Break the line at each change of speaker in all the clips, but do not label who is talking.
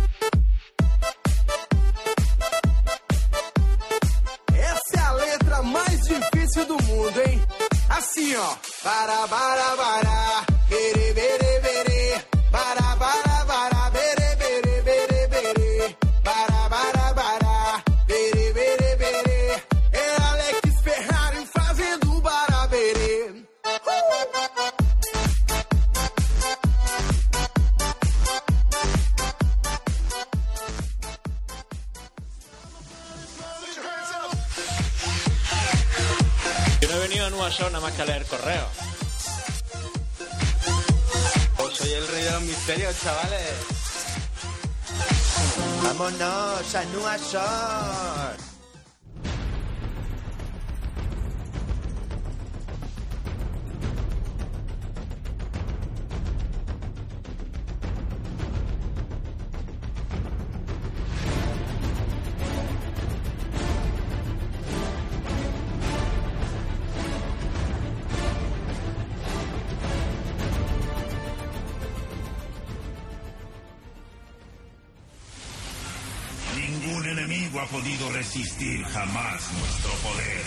é niño. Para, para, para. Bere, bere, bere. Para, para, para. Bere, bere, bere, bere. Para, para, para. Bere, bere, bere. É Alex Ferrari fazendo barabere.
Yo no he venido a Nueva York nada más que a leer correo.
Pues Soy el rey de los misterios, chavales.
Vámonos a Nueva York.
Ningún enemigo ha podido resistir jamás nuestro poder.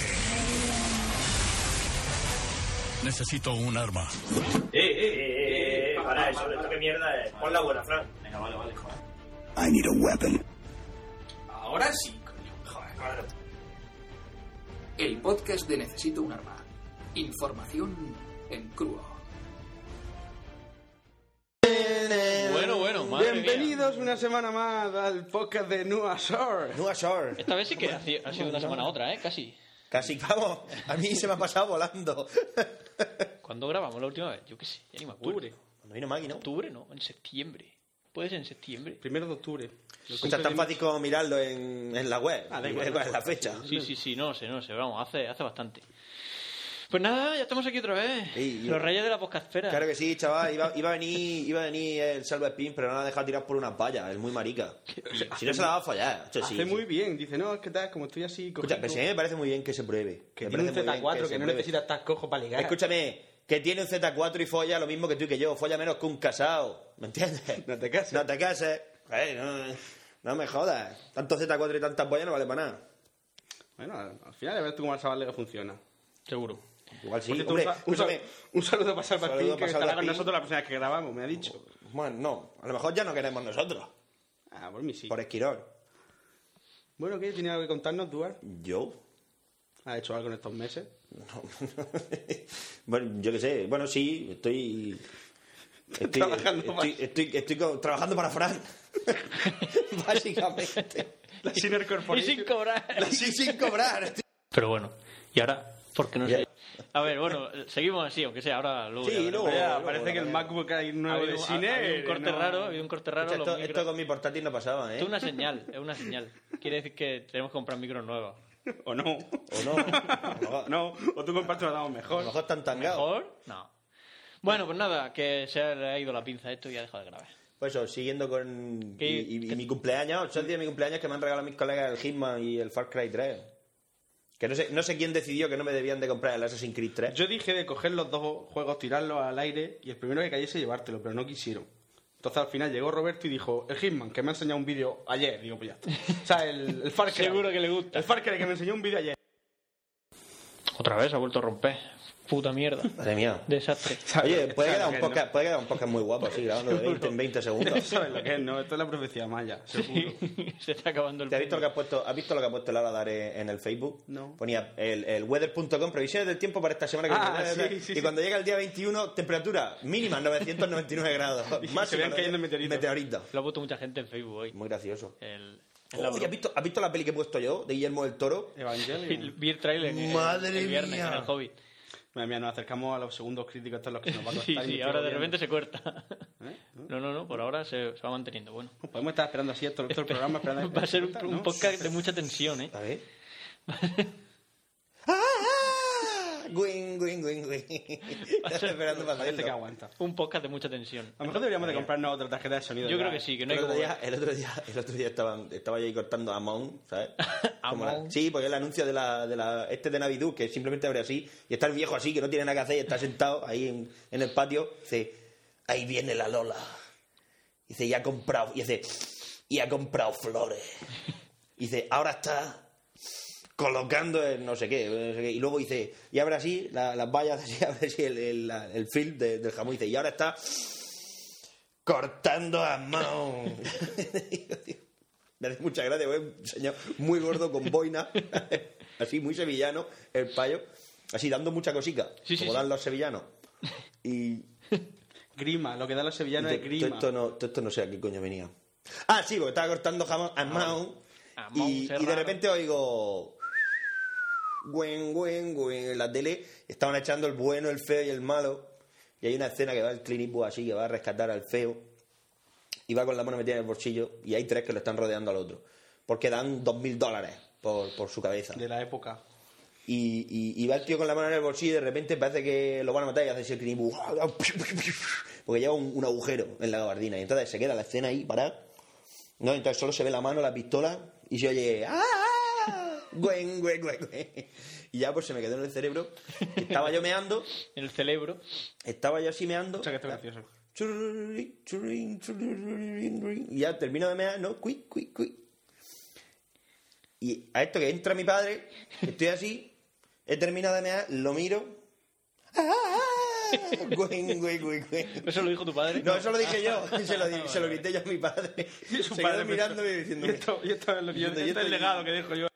Necesito un arma.
Eh, eh, eh, eh, eh, para eso, esto que mierda es. Pon la buena, Fran. Venga, vale, vale, joder.
I need a weapon.
Ahora sí, coño. Joder, madre.
El podcast de Necesito un arma. Información en crudo.
Bueno, bueno, madre mía.
Bienvenidos una semana
Ah,
más al podcast de Nueva York.
Nueva York.
Esta vez sí que ha sido ha sido de una semana a otra, ¿eh? Casi.
Casi, vamos. A mí se me ha pasado volando.
¿Cuándo grabamos la última vez? Yo qué sé, ya ni me acuerdo.
Octubre. Cuando vino Maggie, ¿no?
Octubre no, en septiembre. Puede ser en septiembre.
Primero de octubre. Lo
Escucha, es tan
cumple-
fácil como mirarlo en, en la web.
Ah, da igual,
en
da
la fecha.
Sí, sí, sí, no sé, no sé, vamos, hace, hace bastante. Pues nada, ya estamos aquí otra vez.
Sí, yo-
Los reyes de la podcastfera.
Claro que sí, chaval. Iba, iba a venir, iba a venir el Salva Spin, pero no la ha dejado tirar por una palla. Es muy marica. Si no se la va a fallar. Eso sí.
Hace
sí.
muy bien. Dice, no, es que tal, como estoy así...
Escucha,
cogido-
pero sí me parece muy bien que se pruebe.
Que
Me
tiene un
parece muy bien
Z4 que,
se
no
pruebe.
necesita estar cojo para ligar.
Escúchame, que tiene un Z4 y folla lo mismo que tú y que yo. Folla menos que un casado. ¿Me entiendes?
No te cases.
No te cases. Eh, no, no me jodas. Tanto Z4 y tantas pollas no vale para nada.
Bueno, al al final a ver tú cómo al chaval le funciona.
Seguro.
Igual sí.
Por cierto,
Hombre,
un, sa- un sa-
escúchame.
un saludo para Salva
Saludo
Spin, que
para
estará
Salva
con
Spin.
nosotros la próxima vez que grabamos, me ha dicho.
Bueno, no. A lo mejor ya no queremos nosotros.
Ah, por mí sí.
Por Esquirol.
Bueno, ¿qué? ¿Tiene algo que contarnos, Duarte?
Yo.
¿Ha hecho algo en estos meses?
No. bueno, yo qué sé. Bueno, sí, estoy. Estoy
Trabajando
estoy,
para-
estoy, estoy co- trabajando para Fran. Básicamente.
La Sinner
Y sin cobrar.
Así sin cobrar. Estoy-
Pero bueno, y ahora, porque no
Ya.
sé. A ver, bueno, seguimos así, aunque sea ahora luego.
Sí,
ya
luego.
veremos.
Luego,
parece que el
luego.
MacBook hay
Ha
nuevo
habido,
de
ha-
cine.
ha habido un corte
no-
raro, ha habido un corte raro.
Escucha,
los
esto,
micros-
esto con mi portátil no pasaba, ¿eh?
Esto es una señal, es una señal. Quiere decir que tenemos que comprar micros nuevos.
¿O no?
O no. A
No, o tú compartes lo damos
lo
mejor.
mejor están tangados.
¿Mejor? No. Bueno, pues nada, que se le ha ido la pinza a esto y ha dejado de grabar.
Pues eso, siguiendo con. Y,
¿Qué-
y- y
qué-
mi cumpleaños, son el día de mi cumpleaños que me han regalado mis colegas el Hitman y el Far Cry 3. Que no sé, no sé quién decidió que no me debían de comprar el Assassin's Creed 3.
Yo dije de coger los dos juegos, tirarlos al aire y el primero que cayese llevártelo, pero no quisieron. Entonces al final llegó Roberto y dijo, el Hitman, que me ha enseñado un vídeo ayer. Digo, pues ya está. O sea, el, el Far Cry.
Seguro que le gusta.
El Far Cry que me enseñó un vídeo ayer.
Otra vez ha vuelto a romper. Puta mierda.
Madre mía.
Desastre.
Oye, puede
¿sabes
quedar,
lo
un
que es,
podcast, puede quedar un podcast muy guapo, sí, grabando de 20 en 20 segundos.
¿Sabes lo que es? No, esto es la profecía maya, seguro.
se está acabando el
¿Te has visto lo
mundo.
que ha puesto, has visto lo que ha puesto Lara Dare en el Facebook?
No.
Ponía el, el weather.com, previsiones del tiempo para esta semana que
Ah,
viene.
sí, sí,
y
sí.
cuando llega el día 21, temperatura mínima 999 grados.
Y se
máxima
vean cayendo
900
meteoritos.
meteoritos.
Lo ha puesto mucha gente en Facebook hoy.
Muy gracioso.
El, el
Oh,
laburo.
¿y has, visto, has visto la peli que he puesto yo de Guillermo del Toro?
Vi-
Evangelion.
Vi el trailer el-
Madre
el viernes
mía.
con el Hobbit.
Madre mía, nos acercamos a los segundos críticos, esto es lo que nos va a costar.
Sí,
y
sí,
estoy
ahora de
agobiado.
repente se corta.
¿Eh? ¿No?
No, no, no, por ahora se, se va manteniendo. Bueno,
Podemos estar esperando así todo el programa. Esperando
va a ser un, un
¿no?
podcast de mucha tensión, ¿eh?
A ver. ¡Ah! ah! Guin, guin, guin, guin. Estás esperando para
Parece que
hacerlo.
aguanta.
Un podcast de mucha tensión.
A lo mejor deberíamos de comprarnos otra tarjeta de sonido.
Yo
ya,
creo que
¿eh?
sí, que no
El
hay
otro,
como...
día, el, otro día, el otro día estaban, estaba yo ahí cortando Amon, ¿sabes? Como la-
Amon.
sí, porque el anuncio de la, de la este de Navidú, que simplemente abre así, y está el viejo así, que no tiene nada que hacer, y está sentado ahí en, en el patio, dice, ahí viene la Lola. Dice, y ha comprado, y dice, y ha comprado flores. Dice, ahora está colocando el no sé qué, no sé qué. y luego dice, y abre así la- las vallas, así, abre así el, el, la- el film de- del jamón, y dice, y ahora está cortando a mano. Me hace mucha gracia, porque es un señor muy gordo con boina, así muy sevillano, el payo, así dando mucha cosica,
Sí, sí,
como
sí.
dan los sevillanos. Y
Grima, lo que da la sevillana
te-
es grima.
todo esto, no, todo esto no sé a qué coño venía. Ah, sí, porque estaba cortando jamón a Mao.
A Mao,
Y,
serrano.
y de repente oigo. Gwen, gwen, gwen. En la tele estaban echando el bueno, el feo y el malo. Y hay una escena que va el Clint Eastwood así, que va a rescatar al feo. Y va con la mano metida en el bolsillo. Y hay tres que lo están rodeando al otro. Porque dan dos mil dólares por, por su cabeza.
De la época.
Y, y- y va el tío con la mano en el bolsillo y de repente parece que lo van a matar y hace ese clip, ¡guau! porque lleva un, un agujero en la gabardina y entonces se queda la escena ahí parada no entonces solo se ve la mano la pistola y se oye ¡ah! Güen, güen, güen, güen. y ya pues se me quedó en el cerebro que estaba yo meando
En el cerebro.
estaba yo así meando
O sea que está gracioso.
Churrurín, churrurín, churrurín, churrurín. Y ya termino de mear, ¿no? Cuic, cuic, cuic. Y a esto que entra mi padre, estoy así, he terminado de mear, lo miro. ¡Ah! Güen, güen, güen, güen.
¿Eso lo dijo tu padre?
No, eso lo dije yo, se lo, di- se lo grité yo a mi padre.
Y
Se
su
quedó
padre
mirándome y
pensó,
diciendo,
"Y esto, y esto es lo que yo,
Diciendo,
este
"Y
es el
esto-
legado que dejo yo.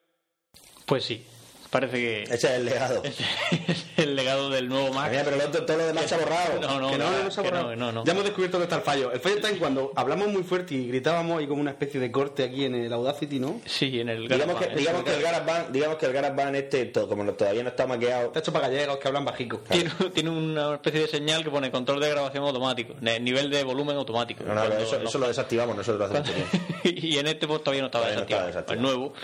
Pues sí. Parece que
ese es el legado.
es el legado del nuevo Mac.
Mira, pero el otro, todo lo demás se ha borrado.
No, no,
que no,
no,
no, no se ha
que no,
borrado.
no, no.
Ya hemos descubierto que está el fallo. El fallo está en cuando hablamos muy fuerte y gritábamos y como una especie de corte aquí en el Audacity, ¿no?
Sí, en el
Digamos que,
Garrafa, ¿eh?
digamos que el Garapan, digamos que el Garapan este, to- como no- todavía no está maqueado,
Está hecho para gallegos que hablan bajico.
Tiene, tiene una especie de señal que pone control de grabación automático, ne- nivel de volumen automático.
No, no,
Cuando-
eso,
no.
eso lo desactivamos nosotros ¿eh? hace mucho tiempo.
y en este post todavía no estaba
Todavía no
desactivado,
estaba
el nuevo.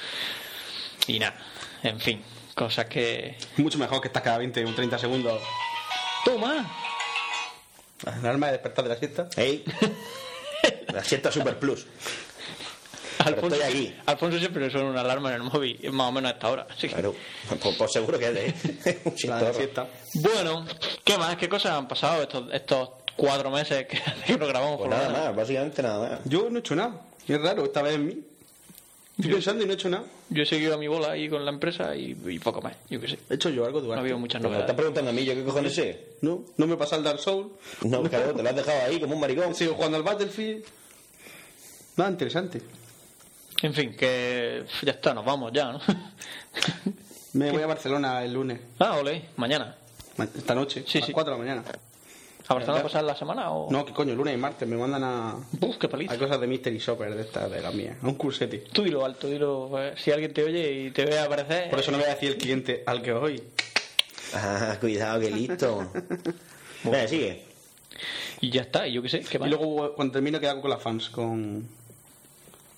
Y nada, en fin, cosas que...
Mucho mejor que estás cada 20 o 30 segundos.
¡Toma!
Alarma de despertar de la siesta.
¡Ey! La siesta Super Plus.
Alfonso,
estoy aquí.
Alfonso siempre le suena una alarma en el móvil, es más o menos a esta hora. así que-
Claro. Pues, pues seguro que es de un
La de la
siestorro.
siesta.
Bueno, ¿qué más? ¿Qué cosas han pasado estos, estos cuatro meses que, que nos grabamos?
Pues
por lo
nada
menos?
más, básicamente nada más. Pues,
Yo no he hecho nada. Es raro, esta vez en mí. Estoy pensando y no he hecho nada.
Yo he seguido a mi bola ahí con la empresa y, y poco más, yo qué sé.
¿He hecho yo algo,
No ha
Duarte?
habido muchas
Pues me
novedades.
estás preguntando a mí, ¿yo qué cojones sé?
No, no me pasa el Dark Souls.
No, claro, te lo has dejado ahí como un maricón.
Sigo jugando al Battlefield. Nada interesante.
En fin, que pf, ya está, nos vamos ya, ¿no?
Me voy a Barcelona el lunes,
ah, ole, mañana.
ma- esta noche,
Sí,
a las
sí. Oh.
4 de la mañana.
¿A Barcelona pasar la semana o...?
No, que coño, lunes y martes me mandan a,
Uf, qué paliza.
Hay cosas de Mystery Shopper de estas, de las mías. A un cursete.
Tú dilo alto, dilo. eh, Si alguien te oye y te ve aparecer.
Por eso no voy a decir el cliente al que voy.
Ah, cuidado, que listo. Venga, sigue.
Y ya está, y yo qué sé, qué
Y
más.
luego cuando termino quedo con las fans, con,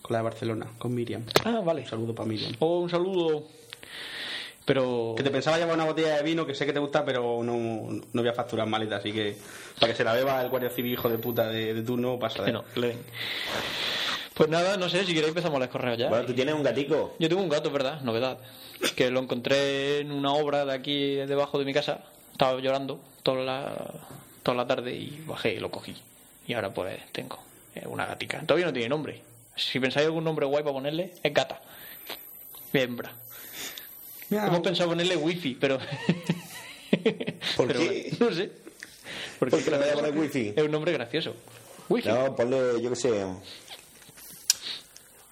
con la de Barcelona, con Miriam.
Ah, vale.
Un saludo para Miriam.
Oh, un saludo. Pero.
Que te pensaba llevar una botella de vino que sé que te gusta, pero no, no voy a facturar maleta, así que para que se la beba el guardia civil hijo de puta de, de turno, pasa de...
Que no, que le den. Pues nada, no sé, si queréis empezamos los correos ya.
Bueno, tú tienes un gatico.
Yo tengo un gato, es ¿verdad? Novedad. Que lo encontré en una obra de aquí debajo de mi casa. Estaba llorando toda la, toda la tarde y bajé y lo cogí. Y ahora pues tengo eh, una gatica. Todavía no tiene nombre. Si pensáis algún nombre guay para ponerle, es gata. Hembra.
Miau.
Hemos pensado ponerle wifi, pero...
¿Por
pero
qué?
No sé. Porque
¿Por qué le voy a poner wifi?
Es un nombre gracioso. Wifi.
No, ponle, yo qué sé.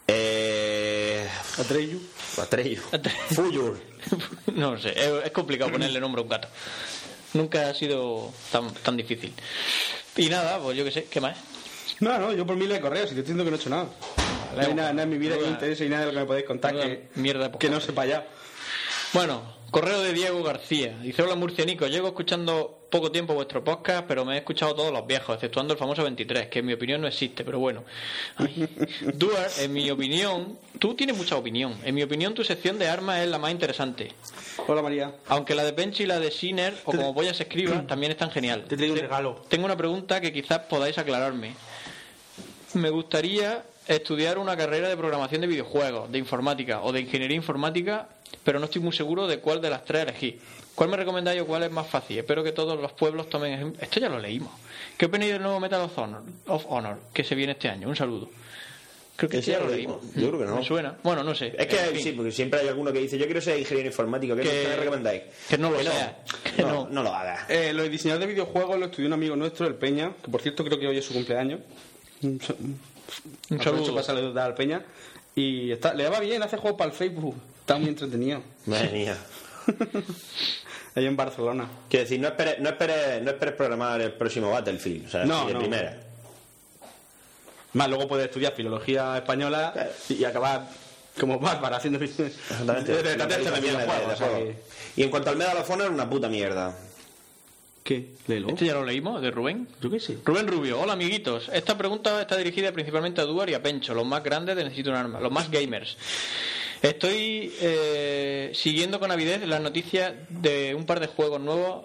Eh.
Atreyu.
Atrello. Fuyur.
No lo sé, es, es complicado ponerle nombre a un gato. Nunca ha sido tan, tan difícil. Y nada, pues yo qué sé, ¿qué más?
No, no, yo por mí le correo, si te entiendo que no he hecho nada. No hay nada, nada en mi vida que me interese y nada de lo que me podéis contar
Menuda
que,
mierda, pues.
que no sepa ya.
Bueno, correo de Diego García. Dice, hola Murcianico, llevo escuchando poco tiempo vuestro podcast, pero me he escuchado todos los viejos, exceptuando el famoso 23, que en mi opinión no existe, pero bueno. Ay. Duar, en mi opinión, tú tienes mucha opinión. En mi opinión, tu sección de armas es la más interesante.
Hola María.
Aunque la de Bench y la de Sinner, o como Boya se escriba, también están genial.
Te traigo un regalo.
Tengo una pregunta que quizás podáis aclararme. Me gustaría estudiar una carrera de programación de videojuegos, de informática o de ingeniería informática, pero no estoy muy seguro de cuál de las tres elegí. ¿Cuál me recomendáis o cuál es más fácil? Espero que todos los pueblos tomen ejemplo. Esto ya lo leímos. ¿Qué opináis del nuevo Metal of Honor, of Honor que se viene este año? Un saludo. Creo que
Ese
sí, ya
ya
lo
lo
leímos.
leímos. Yo creo que no.
Me suena. Bueno, no sé.
Es que
En fin,
sí, porque siempre hay alguno que dice, yo quiero ser ingeniero informático, ¿qué,
Que-
me- qué me recomendáis?
que no lo sea. Que
no,
no.
no lo hagas.
Eh, lo de diseñador de videojuegos lo estudió un amigo nuestro, el Peña, que por cierto creo que hoy es su cumpleaños. Un sa-
Un
aprovecho
saludo.
para saludar al Peña. Y está, le va bien, hace juegos para el Facebook. Está muy entretenido.
Madre mía.
Allá en Barcelona.
Quiero decir, no esperes, no, esperes, no esperes programar el próximo Battlefield, o sea,
No,
así de
no.
primera.
Más luego puede estudiar filología española
Claro.
y, y acabar como Bárbara haciendo
Exactamente.
de- de- de- de- de- de- de- de- de- de- de- de- de- de-
videojuegos.
de- de- de-
Y en cuanto al Medal of Honor, una puta mierda.
¿Qué? Léelo.
Este ya lo leímos, de Rubén.
Yo qué sé.
Rubén Rubio, hola amiguitos. Esta pregunta está dirigida principalmente a Duar y a Pencho, los más grandes de Necesito un Arma, los más gamers. Estoy eh, siguiendo con avidez las noticias de un par de juegos nuevos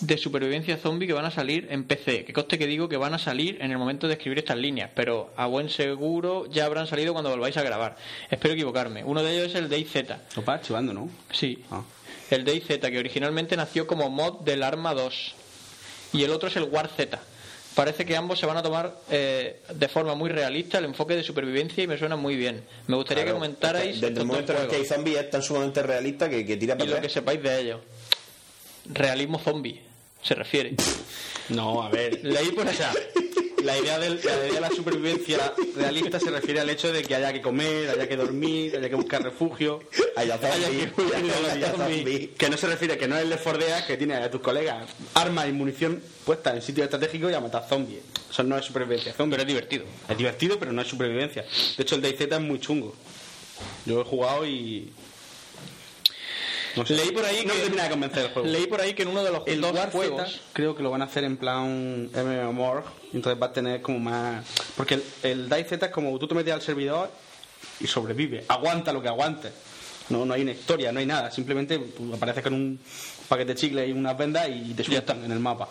de supervivencia zombie que van a salir en PC. Que coste que digo que van a salir en el momento de escribir estas líneas, pero a buen seguro ya habrán salido cuando volváis a grabar. Espero equivocarme. Uno de ellos es el de IZ.
Lo vas archivando, ¿no?
Sí.
Ah.
El DayZ, que originalmente nació como mod del Arma 2. Y el otro es el War Z. Parece que ambos se van a tomar eh, de forma muy realista el enfoque de supervivencia y me suena muy bien. Me gustaría
Claro,
que comentarais
Desde el
estos dos
momento en el que hay
juegos
zombies es tan sumamente realista que, que tira
y
para
lo que
atrás.
sepáis de ellos. Realismo zombie se refiere.
No, a ver.
Leí por allá.
La idea, del- la idea de la supervivencia realista se refiere al hecho de que haya que comer, haya que dormir, haya que buscar refugio.
Haya zombies, haya zombies.
Que no se refiere, que no es el de Fordeas que tiene a tus colegas armas y munición puestas en sitios estratégicos y a matar zombies. Eso no es supervivencia zombie. Pero es divertido. Es divertido, pero no es supervivencia. De hecho, el DayZ es muy chungo. Yo he jugado y... No sé.
Leí por ahí
No
que-
me termina de convencer el juego.
Leí por ahí que en uno de los
El
dos
War Z
juegos
creo que lo van a hacer en plan MMORG, entonces va a tener como más... Porque el, el DayZ es como tú te metes al servidor y sobrevive, aguanta lo que aguante. No, no hay una historia, no hay nada, simplemente pues, apareces con un paquete de chicle y unas vendas y te sueltan en el mapa.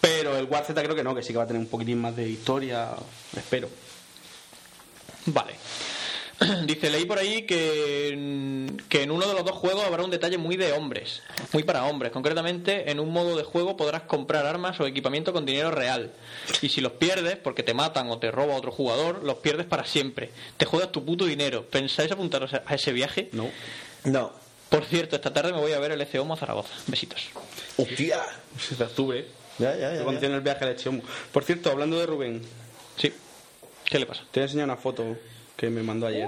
Pero el War Z creo que no, que sí que va a tener un poquitín más de historia, espero.
Vale. Dice, leí por ahí que, en- que en uno de los dos juegos habrá un detalle muy de hombres, muy para hombres. Concretamente, en un modo de juego podrás comprar armas o equipamiento con dinero real. Y si los pierdes, porque te matan o te roba otro jugador, los pierdes para siempre. Te juegas tu puto dinero. ¿Pensáis apuntaros a a ese viaje?
No.
No.
Por cierto, esta tarde me voy a ver el FOMO a Zaragoza. Besitos.
Hostia.
Es de octubre,
Ya, ya, ya,
cuando
ya.
tiene el viaje al Echeomo. Por cierto, hablando de Rubén,
Sí. ¿Qué le pasa?
te voy a enseñar una foto que me mandó ayer.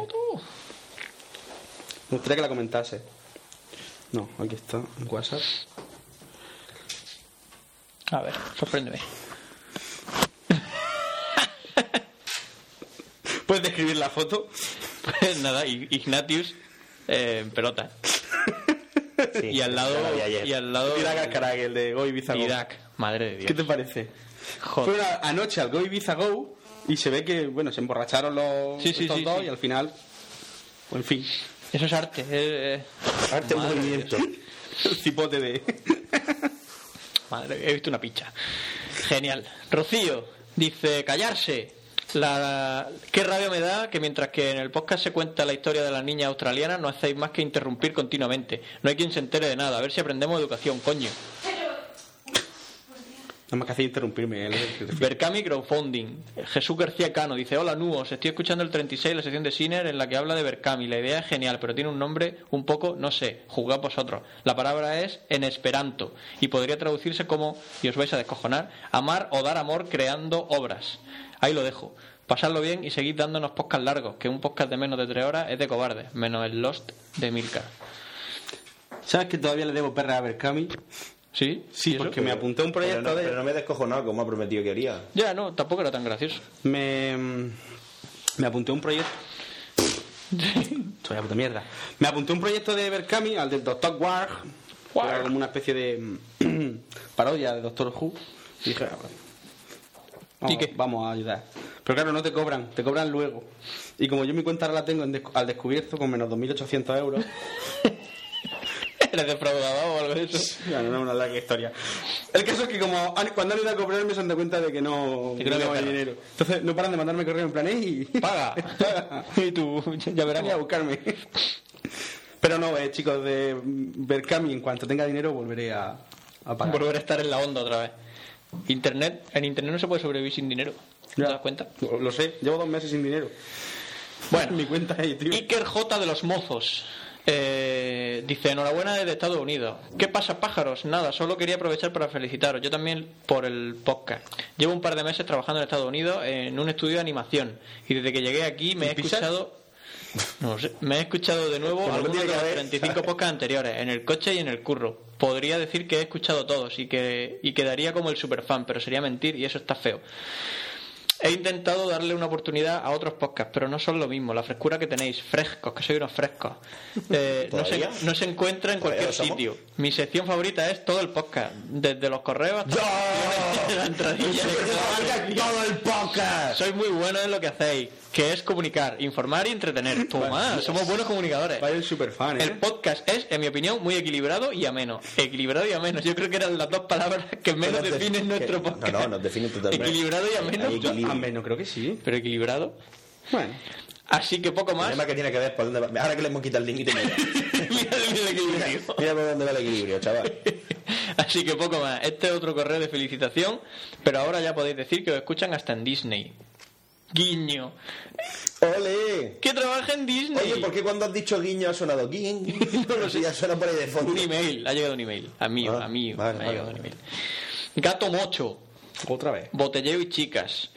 Me gustaría que la comentase. No, aquí está, en WhatsApp.
A ver, sorpréndeme.
¿Puedes describir la foto?
Pues nada, Ig- Ignatius eh, en pelota.
Sí,
y al
ya la
lado
vi ayer.
y al lado
Tira Cascarag, el de Go Ibiza Go.
Irak, madre de Dios.
¿Qué te parece?
Joder.
Fueron a- anoche al Go Ibiza Go y se ve que, bueno, se emborracharon los
Sí, sí,
estos
sí,
dos
sí.
y al final... o En fin,
Eso es arte. eh, eh.
Arte en
Madre de
movimiento.
el cipote de...
Madre, he visto una picha. Genial. Rocío dice, callarse. La... Qué rabia me da que mientras que en el podcast se cuenta la historia de la niña australiana, no hacéis más que interrumpir continuamente. No hay quien se entere de nada. A ver si aprendemos educación, coño.
Nada más que hacía interrumpirme. ¿eh?
Berkami Crowdfunding. Jesús García Cano dice: Hola, Nuos. Estoy escuchando el 36, la sección de Siner, en la que habla de Berkami. La idea es genial, pero tiene un nombre un poco, no sé, juzgad vosotros. La palabra es en esperanto y podría traducirse como, y os vais a descojonar, amar o dar amor creando obras. Ahí lo dejo. Pasadlo bien y seguid dándonos podcasts largos, que un podcast de menos de tres horas es de cobardes, menos el Lost de Milka.
¿Sabes que todavía le debo perra a Berkami?
¿Sí? ¿Y
Sí,
eso?
porque me apunté a un
Pero
proyecto
no,
de...
pero no me he descojonado como ha prometido que haría.
Ya, no, tampoco era tan gracioso.
Me, mm, me apunté a un proyecto. Soy la puta mierda. Me apunté a un proyecto de Berkami, al del Doctor Warg. que
Warg.
Era como una especie de mm, parodia de Doctor Who. Y dije, "Ah, bueno, vamos,
¿Y qué?
vamos a ayudar. Pero claro, no te cobran, te cobran luego. Y como yo mi cuenta ahora la tengo en descu- al descubierto con menos 2.800 euros,
¿Eres defraudador o algo de eso?
ya no es una larga historia. El caso es que como han- cuando han ido a cobrarme se han dado cuenta de que no,
Que no
no
había
hay
perro.
dinero. Entonces no paran de mandarme correo en plan, ¡Ey!
Paga.
Paga.
y tú, ya verás.
Venid a buscarme. Pero no, eh, chicos, de Berkami, en cuanto tenga dinero volveré a, a pagar.
Volver a estar en la onda otra vez. Internet, en internet no se puede sobrevivir sin dinero. ¿Te das cuenta?
Lo, lo sé, llevo dos meses sin dinero.
Bueno.
mi cuenta ahí, tío.
Iker J de los Mozos. eh, dice, enhorabuena desde Estados Unidos. ¿Qué pasa, pájaros? Nada, solo quería aprovechar para felicitaros. Yo también por el podcast. Llevo un par de meses trabajando en Estados Unidos en un estudio de animación. Y desde que llegué aquí me he
¿En Pixar?
escuchado... No lo sé, me he escuchado de nuevo
Como no
algunos de
tiene Pues que
los
haber,
35
¿sabes?
podcasts anteriores, en el coche y en el curro. Podría decir que he escuchado todos y que y quedaría como el superfan, pero sería mentir y eso está feo. He intentado darle una oportunidad a otros podcasts, pero no son lo mismo. La frescura que tenéis, frescos, que soy unos frescos, eh, no, se,
¿Todavía?
no se encuentra en
¿Todavía
cualquier
lo somos?
sitio. Mi sección favorita es todo el podcast, desde los correos hasta la entradilla.
todo el podcast!
Sois muy buenos en lo que hacéis, que es comunicar, informar y entretener. Toma, somos buenos comunicadores.
Vaya el superfan, ¿eh?
El podcast es, en mi opinión, muy equilibrado y ameno. Equilibrado y ameno. Yo creo que eran las dos palabras que menos
Nos def-
definen nuestro
que-
podcast.
No, no, nos definen totalmente.
Equilibrado y
Hay
ameno.
equilibrio.
Ah, menos, creo que sí.
Pero equilibrado.
Bueno.
Así que poco
El
más.
tema que tiene que ver por dónde va. Ahora que le hemos quitado el límite, mira.
Mira el equilibrio.
Mira por dónde va el equilibrio, chaval.
Así que poco más. Este es otro correo de felicitación, pero ahora ya podéis decir que os escuchan hasta en Disney. Guiño.
¡Ole!
Que trabaja en Disney.
Oye, ¿por qué cuando has dicho guiño ha sonado guiño? No lo sé, ya suena por ahí de fondo.
Un email. Ha llegado un email. A mí,
Ah,
a mí.
vale,
me ha
vale,
llegado
vale.
un email. Gato Mocho.
Otra vez.
Botelleo y chicas.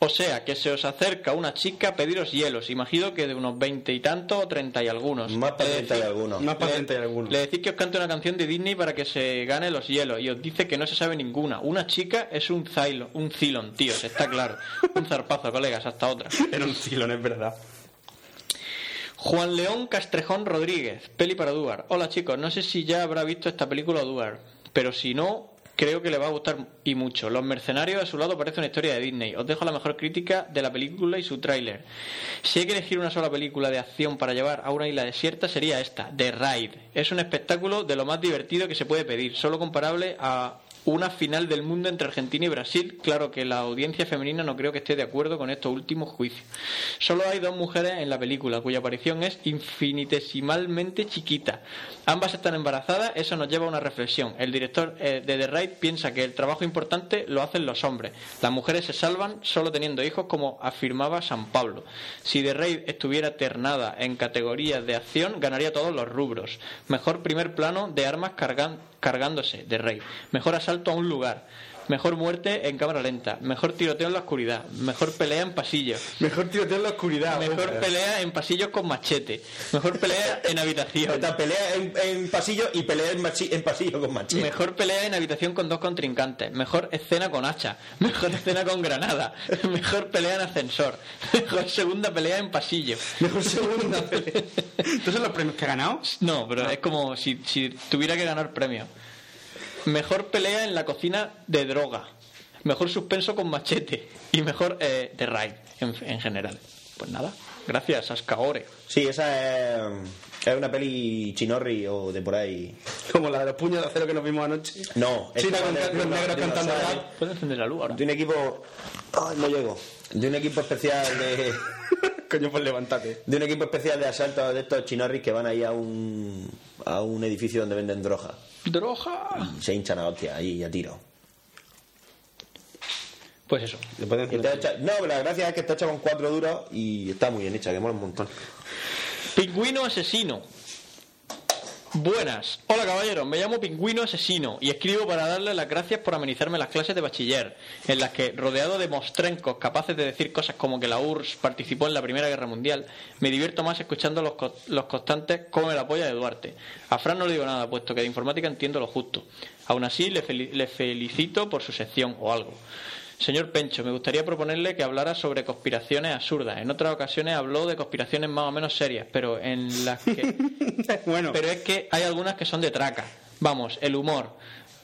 O sea, que se os acerca una chica a pediros hielos. Imagino que de unos veinte y tantos o treinta y algunos.
Más
Es
patente
decir,
de alguno.
Más patente hay alguno.
Le decís que os cante una canción de Disney para que se gane los hielos y os dice que no se sabe ninguna. Una chica es un Zylon, un Zylon, tío, se está claro. Un zarpazo, colegas, hasta otra.
Era un cilón, es verdad.
Juan León Castrejón Rodríguez, peli para Duar. Hola chicos, no sé si ya habrá visto esta película Duar, pero si no, creo que le va a gustar y mucho. Los mercenarios a su lado parece una historia de Disney. Os dejo la mejor crítica de la película y su tráiler. Si hay que elegir una sola película de acción para llevar a una isla desierta sería esta, The Raid. Es un espectáculo de lo más divertido que se puede pedir, solo comparable a una final del mundo entre Argentina y Brasil. Claro que la audiencia femenina no creo que esté de acuerdo con estos últimos juicios. Solo hay dos mujeres en la película, cuya aparición es infinitesimalmente chiquita. Ambas están embarazadas, eso nos lleva a una reflexión. El director eh, de The Raid piensa que el trabajo importante lo hacen los hombres. Las mujeres se salvan solo teniendo hijos, como afirmaba San Pablo. Si The Raid estuviera ternada en categorías de acción, ganaría todos los rubros. Mejor primer plano de armas cargan- cargándose, The Raid. Mejor asalto a un lugar. Mejor muerte en cámara lenta. Mejor tiroteo en la oscuridad. Mejor pelea en pasillos.
Mejor tiroteo en la oscuridad.
Mejor pelea en pasillos con machete. Mejor pelea en habitación.
Esta pelea en, en pasillo y pelea en, machi- en pasillo con machete.
Mejor pelea en habitación con dos contrincantes. Mejor escena con hacha. Mejor escena con granada. Mejor pelea en ascensor. Mejor segunda pelea en pasillo.
Mejor segunda pelea. ¿Estos son los premios que ha ganado?
No, pero es como si, si tuviera que ganar premio. Mejor pelea en la cocina de droga. Mejor suspenso con machete. Y mejor eh, de raid en, en general. Pues nada. Gracias, Ascaore.
Sí, esa es, es una peli chinorri o de por ahí.
Como la de los puños de acero que nos vimos anoche.
No, es
China
que
con
de-
negros
de-
negros
de-
cantando
de-
rap.
¿Puedo encender la luz ahora?
De un equipo. Ay, no llego. De un equipo especial de.
Coño, pues levántate.
De un equipo especial de asalto de estos chinorris que van ahí a un. a un edificio donde venden droga.
¡Droga!
Se hinchan a hostia ahí a tiro.
Pues eso.
Le pueden
Y está hecha- No, pero la gracia es que está hecha con cuatro duros y está muy bien hecha, que mola un montón.
Pingüino asesino. Buenas. Hola caballeros, me llamo Pingüino Asesino y escribo para darle las gracias por amenizarme las clases de bachiller, en las que, rodeado de mostrencos capaces de decir cosas como que la URSS participó en la Primera Guerra Mundial, me divierto más escuchando los, co- los constantes como la polla de Duarte. A Fran no le digo nada, puesto que de informática entiendo lo justo. Aún así, le, fel- le felicito por su sección o algo. Señor Pencho, me gustaría proponerle que hablara sobre conspiraciones absurdas. En otras ocasiones habló de conspiraciones más o menos serias, pero en las que
bueno,
pero es que hay algunas que son de traca. Vamos, el humor.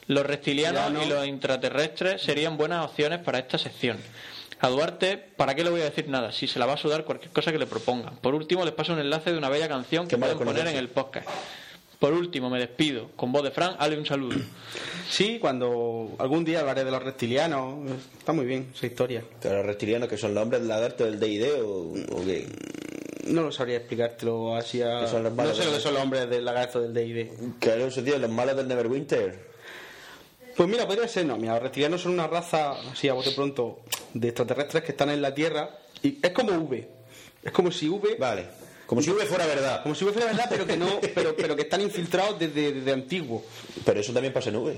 Los
Ya
reptilianos
no.
y los intraterrestres serían buenas opciones para esta sección. A Duarte, ¿para qué le voy a decir nada? Si se la va a sudar cualquier cosa que le propongan. Por último, les paso un enlace de una bella canción que
Qué malo
pueden
con el
poner en
enlace.
el podcast. Por último, me despido. Con voz de Fran, hale un saludo.
sí, cuando algún día hablaré de los reptilianos. Está muy bien esa historia.
Pero los reptilianos que son los hombres del lagarto del D&D o, o qué.
No lo sabría explicártelo así a...
Que son los
No
malos
sé lo
de-
que son los hombres del lagarto del D&D.
Claro, eso tío, los malos del Neverwinter.
Pues mira, podría ser, no, mira, los reptilianos son una raza, así a bote pronto, de extraterrestres que están en la Tierra y es como V. Es como si V
Vale. Como si V fuera verdad.
como si V fuera verdad, pero que no, pero, pero que están infiltrados desde, desde antiguo.
Pero eso también pasa en V.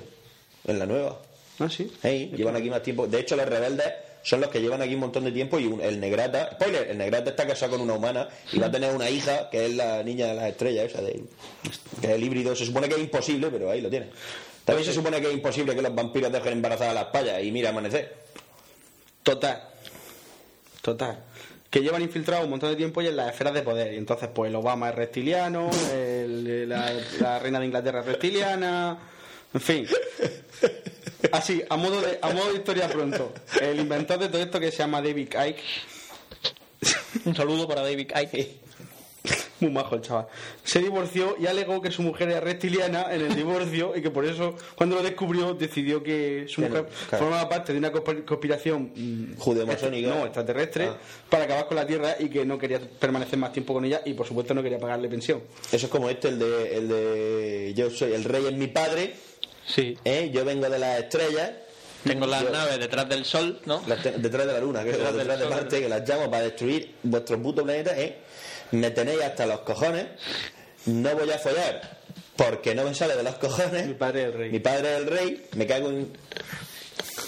En la nueva.
Ah, sí.
Ey, llevan aquí más tiempo. De hecho, los rebeldes son los que llevan aquí un montón de tiempo y un- el Negrata, spoiler, el Negrata está casado con una humana y va a tener una hija que es la niña de las estrellas, esa de- que es el híbrido. Se supone que es imposible, pero ahí lo tiene. También se supone que es imposible que los vampiros dejen embarazadas a las payas y mira amanecer.
Total. Total. Que llevan infiltrados un montón de tiempo y en las esferas de poder. Y entonces, pues, el Obama es reptiliano, el- la, la reina de Inglaterra es reptiliana. En fin. Así, a modo de, a modo de historia pronto. El inventor de todo esto que se llama David Icke.
Un saludo para David Icke.
Muy majo el chaval. Se divorció y alegó que su mujer era reptiliana en el divorcio y que por eso, cuando lo descubrió, decidió que su
Claro,
mujer
claro.
formaba parte de una consp- conspiración mm,
Judeo-masónica.
No, extraterrestre,
Ah.
para acabar con la Tierra y que no quería permanecer más tiempo con ella y, por supuesto, no quería pagarle pensión.
Eso es como este, el de, el de yo soy el rey es mi padre,
Sí.
¿eh? yo vengo de las estrellas,
Tengo las naves detrás del sol, ¿no?
las te- detrás de la luna, que
Detrás del
detrás, de
sol.
Marte, que las llamo para destruir vuestro puto planeta, ¿eh? me tenéis hasta los cojones, no voy a follar porque no me sale de los cojones,
Mi padre es el rey.
mi padre es el rey, me cago en...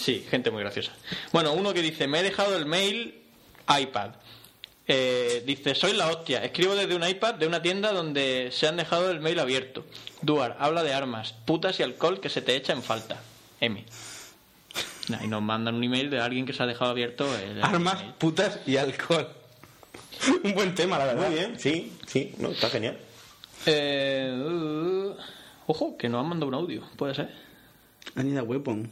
Sí, gente muy graciosa. Bueno, uno que dice, me he dejado el mail iPad. Eh, dice, soy la hostia. Escribo desde un iPad de una tienda donde se han dejado el mail abierto. Duar, habla de armas, putas y alcohol que se te echa en falta. M. Nah, Y nos mandan un email de alguien que se ha dejado abierto el
Armas,
el-
putas y alcohol. Un buen tema, la verdad.
Muy bien, sí, sí, no, está genial.
Eh, uh, ojo, que nos han mandado un audio, puede ser.
Anida Weapon.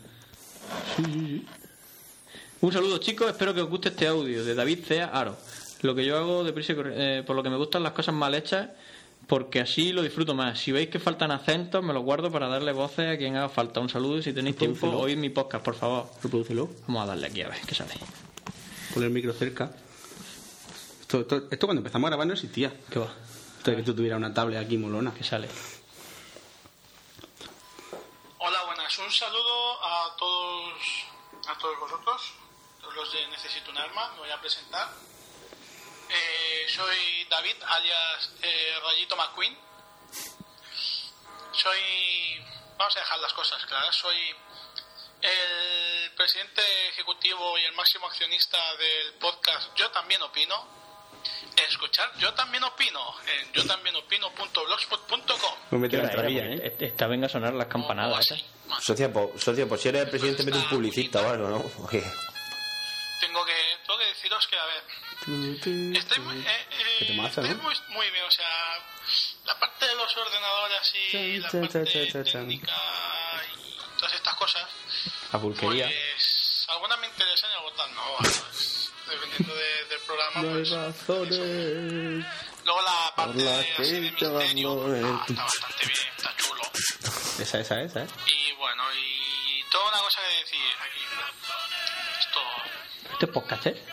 Un saludo chicos, espero que os guste este audio de David Cea Aro. Lo que yo hago deprisa y corri- eh, por lo que me gustan las cosas mal hechas, porque así lo disfruto más. Si veis que faltan acentos, me los guardo para darle voces a quien haga falta. Un saludo y si tenéis tiempo,
Reprodúcelo.
oíd mi podcast, por favor.
Reproducelo,
Vamos a darle aquí a ver qué sale.
pon el micro cerca. Esto, esto- esto cuando empezamos a grabar no existía.
¿Qué va?
Esto de que tú tuvieras una tablet aquí molona.
¿Qué sale?
Hola, buenas. Un saludo a todos, a todos vosotros, todos los de Necesito un Arma. Me voy a presentar. Eh, soy David, alias eh, Rayito McQueen. Soy... Vamos a dejar las cosas claras. Soy el presidente ejecutivo y el máximo accionista del podcast Yo también opino. Escuchar Yo también opino en yo también opino.blogspot.com.
Me metí en ¿eh?
Qué
otra
hora
vía,
era,
¿eh?
porque est- este, Esta venga a sonar las
O
campanadas.
así.
esas.
Socio, pues, socio, pues si eres el presidente, mete un publicista o algo, ¿no? Porque
Tengo que, tengo que deciros que, a ver, estoy muy, eh, eh,
Que te mata,
estoy
¿no?
muy, muy bien, o sea, la parte de los ordenadores y la
Chan, chan,
parte
chan, chan, chan.
técnica y todas estas cosas,
La pulquería.
pues algunas me interesan y algunas no, pues, dependiendo de- del programa, pues... Luego la parte
la
de, así de
que te
misterio
abandoné.
ah, está bastante bien, está chulo.
Esa, esa, esa, ¿eh?
Y bueno, y toda una cosa que decir aquí. Esto...
¿Este es podcast, eh?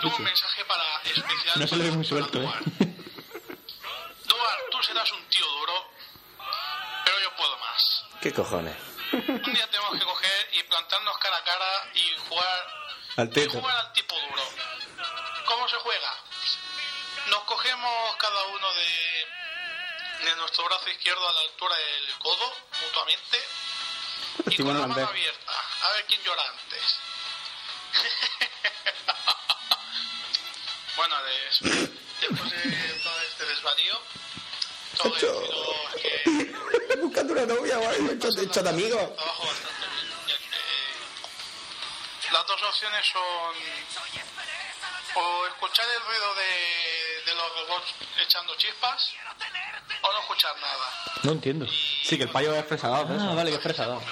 Tuvo un mensaje para especial.
No se le ve
para-
muy
para
suelto, eh.
Duar. Duar, tú serás un tío duro, pero yo puedo más.
¿Qué cojones?
Un día tenemos que coger y plantarnos cara a cara y jugar
Al
y
teto.
jugar al tipo duro. ¿Cómo se juega? Nos cogemos cada uno de, de nuestro brazo izquierdo a la altura del codo, mutuamente, y
Timón
con la mano
holandés.
abierta. A ver quién llora antes. bueno, des- después de todo este desvarío, todo deciros que
Buscando una novia o algo, hecho, hecho de amigos.
trabajo bastante bien, ya que, eh, las dos opciones son o escuchar el ruido de, de los robots echando chispas o no escuchar nada.
No entiendo.
Sí, que el payo es fresador. ¿eh?
Ah, vale, que expresado.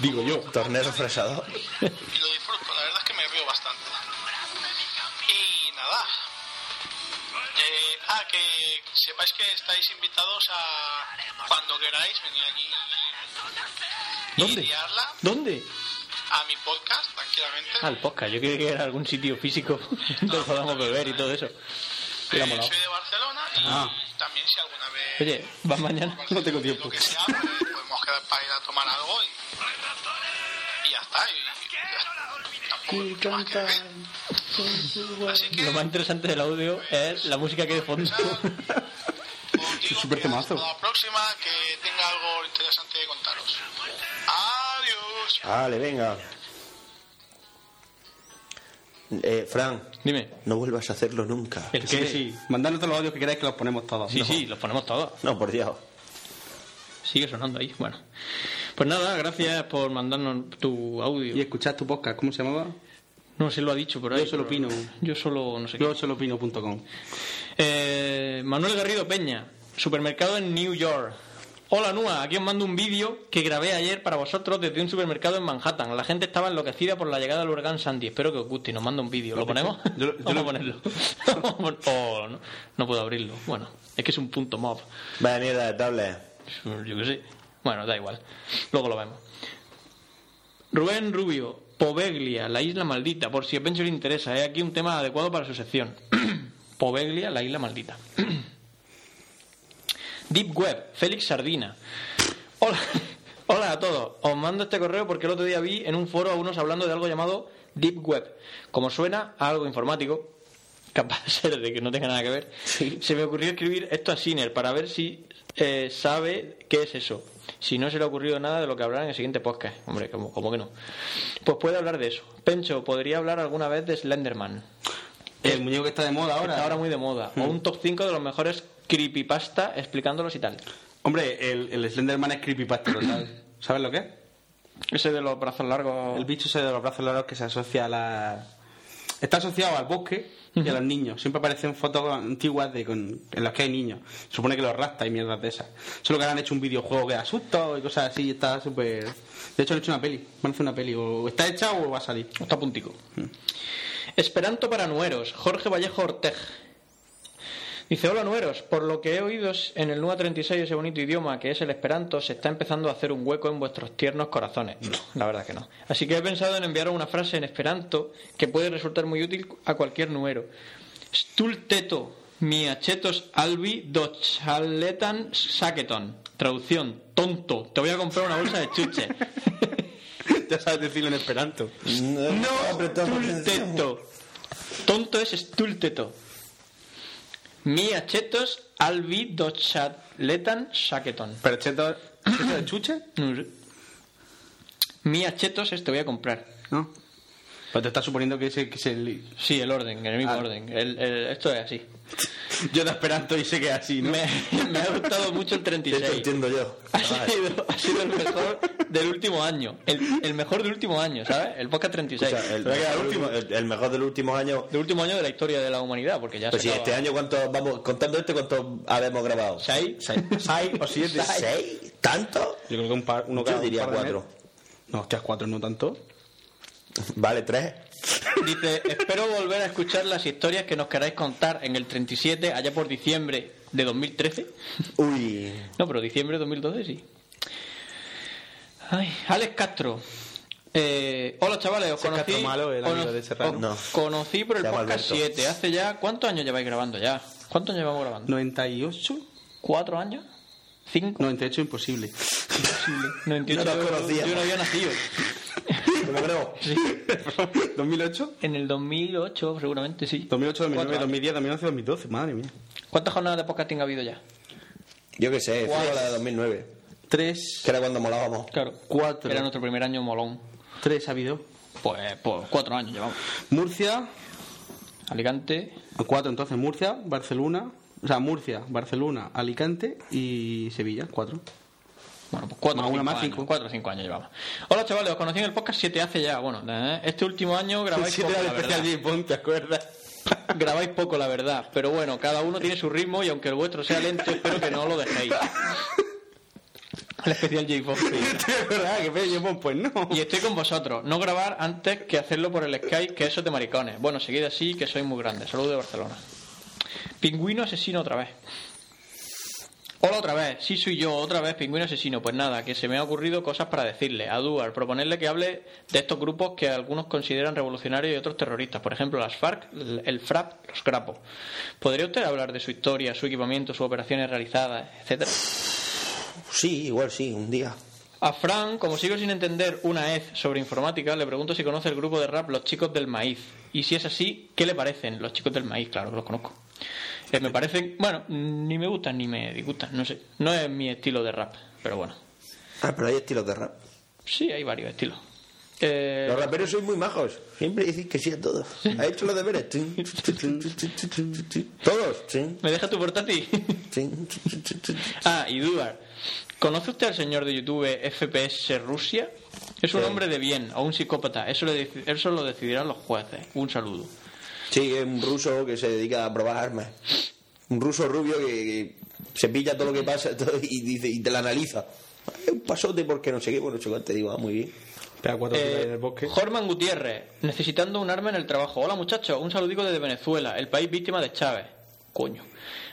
Digo yo.
Tornero fresado.
Y lo disfruto, la verdad es que me río bastante. Y nada. Eh, ah, que sepáis que estáis invitados a cuando queráis venir aquí y
¿Dónde?
liarla
¿Dónde?
a mi podcast tranquilamente.
Ah, el podcast. Yo creí que era algún sitio físico donde podamos beber y todo eso.
Eh,
Hubiera molado.
soy de Barcelona y
Ah.
también si alguna vez...
Oye, ¿vas mañana?
Barcelona,
no tengo tiempo.
Lo que sea, pues, podemos quedar para ir a tomar algo y... Y ya está. cantar y
Y canta con su voz. Lo más interesante del audio es la música que hay de fondo.
os digo
súper
que hasta
temazo.
la próxima que tenga algo interesante que contaros. Adiós.
Vale, venga. Eh, Fran,
Dime.
no vuelvas a hacerlo nunca.
¿El
Sí,
qué?
sí. Mandadnos todos los audios que queráis que los ponemos todos.
Sí,
No.
sí, los ponemos todos.
No, por Dios.
Sigue sonando ahí. Bueno. Pues nada, gracias por mandarnos tu
Y
audio.
escuchad tu podcast, ¿cómo se llamaba?
No se lo ha dicho por ahí.
Yo solo
pero
opino.
Yo solo, no sé qué.
Yo solopino.com.
Eh, Manuel Garrido Peña, supermercado en New York. Hola Nua, aquí os mando un vídeo que grabé ayer para vosotros desde un supermercado en Manhattan. La gente estaba enloquecida por la llegada del huracán Sandy. Espero que os guste y nos manda un vídeo. ¿Lo ponemos?
Yo lo- yo
Vamos
lo-
a ponerlo. Oh, no, no puedo abrirlo. Bueno, es que es un punto mob.
Vaya mierda de tablet.
Yo qué sé. Bueno, da igual. Luego lo vemos. Rubén Rubio, Poveglia, la isla maldita. Por si a Pencho le interesa, es aquí un tema adecuado para su sección. Poveglia, la isla maldita. Deep Web, Félix Sardina. Hola, hola a todos. Os mando este correo porque el otro día vi en un foro a unos hablando de algo llamado Deep Web. Como suena a algo informático, capaz de ser de que no tenga nada que ver, se me ocurrió escribir esto a Siner para ver si eh, sabe qué es eso. Si no se le ha ocurrido nada de lo que hablará en el siguiente podcast. Hombre, ¿cómo, cómo que no? Pues puede hablar de eso. Pencho, ¿podría hablar alguna vez de Slenderman?
El muñeco que está de moda ahora.
Eh. Está ahora muy de moda. O un top 5 de los mejores creepypasta explicándolos y tal.
Hombre, el, el Slenderman es creepypasta total. ¿Sabes lo que es?
Ese de los brazos largos.
El bicho ese de los brazos largos que se asocia a la... Está asociado al bosque y a los niños. Siempre aparecen fotos antiguas de con... en las que hay niños. Supone que los rasta y mierdas de esas. Solo que ahora han hecho un videojuego que da susto y cosas así. y Está súper... De hecho han hecho una peli. Van a hacer una peli. O está hecha o va a salir.
Está a puntico. Esperanto para nueros, Jorge Vallejo Orteg. Dice, hola nueros, por lo que he oído en el NUA 36, ese bonito idioma que es el esperanto, se está empezando a hacer un hueco en vuestros tiernos corazones. la verdad que no. Así que he pensado en enviaros una frase en esperanto que puede resultar muy útil a cualquier nuero. Stulteto, mi achetos albi dochaletan saqueton. Traducción, tonto, te voy a comprar una bolsa de chuche.
ya sabes decirlo en esperanto.
No,
No,
apretamos atención.
stulteto. Tonto es stulteto. Mi achetos albi dochaletan saqueton.
Pero cheto... ¿cheto de chuche?
No sé. Mi achetos es te voy a comprar.
No. Pero Pues te estás suponiendo que ese... Que es el...
Sí, el orden, el mismo
Ah.
orden. El- el- esto es así.
Yo de esperanto y sé que es así, ¿no?
Me, me ha gustado mucho el
Esto
36.
entiendo yo.
Ha sido, ha sido el mejor del último año. El, el mejor del último año, ¿sabes? El podcast 36.
Escucha, el,
Pero ha
mejor
quedado el
del
último,
último- el- el mejor del último año.
del último año de la historia de la humanidad, porque ya
Pues
se
si este
acaba.
año, ¿cuánto vamos contando este? ¿Cuánto habemos grabado?
¿Seis?
¿Seis o siete?
¿Seis? ¿Tanto?
Yo creo que un par, uno
Yo
cada un
diría
par de
cuatro.
meses. No, hostias, cuatro no tanto.
Vale, tres.
Dice, espero volver a escuchar las historias que nos queráis contar en el 37, allá por diciembre de 2013.
Uy.
No, pero diciembre de 2012 sí. Ay, Alex Castro. Eh, hola chavales, os
Ese
conocí.
Castro malo, el amigo
cono-
de Serrano.
os
No.
Conocí por el
Se llama
podcast
Alberto.
7. Hace ya. ¿Cuántos años lleváis grabando ya? ¿Cuántos años llevamos grabando?
¿98?
¿Cuatro años? ¿Cinco?
98 imposible.
No entiendo.
No los conocía.
Yo no había nacido.
¿Cómo creo?
Sí.
¿2008?
En el 2008, seguramente sí.
2008, 2009,
Cuatro años.
2010, 2011, 2012. Madre mía.
¿Cuántas jornadas de podcasting ha habido ya?
Yo qué sé,
Guau.
fue la de 2009.
Tres,
Que era cuando molábamos.
Claro.
Cuatro.
Era nuestro primer año molón.
tres ha habido.
Pues, pues cuatro años llevamos.
Murcia,
Alicante,
cuatro entonces. Murcia, Barcelona. O sea, Murcia, Barcelona, Alicante y Sevilla, cuatro.
bueno, pues cuatro.
Más
o
una,
cinco
más
años,
cinco.
Cuatro o cinco años llevamos. Hola chavales, os conocí en el podcast 7 hace ya. Bueno, eh, este último año grabáis
Siete
poco, la
era el especial
verdad.
James Bond, ¿te acuerdas?
Grabáis poco, la verdad. Pero bueno, cada uno tiene su ritmo y aunque el vuestro sea lento, espero que no lo dejéis. El especial j Fox.
Es verdad, que James Bond, pues no.
Y estoy con vosotros. No grabar antes que hacerlo por el Skype, que eso es de maricones. Bueno, seguid así, que sois muy grandes. Saludos de Barcelona. Pingüino asesino otra vez. Hola otra vez, sí soy yo, otra vez pingüino asesino. Pues nada, que se me ha ocurrido cosas para decirle a Duar, proponerle que hable de estos grupos que algunos consideran revolucionarios y otros terroristas, por ejemplo las FARC, el FRAP, los Grapos. ¿Podría usted hablar de su historia, su equipamiento, sus operaciones realizadas, etcétera?
Pues Sí, igual sí, un día.
A Fran, como sigo sin entender una ez sobre informática, le pregunto si conoce el grupo de rap Los Chicos del Maíz. Y si es así, ¿qué le parecen Los Chicos del Maíz? Claro que los conozco. Eh, me parecen, bueno, ni me gustan ni me disgustan, no sé. No es mi estilo de rap, pero bueno.
Ah, pero hay estilos de rap.
Sí, hay varios estilos. Eh,
Los raperos sois muy majos. Siempre decís que sí a todos. ¿Ha hecho los deberes? Tin, tin, tin, tin, tin, tin, tin. Todos. Tin,
¿Me deja tu portátil?
tin, tin, tin, tin.
ah, y Dubar. ¿Conoce usted al señor de YouTube FPS Rusia? Es un
Sí.
hombre de bien o un psicópata. Eso, le deci- eso lo decidirán los jueces. Un saludo.
Sí, es un ruso que se dedica a probar armas. Un ruso rubio que, que se pilla todo lo que pasa todo y dice y te la analiza. Es un pasote porque no sé qué, bueno, chocante, digo, ah, muy bien.
Pega cuatro tiros
Eh,
ahí en el bosque.
Jorman Gutiérrez, necesitando un arma en el trabajo. Hola muchachos, un saludico desde Venezuela, el país víctima de Chávez. Coño.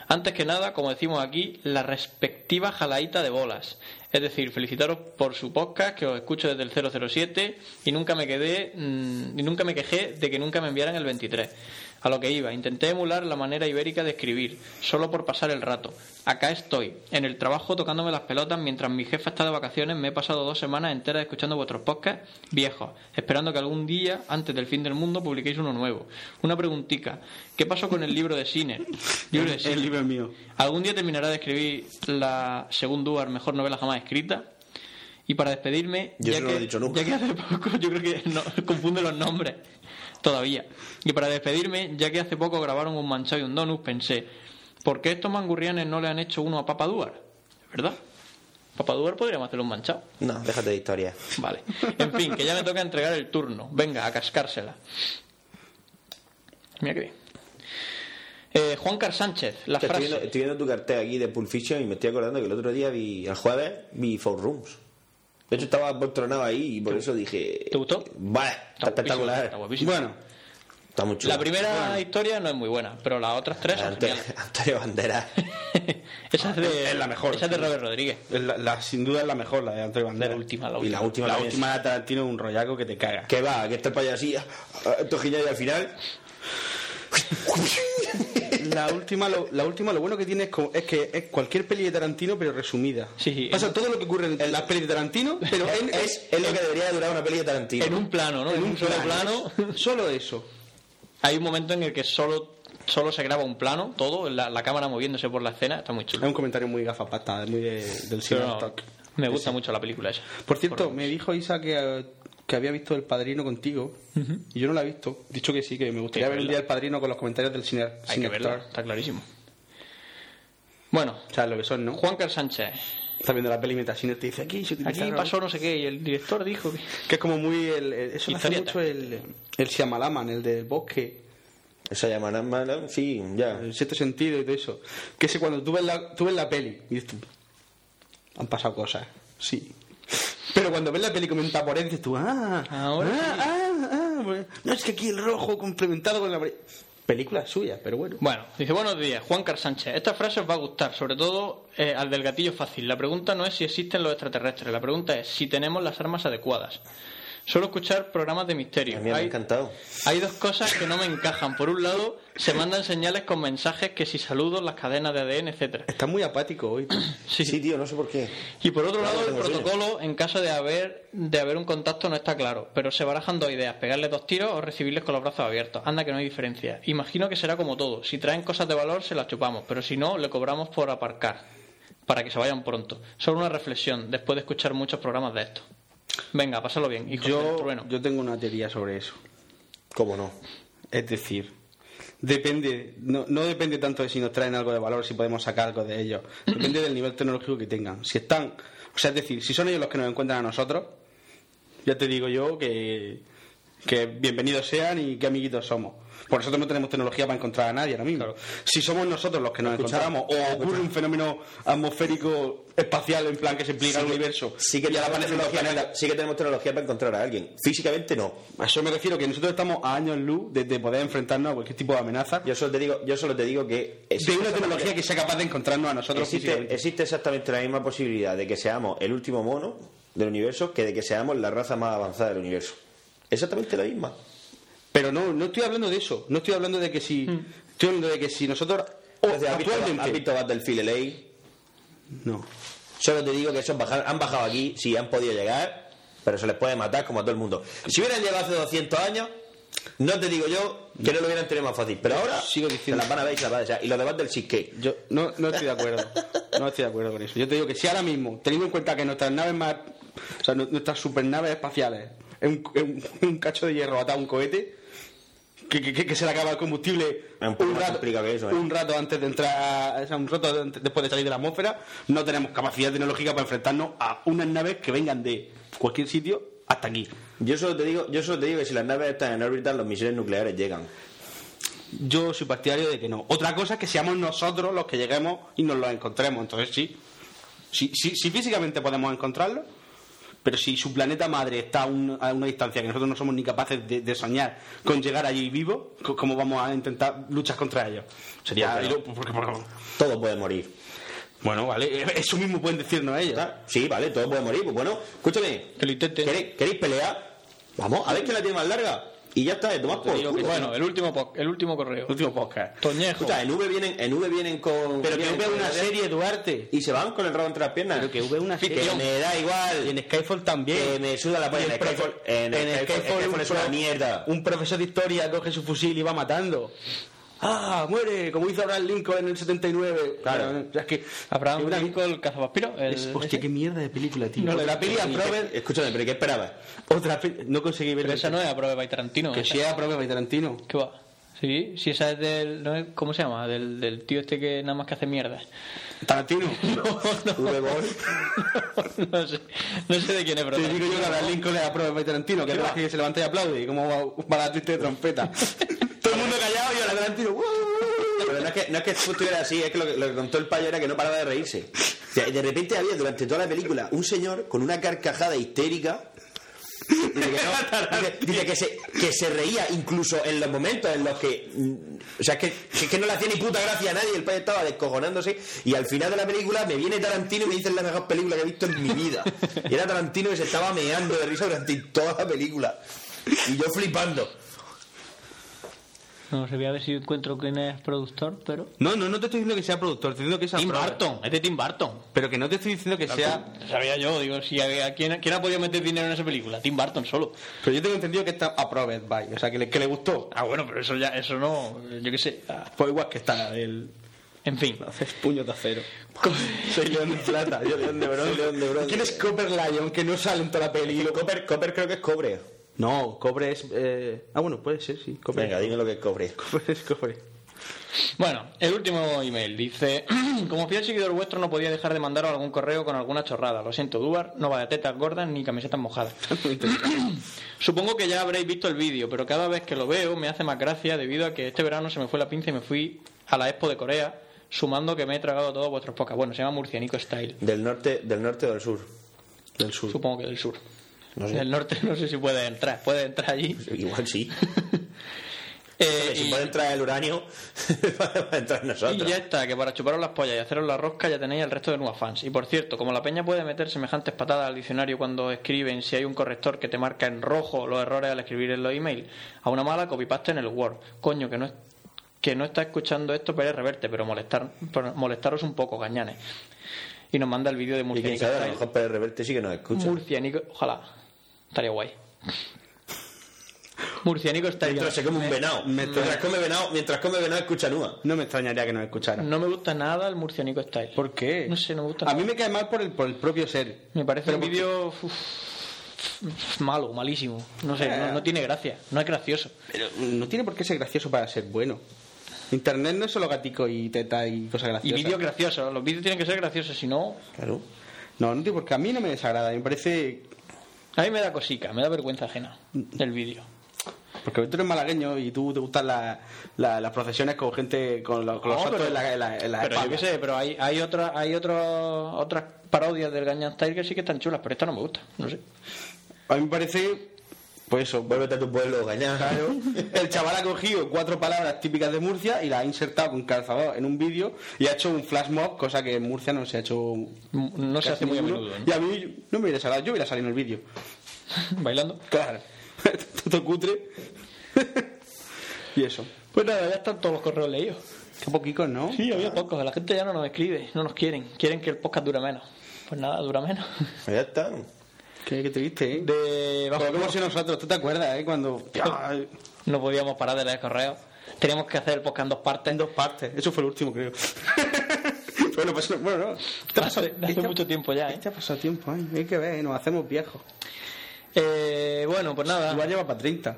Antes que nada, como decimos aquí, la respectiva jalaíta de bolas. Es decir, felicitaros por su podcast, que os escucho desde el 007 y nunca me quedé mm, y nunca me quejé de que nunca me enviaran el 23. A lo que iba, intenté emular la manera ibérica de escribir, solo por pasar el rato. Acá estoy, en el trabajo tocándome las pelotas mientras mi jefa está de vacaciones. Me he pasado dos semanas enteras escuchando vuestros podcasts viejos, esperando que algún día, antes del fin del mundo, publiquéis uno nuevo. Una preguntica: ¿qué pasó con el libro de Siner? Libro de Sinner.
El libro es mío.
¿Algún día terminará de escribir la, según Duar, mejor novela jamás escrita? Y para despedirme,
Yo
ya,
eso no
que,
lo he dicho nunca.
ya que hace poco, yo creo que no, confunde los nombres todavía. Y para despedirme, ya que hace poco grabaron un manchado y un donut, pensé, ¿por qué estos mangurrianes no le han hecho uno a Papa Duar? ¿Verdad? Papa Duar podríamos hacerle un manchado.
No, déjate de historia.
Vale. En fin, que ya me toca entregar el turno. Venga, a cascársela. Mira que bien. Eh, Juan Car Sánchez, la
Estoy
frase.
viendo, estoy viendo tu cartel aquí de Pulp Fiction y me estoy acordando que el otro día vi, el jueves, vi Four Rooms. De hecho, estaba abotronado ahí y por eso dije.
te gustó?
Vale,
Está
está
guapísimo,
espectacular.
está guapísimo.
Bueno,
Está muy chulo.
La primera historia no es muy buena, pero las otras tres son
Antonio,
geniales.
Antonio Banderas.
Esa es de,
Es la mejor.
Esa es de Robert Rodríguez.
es la, la- sin duda es la mejor, la de Antonio Banderas.
La última, la
y
última.
la última
La
también.
última de Tarantino es un rollaco que te caga.
Que va, que está el payasía, tojilla y al final.
La última, lo, la última, lo bueno que tiene es, co- es que es cualquier peli de Tarantino, pero resumida.
Sí, sí.
Pasa todo lo que ocurre en, las pelis de Tarantino, pero en,
es, es lo que debería durar una peli de Tarantino.
En un plano, ¿no? En, un solo plano.
Solo eso.
Hay un momento en el que solo, solo se graba un plano, todo, la, la cámara moviéndose por la escena. Está muy
Es
chulo.
un comentario muy gafapasta, muy de- del cine
Pero no,
stock.
me gusta mucho la película esa.
Por cierto, me dijo Isa que, eh, que había visto El Padrino contigo. Y yo no la he visto. Dicho que sí, que me gustaría
Hay que
ver un
verla.
día El Padrino con los comentarios del cine.
Hay que
cine
verla,
stock.
está clarísimo. Bueno,
O sea, lo que son, ¿no?
Juan Carlos Sánchez.
Está viendo la peli mientras cine te dice aquí, se utiliza
Aquí
algo".
pasó no sé qué y el director dijo que...
Que es como muy. El, el- eso lo hace
Historieta.
mucho el, el Siamalaman, el del bosque.
Esa llamada, mala, sí, ya.
el cierto sentido y todo eso. Que ese cuando tú ves la, tú ves la peli y dices tú, han pasado cosas, sí. Pero cuando ves la peli comenta por él, dices tú, ah,
Ahora
ah,
sí.
ah, ah, bueno. no es que aquí el rojo complementado con la pre- película es suya, pero bueno.
Bueno, dice, buenos días, Juan Car Sánchez. Esta frase os va a gustar, sobre todo eh, al del gatillo fácil. La pregunta no es si existen los extraterrestres, la pregunta es si tenemos las armas adecuadas. Solo escuchar programas de misterio.
A mí me ha
Hay-
encantado.
hay dos cosas que no me encajan. Por un lado, se mandan señales con mensajes que si saludos, las cadenas de ADN, etcétera.
Está muy apático hoy.
Sí.
Sí, tío, no sé por qué.
Y por otro lado, el
tengo sueño.
protocolo en caso de haber de haber un contacto no está claro, pero se barajan dos ideas, pegarles dos tiros o recibirles con los brazos abiertos. Anda que no hay diferencia. Imagino que será como todo, si traen cosas de valor se las chupamos, pero si no le cobramos por aparcar para que se vayan pronto. Solo una reflexión después de escuchar muchos programas de esto. Venga, pásalo bien, hijo del
Yo,
trueno.
yo tengo una teoría sobre eso.
¿Cómo no?
Es decir, depende, no, no depende tanto de si nos traen algo de valor, si podemos sacar algo de ellos. Depende del nivel tecnológico que tengan. Si están, o sea, es decir, si son ellos los que nos encuentran a nosotros, ya te digo yo que, que bienvenidos sean y qué amiguitos somos. Por nosotros no tenemos tecnología para encontrar a nadie ahora mismo. Si somos nosotros los que nos encontramos o ocurre un fenómeno atmosférico espacial en plan que se pliega el universo
Sí que,
y ahora
tenemos
aparecen los
tecnología
planetas
para- sí que tenemos tecnología para encontrar a alguien. Físicamente no.
a eso me refiero, que nosotros estamos a años luz de, de poder enfrentarnos a cualquier tipo de amenaza
Yo solo te digo, yo solo te digo que
de una tecnología que sea capaz de encontrarnos a nosotros
existe,
físicamente.
existe exactamente la misma posibilidad de que seamos el último mono del universo que de que seamos la raza más avanzada del universo. Exactamente la misma.
Pero no, no estoy hablando de eso. No estoy hablando de que si. Estoy hablando de que si nosotros. o
Entonces, ¿has, visto,
actualmente.
¿Has visto Battlefield LA?
No.
Solo te digo que son bajar, han bajado aquí, sí, han podido llegar, pero se les puede matar como a todo el mundo. Si hubieran llegado hace 200 años, no te digo yo que no lo hubieran tenido más fácil. Pero ahora
sigo diciendo-
se las van a ver y se las van a desear. Y los demás del cheesecake.
Yo no, no estoy de acuerdo. No estoy de acuerdo con eso. Yo te digo que si ahora mismo, teniendo en cuenta que nuestras naves más. O sea, nu- nuestras supernaves espaciales. Es un, es un- un cacho de hierro atado a un cohete. Que, que- que- que se le acaba el combustible
Es un poco más complicado que eso, ¿eh?
un rato antes de entrar, o sea, un rato antes- después de salir de la atmósfera, no tenemos capacidad tecnológica para enfrentarnos a unas naves que vengan de cualquier sitio hasta aquí.
Yo solo te digo, yo solo te digo que si las naves están en órbita, los misiles nucleares llegan.
Yo soy partidario de que no. Otra cosa es que seamos nosotros los que lleguemos y nos los encontremos. Entonces sí, sí, sí, sí físicamente podemos encontrarlo, pero si su planeta madre está a, un- a una distancia que nosotros no somos ni capaces de, de soñar con llegar allí vivo, co- ¿cómo vamos a intentar luchar contra ellos? Sería...
Porque no.
y lo- porque- porque-
Todo puede morir.
bueno, vale, eso mismo pueden decirnos ellos.
¿Está? Sí, vale, todo puede morir. Pues bueno, escúchame.
Que lo intenten.
¿Queréis, queréis pelear? Vamos, a ver quién la tiene más larga. Y ya está, de tomar por
Te digo que
culo.
bueno, el último, po- el último correo.
Último eh. podcast.
Toñejo.
Escucha, en V vienen, en V vienen con.
Pero que
vienen
hubo
con-
una serie, Duarte.
Y se van con el rabo entre las piernas.
Pero que hubo una
Sí,
serie.
Que me da
Y en
igual.
Skyfall también.
Que me suda la polla.
Y
En Skyfall-
profe-
en Skyfall- Skyfall es una
profe-
mierda.
Un profesor de historia coge su fusil y va matando. ¡Ah! ¡Muere! Como hizo Abraham Lincoln en el 79.
Claro.
O sea, es que.
Abraham
es una-
Lincoln Cazapaspiro. El,
es- hostia, qué mierda de película, tío.
No,
otra,
la
peli, Approval,
Eh, Escúchame, pero ¿qué esperabas?
otra peli- No conseguí ver.
Pero esa no es a prueba de Tarantino.
Que
esa-
sea Approval by Tarantino.
¿Qué va? Sí, sí, esa es del. no es- ¿Cómo se llama? Del, del tío este que nada más que hace mierda.
Tarantino.
no, sé, no sé de quién es, pero.
Te digo yo que Abraham Lincoln es Approval by Tarantino. Que no es que se levanta y aplaude. Y como va, va la triste de trompeta. Todo el mundo callado y ahora Tarantino. ¡guau, guau, guau!
Pero no es que, no es que tú estuvieras así, es que lo, que lo que contó el payo era que no paraba de reírse. O sea, de repente había durante toda la película un señor con una carcajada histérica. Dice que, no, dice- dice que se, que se reía incluso en los momentos en los que. mm, O sea, es que, es que no le hacía ni puta gracia a nadie, el payo estaba descojonándose. Y al final de la película me viene Tarantino y me dice: Es la mejor película que he visto en mi vida. Y era Tarantino que se estaba meando de risa durante toda la película. Y yo flipando.
No sé, voy a ver si encuentro quién es productor, pero.
No, no, no te estoy diciendo que sea productor, te estoy diciendo que sea
Tim
Approval.
Burton, este es de Tim Burton.
Pero que no te estoy diciendo que sea.
Sabía yo, digo, si había- ¿quién, ¿quién ha podido meter dinero en esa película? Tim Burton solo.
Pero yo tengo entendido que está approved by, o sea, que le, que le gustó.
Ah, bueno, pero eso ya, eso no, yo qué sé. ah,
Pues igual que está el.
En fin.
Haces puño de acero. Soy León de Plata, yo León de Bronce.
Soy León de Bronce.
¿Quién es Copper Lion que no sale en toda la
Y
peli?
lo- Copper, Copper creo que es cobre.
No, Cobre es. eh, Ah, bueno, puede ser, sí. Cobre.
Venga, dime lo que es cobre.
Cobre es Cobre.
Bueno, el último email dice: Como fiel seguidor vuestro, no podía dejar de mandaros algún correo con alguna chorrada. Lo siento, Duar, no va de tetas gordas ni camisetas mojadas. Supongo que ya habréis visto el vídeo, pero cada vez que lo veo me hace más gracia debido a que este verano se me fue la pinza y me fui a la Expo de Corea, sumando que me he tragado todos vuestros pocas. Bueno, se llama Murcianico Style,
Del norte, del norte o del sur.
Del sur.
supongo que del sur.
No sé.
Del norte no sé si puede entrar, puede entrar allí.
Igual sí.
Eh,
si
y-
puede entrar el uranio, va a entrar
Y
nosotros.
ya está, que para chuparos las pollas y haceros la rosca ya tenéis el resto de nuevas fans. Y por cierto, como la peña puede meter semejantes patadas al diccionario cuando escriben, si hay un corrector que te marca en rojo los errores al escribir en los emails, a una mala copypaste en el Word. Coño, que no es- que no está escuchando esto Pérez Reverte, pero molestar, pero molestaros un poco, gañanes. Y nos manda el vídeo de
Y
Murcia
quién sabe, a lo mejor Pérez Reverte sí que nos escucha.
Murcianico, ojalá. Estaría guay. Murcianico está
Mientras se come un venado.
me-
mientras come venado, mientras come venado escucha Nua.
No me extrañaría que nos escuchara.
No me gusta nada el Murcianico Style.
¿Por qué?
Mm. No sé, no me gusta
A mí me cae mal por el, por el propio ser.
Me parece
Pero
un
porque-
vídeo uf, malo, malísimo. No sé, no, no tiene gracia, no es gracioso.
Pero no tiene por qué ser gracioso para ser bueno. Internet no es solo gatico y teta y cosas
Y
graciosas.
vídeos graciosos, los vídeos tienen que ser graciosos, si no,
Claro.
No, no, tío, porque a mí no me desagrada. Me parece.
a mí me da cosica, me da vergüenza ajena el vídeo.
Porque tú eres malagueño y tú te gustan la- la- las procesiones con gente con, los- con los
No,
santos
pero-
en la, en la- en la
Pero yo
espalda.
qué sé, pero hay, hay, otra, hay otro- otras parodias del Gangnam Style que sí que están chulas, pero esta no me gusta, no sé.
A mí me parece. Pues eso,
Vuélvete a tu pueblo, gañá.
claro. El chaval ha cogido cuatro palabras típicas de Murcia y las ha insertado con calzador en un vídeo y ha hecho un flash mob, cosa que en Murcia no se ha hecho.
No se
casi
hace muy a
ninguno.
menudo,
Y
¿no?
a mí no me hubiera salido, yo hubiera salido en el vídeo.
Bailando.
Claro. Todo cutre. y eso.
Pues nada, ya están todos los correos leídos.
Qué poquicos, ¿no?
Sí, había pocos, la gente ya no nos escribe, no nos quieren, quieren que el podcast dure menos. Pues nada, dura menos.
Ya está.
Qué, qué triste, ¿eh?
De
Pero luego si nosotros, ¿tú te acuerdas, eh? Cuando... Ay,
No podíamos parar de leer correos. Teníamos que hacer el podcast en dos partes.
en dos partes. Eso fue el último, creo. bueno, pues no- bueno, no.
Hace- hace mucho tiempo ya, ¿eh?
Este ha pasado tiempo, ¿eh? Hay que ver, nos hacemos viejos.
Eh, bueno, pues nada.
Igual lleva para 30.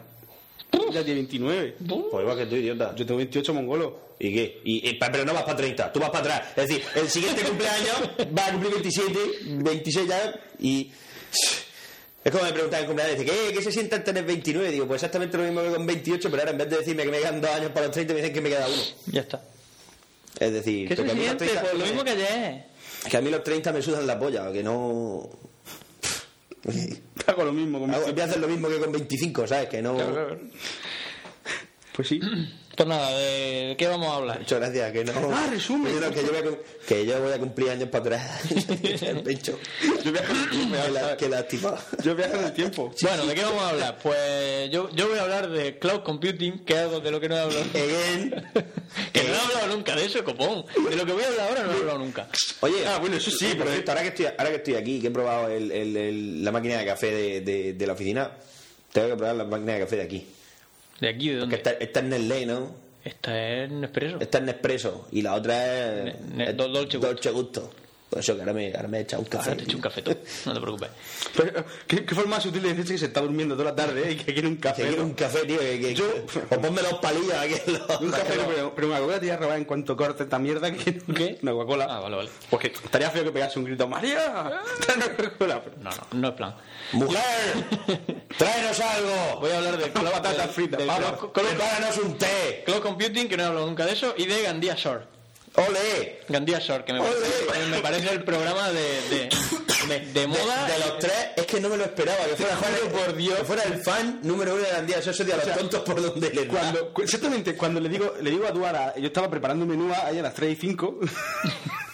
Ya tiene 29.
Pues igual que tú, idiota.
Yo tengo 28 mongolos.
¿Y qué? Y, y pa- pero no vas para 30, tú vas para atrás. Es decir, el siguiente cumpleaños va a cumplir 27, 26 ya y... Es como me preguntan en cumpleaños, dice, ¿qué, ¿qué se siente al tener 29? Digo, pues exactamente lo mismo que con 28, pero ahora en vez de decirme que me quedan dos años para los 30, me dicen que me queda uno.
Ya está.
Es decir,
¿Qué se
porque a mí los
siente?
30
Pues lo mismo que ayer.
que a mí los 30 me sudan la polla, que no...
Hago lo mismo
Ah,
con mis-
Hago- Voy a hacer lo mismo que con 25, ¿sabes? Que no...
Pues sí.
Pues nada, ¿de de qué vamos a hablar?
Muchas gracias, que no...
Ah, resumen.
Que yo no- que, yo voy a, cum- que yo voy a cumplir años para atrás. el pecho.
Yo viajo en el tiempo. ya
Qué la-
sabes.
Qué lástima.
Yo viajo en el tiempo.
Bueno, ¿de qué vamos a hablar? Pues yo, yo voy a hablar de cloud computing, que es algo de lo que no he hablado.
Again.
que no he hablado nunca de eso, copón. De lo que voy a hablar ahora no he hablado nunca.
Oye,
Ah, bueno, eso sí,
por
pero-
cierto, ahora que estoy, ahora que estoy aquí, que he probado el- el- el- la máquina de café de, de- de la oficina, tengo que probar la máquina de café de aquí.
¿De aquí de
Que
dónde?
esta, esta es Nestlé, ¿no?
Esta es Nespresso.
Esta es Nespresso y la otra es,
Ne- ne-
es
Dol- Dolce Gusto.
Gusto. Por eso que ahora me, ahora me he echado un café.
Ahora te echo un café tú, no te preocupes.
Pero, ¿qué, qué forma sutil de decir que se está durmiendo toda la tarde eh, y que quiere un
Que
café.
quiero un café, tío. Que, que-
Yo-
o ponme dos palillas aquí en los-
Un café, pero, pero una coca te iba a robar en cuanto corte esta mierda que
¿Qué?
una Coca-Cola.
Ah, vale, vale.
Porque estaría feo que pegase un grito, María, está una Coca-Cola. pero-
No, no, no es plan.
¡Mujer! ¡Tráenos algo!
Voy a hablar de
Una patata
de-
frita,
de-
vamos,
cloud- cloud-
¡Tráenos un té!
Cloud computing, que no he hablado nunca de eso, y de Gandía Shore.
¡Ole!
Gandía Shore, que me
¡Ole!
parece, me parece el programa de, de, de, de
De,
moda.
de los tres, es que no me lo esperaba, que fuera Juan, por Dios, que fuera el fan número uno de Gandía. Eso sería los tontos por donde le da.
Cuando, cu- exactamente, cuando le digo, le digo a Duara, yo estaba preparando un menú ahí a las 3 y 5,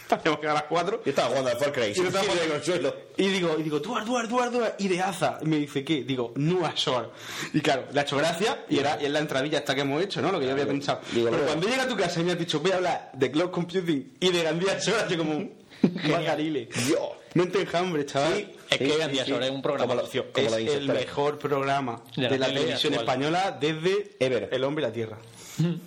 teníamos que a las 4,
Yo estaba jugando al Far Cry,
yo estaba
sí,
jugando-
de consuelo.
Y digo, y digo, Duar, Duar, Duar, Duar, y de Aza. Y me dice, ¿qué? Digo, Nua Shore. Y claro, le ha hecho gracia y, era, y es la entradilla esta que hemos hecho, ¿no? Lo que yo había pensado.
digo,
Pero
bueno.
cuando llega a tu casa y me has dicho, voy a hablar de cloud computing y de Gandía Shore, yo como, Margarile.
Dios.
No te enjambres, chaval.
Sí,
es que Gandía Shore es un programa.
Como lo-
Como
es
lo dice,
el
espera.
mejor programa
De
de
la
la
tele
televisión
actual.
española desde
Ever.
El Hombre y la Tierra.
Turun,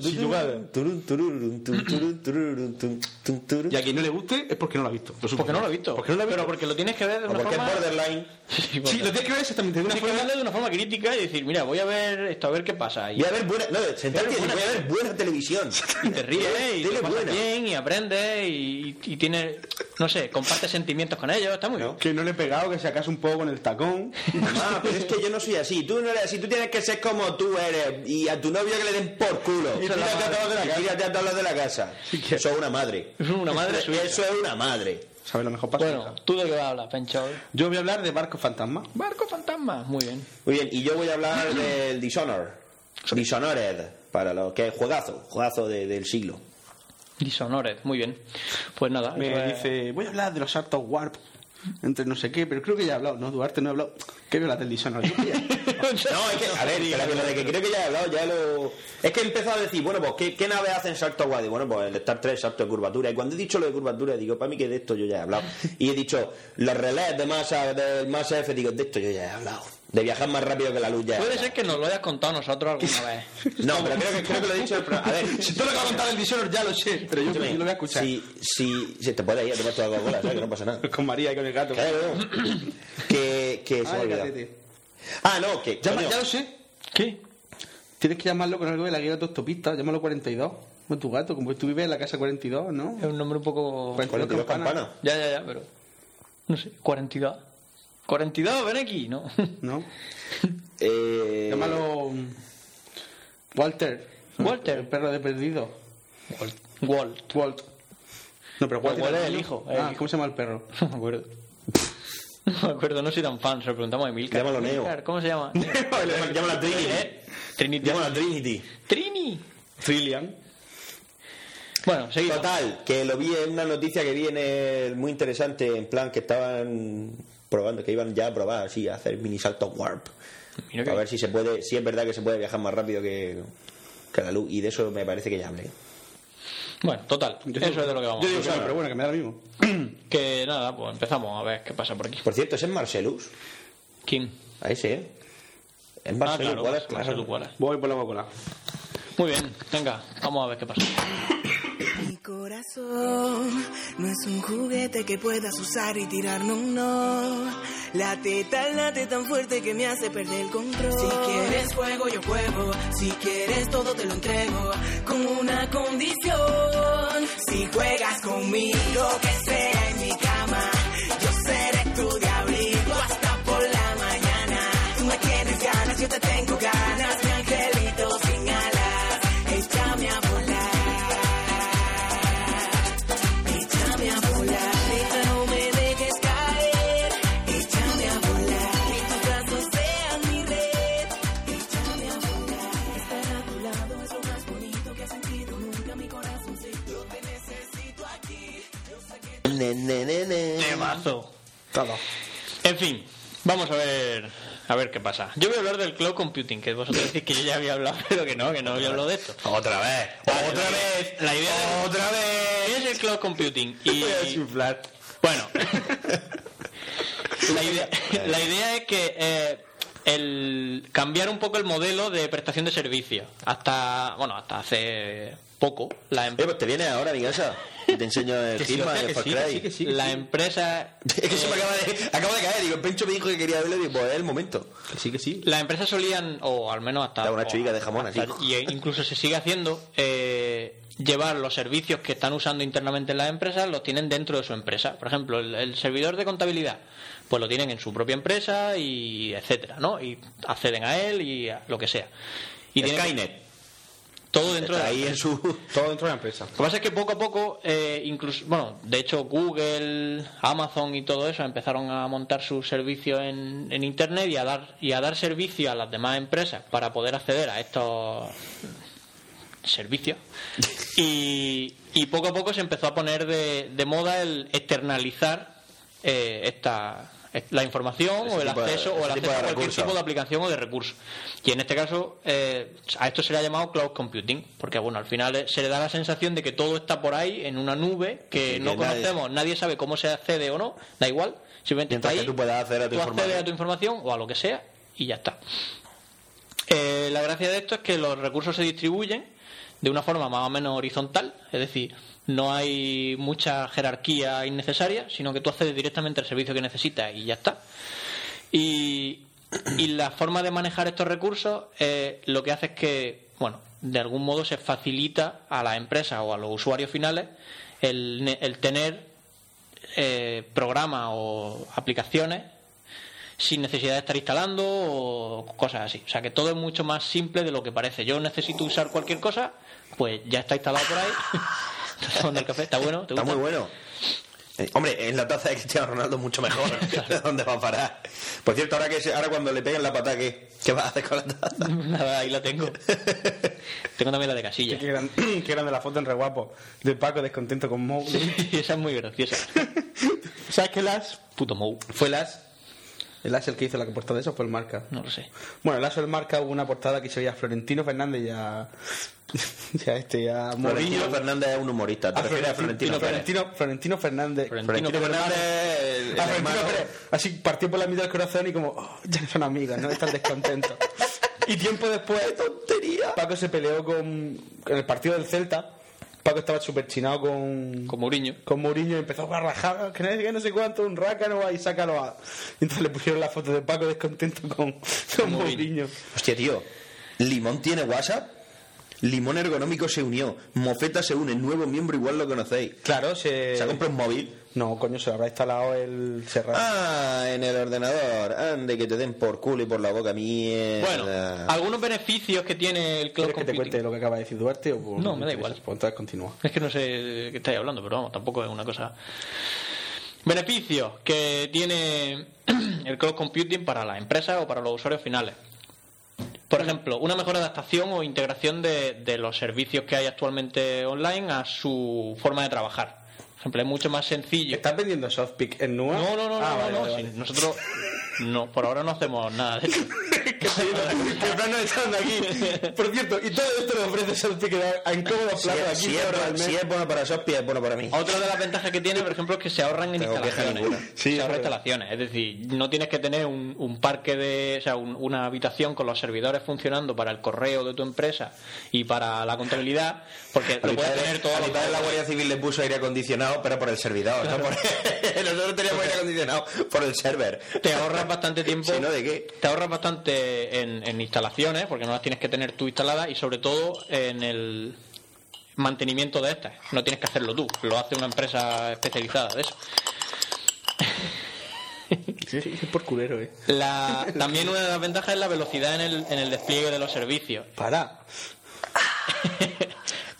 turun, turun, turun, turun, turun, turun, turun, turun.
Y a quien no le guste es porque no lo ha visto.
Porque no lo he visto.
Porque no lo ha
Pero
visto.
porque lo tienes que ver de
O
una
porque es
forma...
borderline.
Sí,
Sí,
porque-
lo tienes que ver exactamente de una
Tienes que
forma...
verlo de una forma crítica y decir, mira, voy a ver esto, a ver qué pasa. Y,
Voy a ver buena, no, sentarte y decir,
buena
voy a ver buena televisión.
y te ríes y
Tele
te pasas
buena.
bien y aprendes y, y tienes, no sé, compartes sentimientos con ellos, está muy bien.
Que no le he pegado, que se acase un poco con el tacón.
Mamá, Ah, pero es que yo no soy así. Tú no eres así. Tú tienes que ser como tú eres. Y a tu novio que le den por culo. Y
Esa es la
tírate a
madre.
todos los de la casa. Tírate a todos los de la casa. Eso es una madre.
Es una madre suya.
Eso es una madre.
¿Sabes lo mejor para
Bueno, ¿tú de qué vas a hablar, Pencho?
Yo voy a hablar de Barco Fantasma.
Barco fantasma, muy bien.
Muy bien, y yo voy a hablar del Dishonor. Dishonored, para los que es juegazo, juegazo de- del siglo.
Dishonored, muy bien. Pues nada,
Me
eso es-
dice, voy a hablar de los saltos Warp. Entre no sé qué, pero creo que ya he hablado. No, Duarte no he hablado. ¿Qué veo la televisión? ahora?
No, es que, a ver, pero que lo de que creo que ya he hablado, ya lo. Es que he empezado a decir, bueno, pues, ¿qué, qué naves hacen salto guay? Bueno, pues el Star 3, salto de curvatura. Y cuando he dicho lo de curvatura, digo, para mí que de esto yo ya he hablado. Y he dicho, los relés de masa, de masa F, digo, de esto yo ya he hablado. De viajar más rápido que la luz ya. he
Puede
hablado.
ser que nos lo hayas contado nosotros alguna vez.
No, pero creo que, creo que lo he dicho en el programa. A ver,
si tú lo que has contado en el Dishonored ya lo sé, pero yo, yo lo voy a escuchar.
Si, si, si te puedes ir, te puedes coca ¿sabes? Que no pasa nada.
Con María y con el gato.
Claro. que, que se me ha
Ay,
olvidado.
gatete.
Ah, no, que.
Llama-
coño,
ya lo sé.
¿Qué?
Tienes que llamarlo con algo de la guía de autostopista. Llámalo 42. Como tu gato, como tú vives en la casa 42, ¿no?
Es un nombre un poco...
42 campanas.
Ya, ya, ya, pero... No sé, 42. 42, ven aquí, ¿no?
¿No?
Eh,
Llámalo. mm, Walter.
Walter.
El perro de perdido.
Walt.
Walt. No, pero Walt
Walt
era
es
niño.
el hijo, el
Ah,
hijo.
¿Cómo se llama el perro?
No me acuerdo. No me acuerdo, no soy tan fan. Se lo preguntamos a Emilcar.
Llámalo Neo.
Emilcar, ¿Cómo se llama?
Llámala Trinity.
¿Eh? Trinity.
Llámala Trinity.
Trini.
Trillian.
Bueno, seguimos.
Total, que lo vi en una noticia que viene muy interesante, en plan que estaban probando, que iban ya a probar así, a hacer mini salto warp.
Mira que-
A ver si se puede, si es verdad que se puede viajar más rápido que, que la luz. Y de eso me parece que ya hablé.
Bueno, total.
Yo
eso
digo-
es de lo que vamos
Yo
a
digo que
hablar.
no, pero bueno, que me da lo mismo.
Que nada, pues empezamos a ver qué pasa por aquí.
Por cierto, ese es Marcelus.
¿Quién?
Ahí sí, ¿eh? Es
Ah,
Marcelus
claro,
Wallace, claro.
Marcelo Wallace.
Voy por la Coca-Cola.
Muy bien, venga, vamos a ver qué pasa.
Mi corazón no es un juguete que puedas usar y tirar, no, no. Late tan, late tan fuerte que me hace perder el control. Si quieres juego, yo juego. Si quieres todo, te lo entrego. Con una condición. Si juegas conmigo, que sea en mi cama. Yo seré tu de abrigo hasta por la mañana. Tú me tienes ganas, yo te tengo ganas. Mi angelito sin alas, échame a volar. Échame a volar, neta, no me dejes caer. Échame a volar, que tus brazos sean mi red. Échame a volar, estar a tu lado es lo más bonito que he sentido nunca. Mi corazón se yo te necesito aquí.
Ne, ne, ne, ne.
Temazo.
Todo.
En fin, vamos a ver a ver qué pasa. Yo voy a hablar del cloud computing, que vosotros decís que yo ya había hablado, pero que no, que no había hablado de esto.
Otra vez.
Otra vez, la idea de... otra vez es el cloud computing y
Voy a desinflar.
bueno, la idea, la idea es que eh, el cambiar un poco el modelo de prestación de servicios. Hasta bueno, hasta hace poco la
Eh,
empresa
pues te vienes ahora a mi casa y te enseño el
Que sí,
firma
hostia,
de
que
Far
sí,
Cry.
que sí, la empresa
Es que se me acaba de, acabo de caer. Digo, Pencho me dijo que quería verlo y digo, pues es el momento.
Que sí, que sí.
Las empresas solían, o al menos hasta...
Da una
o-
chuica de jamón, así.
hasta- Y incluso se sigue haciendo, eh, llevar los servicios que están usando internamente en las empresas, los tienen dentro de su empresa. Por ejemplo, el, el servidor de contabilidad, pues lo tienen en su propia empresa y etcétera, ¿no? Y acceden a él y a lo que sea. Y tienen
Skynet.
todo dentro de
Está
la
ahí
empresa.
en su...
Todo dentro de la empresa.
Lo que pasa es que poco a poco, eh, incluso, bueno, de hecho Google, Amazon y todo eso empezaron a montar sus servicios en, en Internet y a dar y a dar servicio a las demás empresas para poder acceder a estos servicios. Y, y poco a poco se empezó a poner de, de moda el externalizar eh, esta la información
Ese
o el
tipo de-
acceso o
ese
el acceso
tipo de
a cualquier
recursos.
tipo de aplicación o de recurso. Y en este caso, eh, a esto se le ha llamado cloud computing, porque bueno, al final eh, se le da la sensación de que todo está por ahí en una nube que
Y que
no
nadie-
conocemos, nadie... sabe cómo se accede o no, da igual, simplemente está
Mientras que
ahí,
tú puedas acceder a tu
tú accedes
información.
a tu información o a lo que sea y ya está. Eh, la gracia de esto es que los recursos se distribuyen de una forma más o menos horizontal, es decir, no hay mucha jerarquía innecesaria, sino que tú accedes directamente al servicio que necesitas y ya está. Y, y la forma de manejar estos recursos eh, lo que hace es que, bueno, de algún modo se facilita a las empresas o a los usuarios finales el, ne- el tener eh, programas o aplicaciones sin necesidad de estar instalando o cosas así. O sea que todo es mucho más simple de lo que parece. Yo necesito usar cualquier cosa, pues ya está instalado por ahí. Estás tomando el café, está bueno, ¿Te
Está
gusta?
muy bueno. Eh, hombre, en la taza de Cristiano Ronaldo mucho mejor. ¿De dónde va a parar? Por cierto, ahora que se- ahora cuando le peguen la patada, ¿qué, ¿Qué vas a hacer con la taza?
Nada, ahí la tengo. Tengo también la de casilla.
Qué, gran- qué grande la foto en re guapo. De Paco descontento con Mou.
Esa es muy graciosa.
¿Sabes qué Las?
Puto Mou.
Fue Las. El Las el que hizo la portada de eso fue el marca.
No lo sé.
Bueno, el Las el marca hubo una portada que se veía a Florentino Fernández y a. y a este, a Mourinho.
Florentino Fernández es un humorista. ¿Te
A
refieres a Florentino Fernández?
Ah, Florentino, Florentino Fernández.
Florentino
Florentino Fernández es el, el
A Florentino
hermano-
Pérez. Así partió por la mitad del corazón y como, "Oh, ya no son amigos, no están descontentos. y tiempo después,
tontería!
Paco se peleó con. En el partido del Celta, Paco estaba súper chinado con.
Con Mourinho.
con Mourinho y empezó a rajar, que no sé qué, no sé cuánto, un rácano y sácalo a. Y entonces le pusieron la foto de Paco descontento con, con
Mourinho.
Mourinho.
Hostia, tío. Limón tiene WhatsApp. Limón Ergonómico se unió. Mofeta se une. Nuevo miembro, igual lo conocéis.
Claro, se.
Se ha comprado un móvil.
No, coño, se lo habrá instalado el Serrano.
Ah, en el ordenador. Ande, que te den por culo y por la boca, mierda.
Bueno, algunos beneficios que tiene el cloud
Eh, ¿Quieres que
computing.
te cuente lo que acaba de decir Duarte? O
No, me da
interesa?
igual.
Pues entonces continúa.
Es que no sé de qué estáis hablando, pero vamos, tampoco es una cosa. Beneficios que tiene el cloud computing para las empresas o para los usuarios finales. Por ejemplo, una mejor adaptación o integración de, de los servicios que hay actualmente online a su forma de trabajar. Por ejemplo, es mucho más sencillo.
¿Estás vendiendo softpick en Nua?
No, no, no,
Ah,
no,
vale,
no,
vale,
sí,
vale.
Nosotros no, por ahora no hacemos nada de eso.
que Fran no está dando aquí. Por cierto, y todo esto lo ofrece Santi que da a incómodos
Si
platos
es,
aquí.
si es
por
bueno-
el mes.
si es bueno para Sospia, es bueno para mí.
Otra de las ventajas que tiene, por ejemplo, es que se ahorran en
Tengo queja
instalaciones.
ninguna.
Sí,
se
es
ahorran
verdad.
instalaciones. Es decir, no tienes que tener un, un parque de. O sea, un- una habitación con los servidores funcionando para el correo de tu empresa y para la contabilidad, porque
A
lo puedes
mitad de-
tener todo.
a mitad de la Guardia Civil le puso aire acondicionado, pero por el servidor. no por- Nosotros teníamos aire acondicionado por el server.
Te ahorras bastante tiempo.
Si no, ¿de qué?
Te ahorras bastante en, en instalaciones, porque no las tienes que tener tú instaladas y sobre todo en el mantenimiento de estas. No tienes que hacerlo tú, lo hace una empresa especializada de eso.
Sí, sí, es por culero, eh.
La- también una de las ventajas es la velocidad en el, en el despliegue de los servicios.
Para.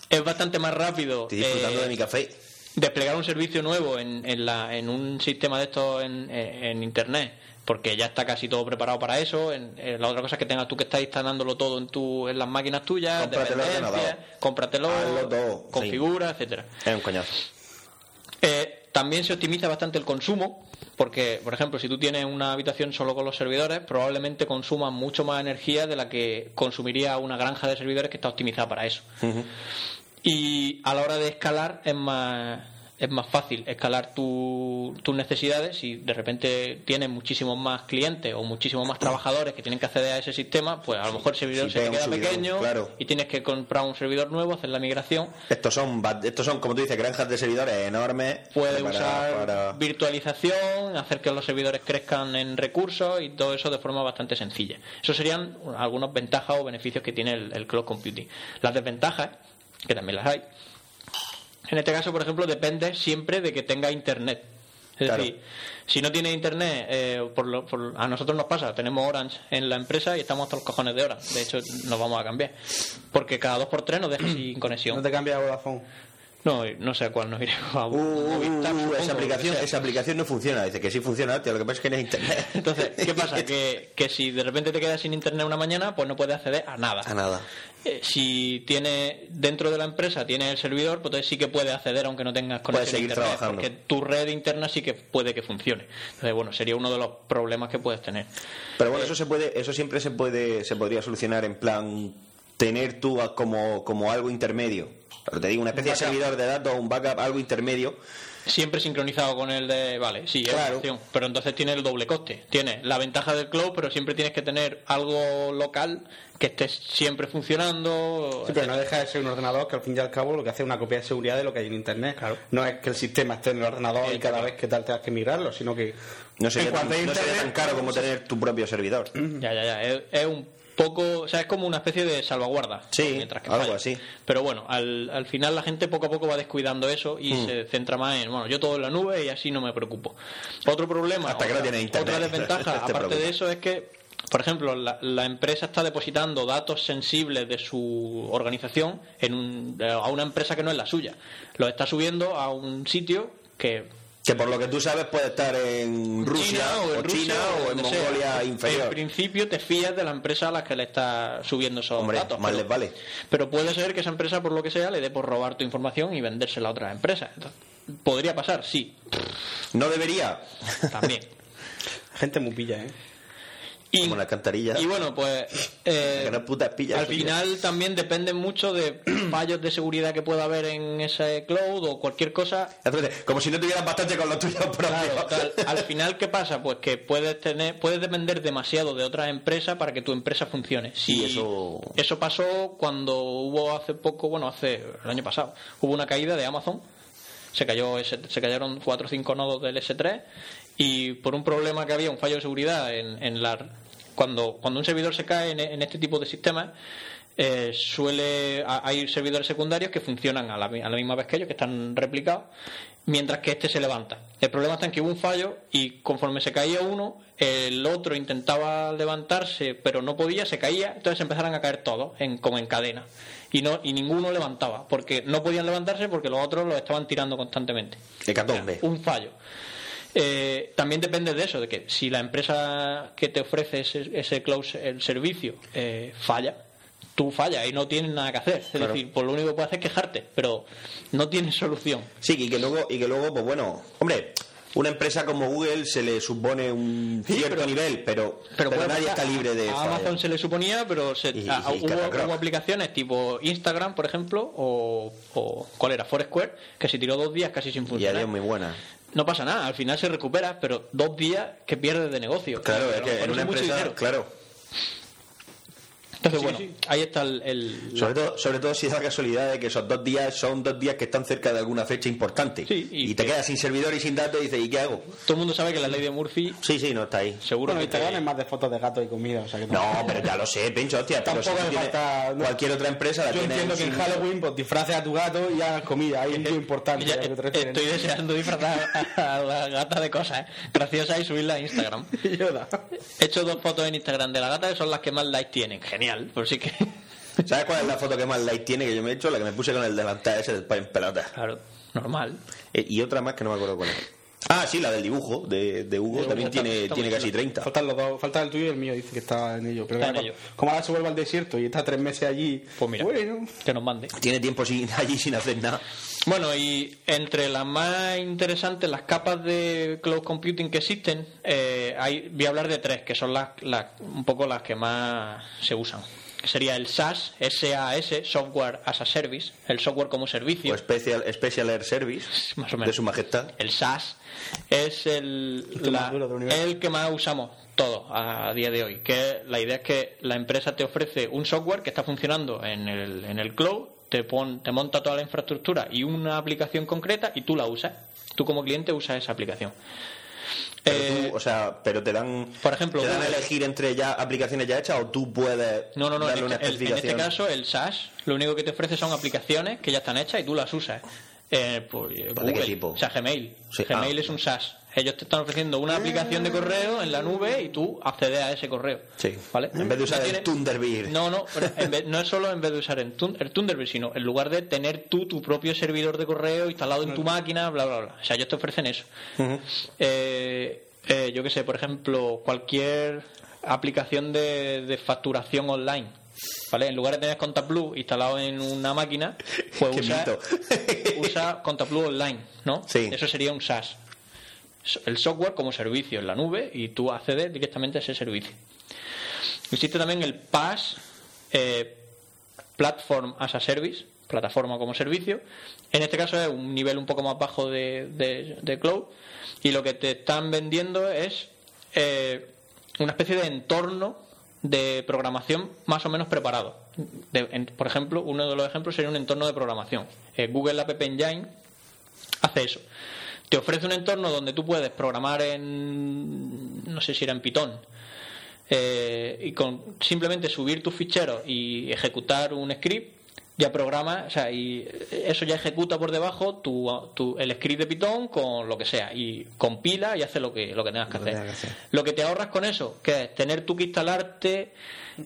Es bastante más rápido
Estoy disfrutando
eh,
de mi café.
desplegar un servicio nuevo en, en, la, en un sistema de estos en, en- en Internet, porque ya está casi todo preparado para eso. En, en la otra cosa es que tengas tú que estar instalándolo todo en, tu, en las máquinas tuyas,
Cómpratelo el
dependencias,
ordenador.
cómpratelo,
Hazlo todo, sí.
configura, etcétera.
Es un coñazo.
Eh, también se optimiza bastante el consumo, porque, por ejemplo, si tú tienes una habitación solo con los servidores, probablemente consumas mucho más energía de la que consumiría una granja de servidores que está optimizada para eso. Y a la hora de escalar es más, es más fácil escalar tu- tus necesidades. Si de repente tienes muchísimos más clientes o muchísimos más trabajadores que tienen que acceder a ese sistema, pues a lo mejor el servidor
sí,
se te
pega un
queda
subidón,
pequeño
claro.
y tienes que comprar un servidor nuevo, hacer la migración.
Estos son, ba- estos son, como tú dices, granjas de servidores enormes.
Puedes
preparadas
usar
para-
virtualización, hacer que los servidores crezcan en recursos y todo eso de forma bastante sencilla. Eso serían algunas ventajas o beneficios que tiene el, el cloud computing. Las desventajas, que también las hay, en este caso, por ejemplo, depende siempre de que tenga internet. Es
Claro.
decir, si no tiene internet, eh, por lo- por- a nosotros nos pasa, tenemos Orange en la empresa y estamos hasta los cojones de Orange. De hecho, nos vamos a cambiar. Porque cada dos por tres nos deja sin conexión.
No te cambies a Vodafone.
No, no sé a cuál nos iremos a
Uh, uh, uh,
Movistar,
uh,
supongo,
esa, aplicación,
lo que sea.
esa aplicación no funciona. Dice que sí funciona, tío. Lo que pasa es que no es internet.
Entonces, ¿qué pasa? Que, que si de repente te quedas sin internet una mañana, pues no puedes acceder a nada.
A nada.
Eh, si tiene dentro de la empresa tiene el servidor, pues entonces sí que puedes acceder aunque no tengas conexión
Puedes seguir
a internet,
trabajando.
porque tu red interna sí que puede que funcione. Entonces, bueno, sería uno de los problemas que puedes tener.
Pero
Eh.
bueno, eso se puede, eso siempre se puede, se podría solucionar en plan tener tú a- como, como algo intermedio. Pero te digo, una especie de servidor de datos, un backup, algo intermedio.
Siempre sincronizado con el de, vale, sí, es una
Claro.
opción, pero entonces tiene el doble coste. Tiene la ventaja del cloud, pero siempre tienes que tener algo local que esté siempre funcionando.
Sí, pero no deja de ser un ordenador que al fin y al cabo lo que hace es una copia de seguridad de lo que hay en internet.
Claro.
No es que el sistema esté en el ordenador
Sí,
y cada
claro.
vez que tal tengas que migrarlo, sino que
No sería,
en
tan,
cuanto hay
no sería
internet,
tan caro como tener tu propio servidor.
Ya, ya, ya. Es, es un poco. O sea, es como una especie de salvaguarda.
Sí,
¿no? Mientras que
algo
falla.
así.
Pero bueno, al, al final la gente poco a poco va descuidando eso y
Mm.
se centra más en, bueno, yo todo en la nube y así no me preocupo. Otro problema.
Hasta que no tienes internet.
Otra desventaja,
Te
aparte
preocupa.
de eso, es que. Por ejemplo, la, la empresa está depositando datos sensibles de su organización en un- a una empresa que no es la suya. Los está subiendo a un sitio que
Que por lo que tú sabes puede estar en Rusia,
China
o,
en Rusia,
China o en
donde sea.
Mongolia
En
inferior.
principio te fías de la empresa a la que le está subiendo esos
Hombre,
datos.
más les vale.
Pero puede ser que esa empresa, por lo que sea, le dé por robar tu información y vendérsela a otra empresa. Entonces, Podría pasar, sí,
No debería.
también.
gente muy pilla, ¿eh?
Y,
Como la alcantarilla.
y bueno, pues eh,
Que no putas pillas,
al
tío.
final también depende mucho de fallos de seguridad que pueda haber en ese cloud o cualquier cosa
Entonces, Como si no tuvieras bastante con los tuyos
Claro,
propios.
tal. al final qué pasa, pues que puedes tener, puedes depender demasiado de otras empresas para que tu empresa funcione.
Sí, eso-
eso pasó cuando hubo hace poco, bueno, hace el año pasado, hubo una caída de Amazon. Se cayó, ese- se cayeron cuatro o cinco nodos del S3 y por un problema que había, un fallo de seguridad en, en la cuando cuando un servidor se cae en, en este tipo de sistemas. eh, suele ha- hay servidores secundarios que funcionan a la, mi- a la misma vez que ellos que están replicados mientras que este se levanta. El problema está en que hubo un fallo y conforme se caía uno, el otro intentaba levantarse, pero no podía, se caía, entonces empezaron a caer todos, en, como en cadena. Y, no, y ninguno levantaba, porque no podían levantarse porque los otros los estaban tirando constantemente.
Hecatombe.
Un fallo. Eh, también depende de eso, de que si la empresa que te ofrece ese, ese cloud, el servicio, eh, falla, tú fallas y no tienes nada que hacer. Es
Claro.
decir, pues lo único que puedes hacer es quejarte, pero no tienes solución.
Sí, y que luego, y que luego, pues bueno, hombre, una empresa como Google se le supone un
Sí,
cierto
pero-
nivel, pero, pero,
puede
nadie
pasar.
está libre de
A
fallar.
Amazon se le suponía, pero se-
Y-
ah,
y
hubo,
Catacroc.
hubo aplicaciones tipo Instagram, por ejemplo, o, o- ¿cuál era? Foursquare, que se tiró dos días casi sin
¿eh? Y
funcionar.
es muy buena.
No pasa nada, al final se recupera, pero dos días que pierdes de negocio.
Claro,
Pero
es
a lo
que en
mejor
una
es mucho
empresa,
dinero.
claro.
Entonces,
Sí,
bueno,
sí.
ahí está el. el-
Sobre todo, sobre todo si da la casualidad de que esos dos días son dos días que están cerca de alguna fecha importante.
Sí, y
y, te
que-
quedas sin servidor y sin datos y dices, ¿y qué hago?
Todo el mundo sabe que la ley de Murphy,
Sí, sí, no está ahí.
seguro
Bueno,
que.
Instagram es más de fotos de gatos y comida, o sea que
No, pero ya lo sé, pincho, hostia. Pero si
Tampoco
tú
me
tienes-
falta- no.
cualquier otra empresa la
Yo
tiene.
entiendo que en
sin-
Halloween pues, disfraces a tu gato y hagas comida. Hay un tío importante.
Ya,
a lo que te refieres.
Eh, estoy deseando disfrazar a la gata de cosas ¿eh? graciosas y subirla a Instagram.
Yoda.
He hecho dos fotos en Instagram de la gata que son las que más likes tienen. Genial, pues sí que.
¿Sabes cuál es la foto que más like tiene que yo me he hecho? La que me puse con el delantal ese del en pelota.
Claro, normal.
Eh, Y otra más que no me acuerdo cuál es. Ah, sí, la del dibujo de, de Hugo.
Hugo,
También
está-
tiene,
está
tiene
muy
casi
chula.
30.
Faltan los dos, falta el tuyo y el mío, dice que está en ello. Pero
Está en
claro,
ello.
como ahora se vuelve al desierto y está tres meses allí,
Pues mira,
bueno,
que nos mande.
Tiene tiempo sin, allí sin hacer nada.
Bueno, y entre las más interesantes, las capas de cloud computing que existen, eh, hay, voy a hablar de tres, que son las, las- un poco las que más se usan. Que Sería el SaaS, S-A-S, Software as a Service, el software como servicio.
O Special, Special Air Service.
pues, Más o menos.
De su majestad.
el SAS es el,
El que más
la-
dura del universo.
el que más usamos todos a día de hoy. Que la idea es que la empresa te ofrece un software que está funcionando en el, en el cloud, te, pon, te monta toda la infraestructura y una aplicación concreta y tú la usas. Tú como cliente usas esa aplicación.
Pero
Eh,
tú, o sea, pero te dan.
por ejemplo,
te dan a
Google.
elegir entre ya aplicaciones ya hechas o tú puedes.
No, no, no.
Darle
En
una
este, el- en este
especificación?
caso, el SaaS lo único que te ofrece son aplicaciones que ya están hechas y tú las usas. Eh, por, eh,
¿Pero de qué
Google,
tipo?
O sea, Gmail.
Sí,
Gmail
ah.
es un SaaS. Ellos te están ofreciendo una aplicación de correo en la nube y tú accedes a ese correo.
Sí.
¿Vale?
En vez de usar
No
el
tiene-
Thunderbird.
No, no. pero en vez- no es solo en vez de usar el, Thun- el Thunderbird, sino en lugar de tener tú tu propio servidor de correo instalado en tu máquina, bla, bla, bla. O sea, ellos te ofrecen eso. Eh, eh, yo qué sé, por ejemplo, cualquier aplicación de, de facturación online. ¿Vale? En lugar de tener ContaBlue instalado en una máquina, pues
Qué
usa,
mito.
usa ContaBlue Online, ¿no?
Sí.
Eso sería un SaaS. So- El software como servicio en la nube y tú accedes directamente a ese servicio. Existe también el PaaS, eh, Platform as a Service, plataforma como servicio. En este caso es un nivel un poco más bajo de, de- de cloud y lo que te están vendiendo es eh, una especie de entorno de programación más o menos preparado. De- en- por ejemplo, uno de los ejemplos sería un entorno de programación. Eh, Google App Engine hace eso. Te ofrece un entorno donde tú puedes programar en, no sé si era en Python, eh, y con simplemente subir tus ficheros y ejecutar un script ya programa, o sea, y eso ya ejecuta por debajo tu, tu- el script de Python con lo que sea y compila y hace lo que lo que tengas que, hacer.
tengas que hacer.
Lo que te ahorras con eso, que es tener tú que instalarte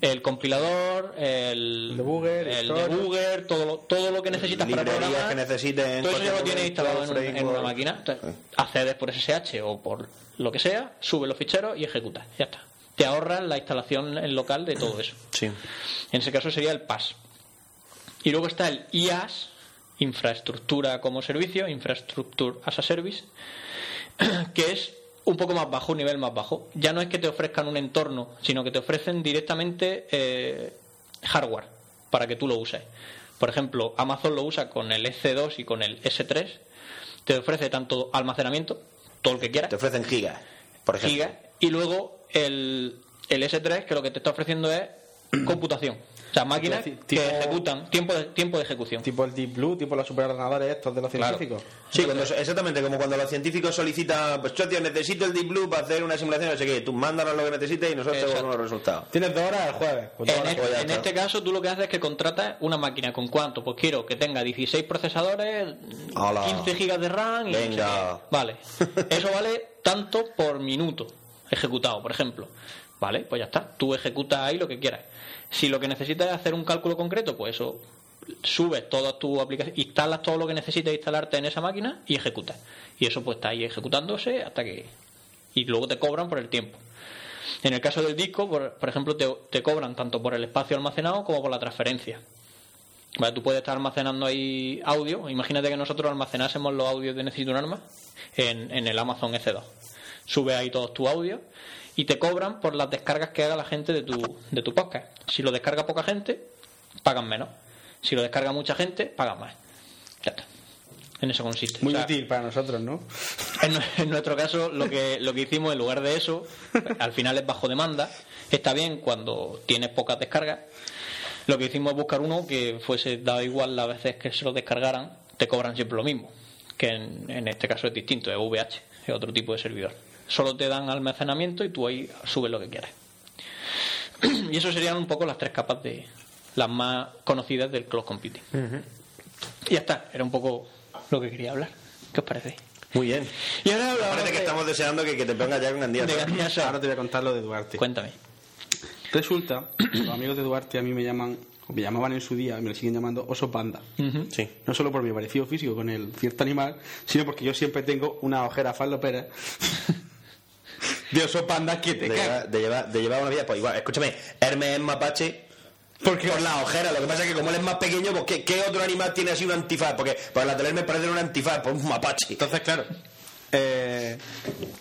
el compilador, el,
El debugger,
el
todo.
debugger, todo lo, todo lo que necesitas para
Librerías
programar.
que necesiten,
todo eso ya lo
cualquier
tienes instalado en, un- en una
framework.
máquina. Entonces, accedes por SSH o por lo que sea, sube los ficheros y ejecutas. Ya está. Te ahorras la instalación en local de todo eso.
Sí.
En ese caso sería el PAS. Y luego está el IaaS, infraestructura como servicio, infrastructure as a service, que es un poco más bajo, un nivel más bajo. Ya no es que te ofrezcan un entorno, sino que te ofrecen directamente eh, hardware para que tú lo uses. Por ejemplo, Amazon lo usa con el EC2 y con el S3. Te ofrece tanto almacenamiento, todo lo que quieras,
Te ofrecen gigas, por ejemplo.
gigas, y luego el, el S3 que lo que te está ofreciendo es computación. O sea, máquinas
Tipo-
que ejecutan, tiempo de, tiempo de ejecución.
tipo el Deep Blue, tipo los superordenadores estos de los
Claro.
científicos.
Sí, cuando, exactamente como cuando los científicos solicitan, pues yo tío, necesito el Deep Blue para hacer una simulación, no sé qué, tú mándanos lo que necesites y nosotros te
Exacto.
volvemos los resultados.
Tienes dos horas el jueves. Pues dos
En,
horas.
este-
pues ya
en
está.
este caso, tú lo que haces es que contratas una máquina con cuánto. Pues quiero que tenga 16 procesadores,
Hola.
15 gigas de RAM y no sé
Venga.
qué. Vale. Eso vale tanto por minuto ejecutado, por ejemplo. Vale, pues ya está. Tú ejecutas ahí lo que quieras. Si lo que necesitas es hacer un cálculo concreto, pues eso subes todas tus aplicaciones, instalas todo lo que necesites instalarte en esa máquina y ejecutas. Y eso pues está ahí ejecutándose hasta que... Y luego te cobran por el tiempo. En el caso del disco, por, por ejemplo, te, te cobran tanto por el espacio almacenado como por la transferencia. Vale, tú puedes estar almacenando ahí audio. Imagínate que nosotros almacenásemos los audios de Necesito un arma en, en el Amazon EC2. Subes ahí todos tus audios y te cobran por las descargas que haga la gente de tu, de tu podcast. Si lo descarga poca gente, pagan menos. Si lo descarga mucha gente, pagan más. Ya está. En eso consiste.
Muy
O sea,
útil para nosotros, ¿no?
en, nue- en nuestro caso, lo que, lo que hicimos en lugar de eso, al final es bajo demanda. Está bien cuando tienes pocas descargas. Lo que hicimos es buscar uno que fuese, da igual las veces que se lo descargaran, te cobran siempre lo mismo. Que en, en este caso es distinto, es VH, es otro tipo de servidor. Solo te dan almacenamiento y tú ahí subes lo que quieras. y eso serían un poco las tres capas de las más conocidas del cloud computing. Y ya está, era un poco lo que quería hablar. ¿Qué os parece?
Muy bien.
Y ahora hablamos
Parece que
de-
estamos deseando que, que te pongas ya con Andía.
de Garnacha.
Ahora te voy a contar lo de Duarte.
Cuéntame.
Resulta, los amigos de Duarte a mí me llaman, o me llamaban en su día, y me lo siguen llamando osos banda.
Mm.
Sí.
No solo por mi parecido físico con el cierto animal, sino porque yo siempre tengo una ojera falopera de osos pandas que
De
te cagan.
llevar, de, llevar, de llevar una vida, pues igual. Escúchame, Hermes es mapache. Porque por la ojera, lo que pasa es que como él es más pequeño, pues ¿qué, qué otro animal tiene así un antifaz? Porque para la tele me parece un antifaz, pues un mapache.
Entonces, claro, eh,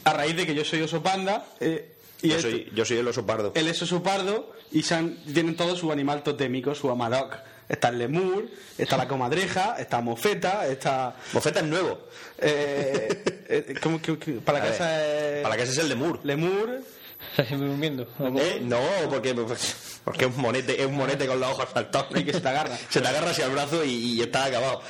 a raíz de que yo soy oso panda, eh, y
Yo
esto-
soy, yo soy el oso pardo.
él es oso pardo, y se han- tienen todo su animal totémico, su amarok. Está el lemur, está la comadreja, está mofeta, está...
Mofeta es nuevo.
eh, eh, ¿cómo que- que- para la
A
casa
ver,
es-
Para la casa es el lemur.
Lemur,
¿Estás siempre durmiendo?
¿Eh? No, porque, porque es un monete, es un monete con las hojas saltadas.
Y que se te agarra.
Se te agarra hacia el brazo y, y está acabado.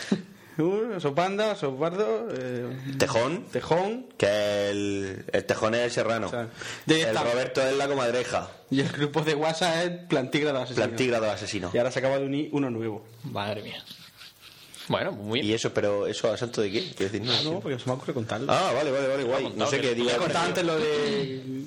lemur, sopanda, sopardo, eh,
Tejón,
tejón.
que el, el tejón es el serrano.
O sea, y ahí
el
está.
Roberto es la comadreja.
Y el grupo de WhatsApp es plantígrado asesino.
Plantígrado asesino.
Y ahora se acaba de unir uno nuevo.
Madre mía. Bueno, pues muy bien.
¿Y eso, pero eso a santo de qué? Quiero decir, no,
Ah, no,
sí.
porque se me ocurre contarlo.
Ah, vale, vale, vale, guay. No sé qué digo.
He contado antes lo de...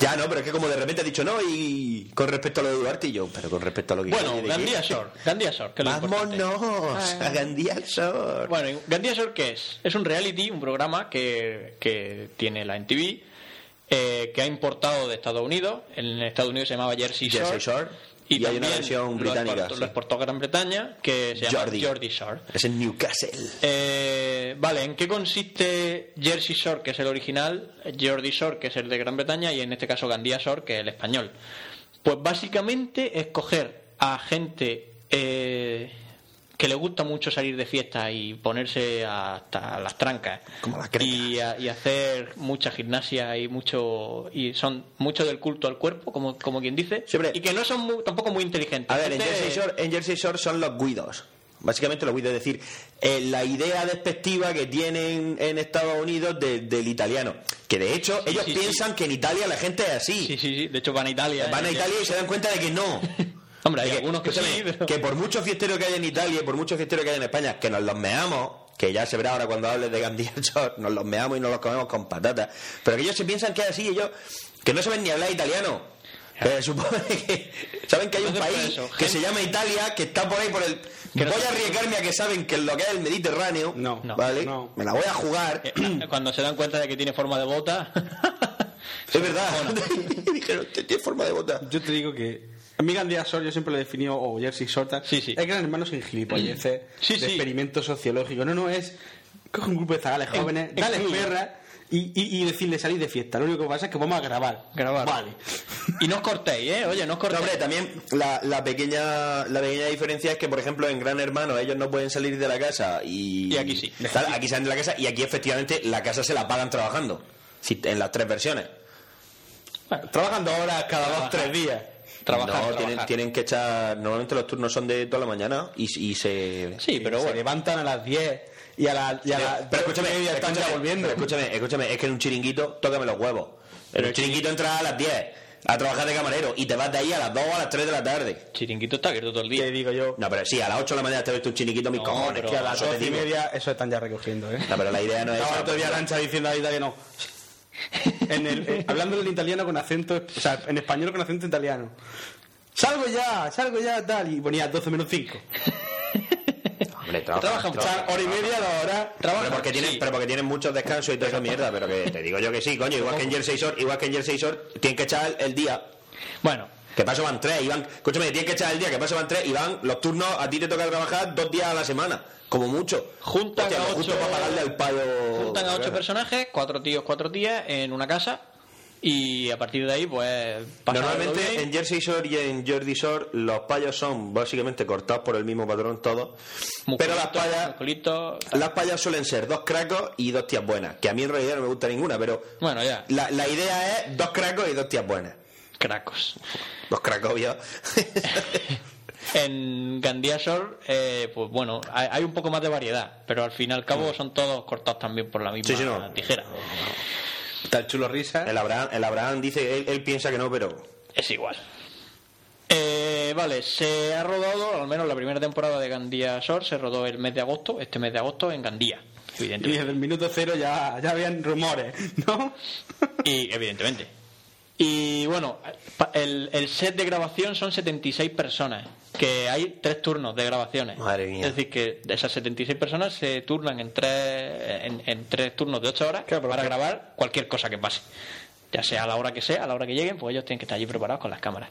Ya, no, pero es que como de repente ha dicho no y con respecto a lo de Duarte y yo, pero con respecto a lo que...
Bueno,
¿de qué?
Gandía Shore. Gandía Shore, que es lo importante.
Vámonos a Gandía Shore.
Bueno, ¿y Gandía Shore qué es? Es un reality, un programa que, que tiene la NTV, eh, que ha importado de Estados Unidos. En Estados Unidos se llamaba Jersey Shore.
Jersey Shore. Y hay una
también
versión
lo
británica,
exportó-
sí.
Lo exportó Gran Bretaña, que se llama
Jordi.
Jordi Shore.
Es en Newcastle.
Eh, vale, ¿en qué consiste Jersey Shore, que es el original, Jordi Shore, que es el de Gran Bretaña, y en este caso Gandía Shore, que es el español? Pues básicamente es coger a gente eh, que le gusta mucho salir de fiesta y ponerse hasta las trancas ¿eh?
Como la creta.
y, a- y hacer mucha gimnasia y mucho y son mucho del culto al cuerpo como, como quien dice
Siempre-
y que no son muy- tampoco muy inteligentes
A ver, en
Gente-
Jersey, Shore, en Jersey Shore son los guidos. Básicamente los guidos, es decir, eh, la idea despectiva que tienen en Estados Unidos de- del italiano. Que de hecho, ellos
sí,
piensan que en Italia la gente es así.
sí sí sí de hecho van a Italia
Van a
eh,
Italia y se dan cuenta de que no.
hombre hay
Que-
algunos que sí
escúchame,
pero-
que por muchos fiesteros que hay en Italia y por muchos fiesteros que hay en España, que nos los meamos, que ya se verá ahora cuando hables de Gandía Shore, nos los meamos y nos los comemos con patatas, pero que ellos se piensan que es así, ellos que no saben ni hablar italiano. Que supone que saben que hay un
Entonces,
país
por eso,
que
gente-
se llama Italia, que está por ahí por el...
Que no
voy
se-
a arriesgarme a que saben que lo que es el Mediterráneo,
No, no,
¿vale?
no.
Me la voy a jugar.
Eh, cuando se dan cuenta de que tiene forma de bota
es verdad. Dijeron, "Te- tiene forma de bota.
Yo te digo que... A mí Gandía Shore yo siempre lo he definido, o Jersey Shore, tal,
Sí, sí.
es Gran Hermano sin gilipolleces,
Sí,
de
sí.
experimento sociológico. No, no, es... Coge un grupo de zagales jóvenes,
en-
dale
incluye.
perra y, y, y decirle salir de fiesta. Lo único que pasa es que vamos a grabar.
Grabar.
Vale.
y no os cortéis eh oye no os
No,
cortéis
hombre, también la, la pequeña la pequeña diferencia es que, por ejemplo, en Gran Hermano ellos no pueden salir de la casa y,
Y aquí sí.
Claro, aquí salen de la casa y aquí efectivamente la casa se la pagan trabajando. Si- En las tres versiones.
Bueno,
Trabajan dos horas cada
dos, tres
días.
Trabajar,
no,
trabajar.
Tienen, tienen que echar. Normalmente los turnos son de toda la mañana y, y se.
sí pero
Se
bueno
levantan a las 10 y a las... y a las
Pero escúchame,
media están ya
escúchame,
volviendo.
pero escúchame, escúchame, es que en un chiringuito, tócame los huevos. En un chiringuito entras a las 10 a trabajar de camarero y te vas de ahí a las 2 o a las 3 de la tarde.
chiringuito está abierto todo el
Te
día
digo yo...
No, pero sí, a las 8 de la mañana te ves tú un chiniquito, mis
No,
cojones,
pero
que a
A
las
las
ocho
dos y media, eso están ya recogiendo, ¿eh?
No, pero la idea no es
Estaba
esa. pues,
otro día Arancha diciendo ahorita que no. En el, eh, hablando en italiano con acento, o sea, en español con acento italiano. Salgo ya, salgo ya, tal. Y ponía 12 menos 5.
Hombre,
Trabajan, hora y media, dos horas.
Pero porque, tienen, pero porque tienen muchos descansos y toda esa mierda, pero que te digo yo que sí, coño, igual que en Jersey Shore, igual que en Jersey Shore, tienen que echar el día.
bueno
Que paso van tres, Iván. Escúchame, tienes que echar el día, que paso van tres, Iván. Los turnos a ti te toca trabajar dos días a la semana, como mucho.
Juntan
Hostia,
a
lo justo
ocho-
para pagarle al payo.
Juntan a ocho
Claro.
personajes, cuatro tíos, cuatro tías, en una casa. Y a partir de ahí, pues. pasarlo
Normalmente
bien.
en Jersey Shore y en Jersey Shore los payos son básicamente cortados por el mismo patrón todos. Pero las
Musculitos,
payas,
musculitos,
las payas suelen ser dos cracos y dos tías buenas. Que a mí en realidad no me gusta ninguna, pero
Bueno, ya.
la, la idea es dos cracos y dos tías buenas.
Cracos.
Dos cracos, obvio.
En Gandia Shore, eh, pues bueno, hay, hay un poco más de variedad, pero al fin y al cabo son todos cortados también por la misma
Mm. Sí, sí, no.
tijera.
Está el chulo risa.
el, Abraham, el Abraham dice, él, él piensa que no, pero
Es igual. Eh, vale, se ha rodado, al menos la primera temporada de Gandia Shore se rodó el mes de agosto, este mes de agosto en Gandía,
Y
evidentemente.
desde el minuto cero ya, ya habían rumores, ¿no?
Y, evidentemente. Y bueno, pa- el, el set de grabación son 76 personas, que hay tres turnos de grabaciones.
Madre mía.
Es decir, que de esas 76 personas se turnan en tres, en, en tres turnos de 8 horas
Claro, pero
para
que-
grabar cualquier cosa que pase. Ya sea a la hora que sea, a la hora que lleguen, pues ellos tienen que estar allí preparados con las cámaras.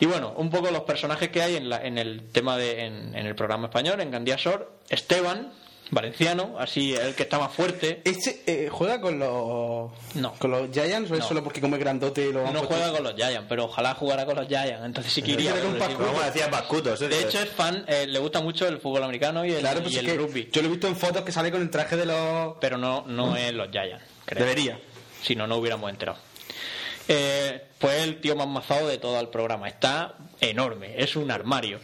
Y bueno, un poco los personajes que hay en, la- en el tema de en, en el programa español, en Gandía Sor, Esteban, valenciano, así el que está más fuerte,
Este eh, juega con los.
No.
Con los Giants o es
No.
solo porque como es grandote y lo han
No
puesto-
juega con los Giants, pero ojalá jugara con los Giants. Entonces sí que iría.
Quiere
con
un
el equipo.
Paco.
vamos a decir bascutos.
De hecho, es fan, eh, le gusta mucho el fútbol americano y el,
Claro, pues
y
es
el
que
rugby.
Yo lo he visto en fotos que sale con el traje de los.
Pero no, no es los Giants, creo.
Debería.
Si no, no hubiéramos enterado. Eh, pues el tío más mazado de todo el programa. Está enorme, es un armario.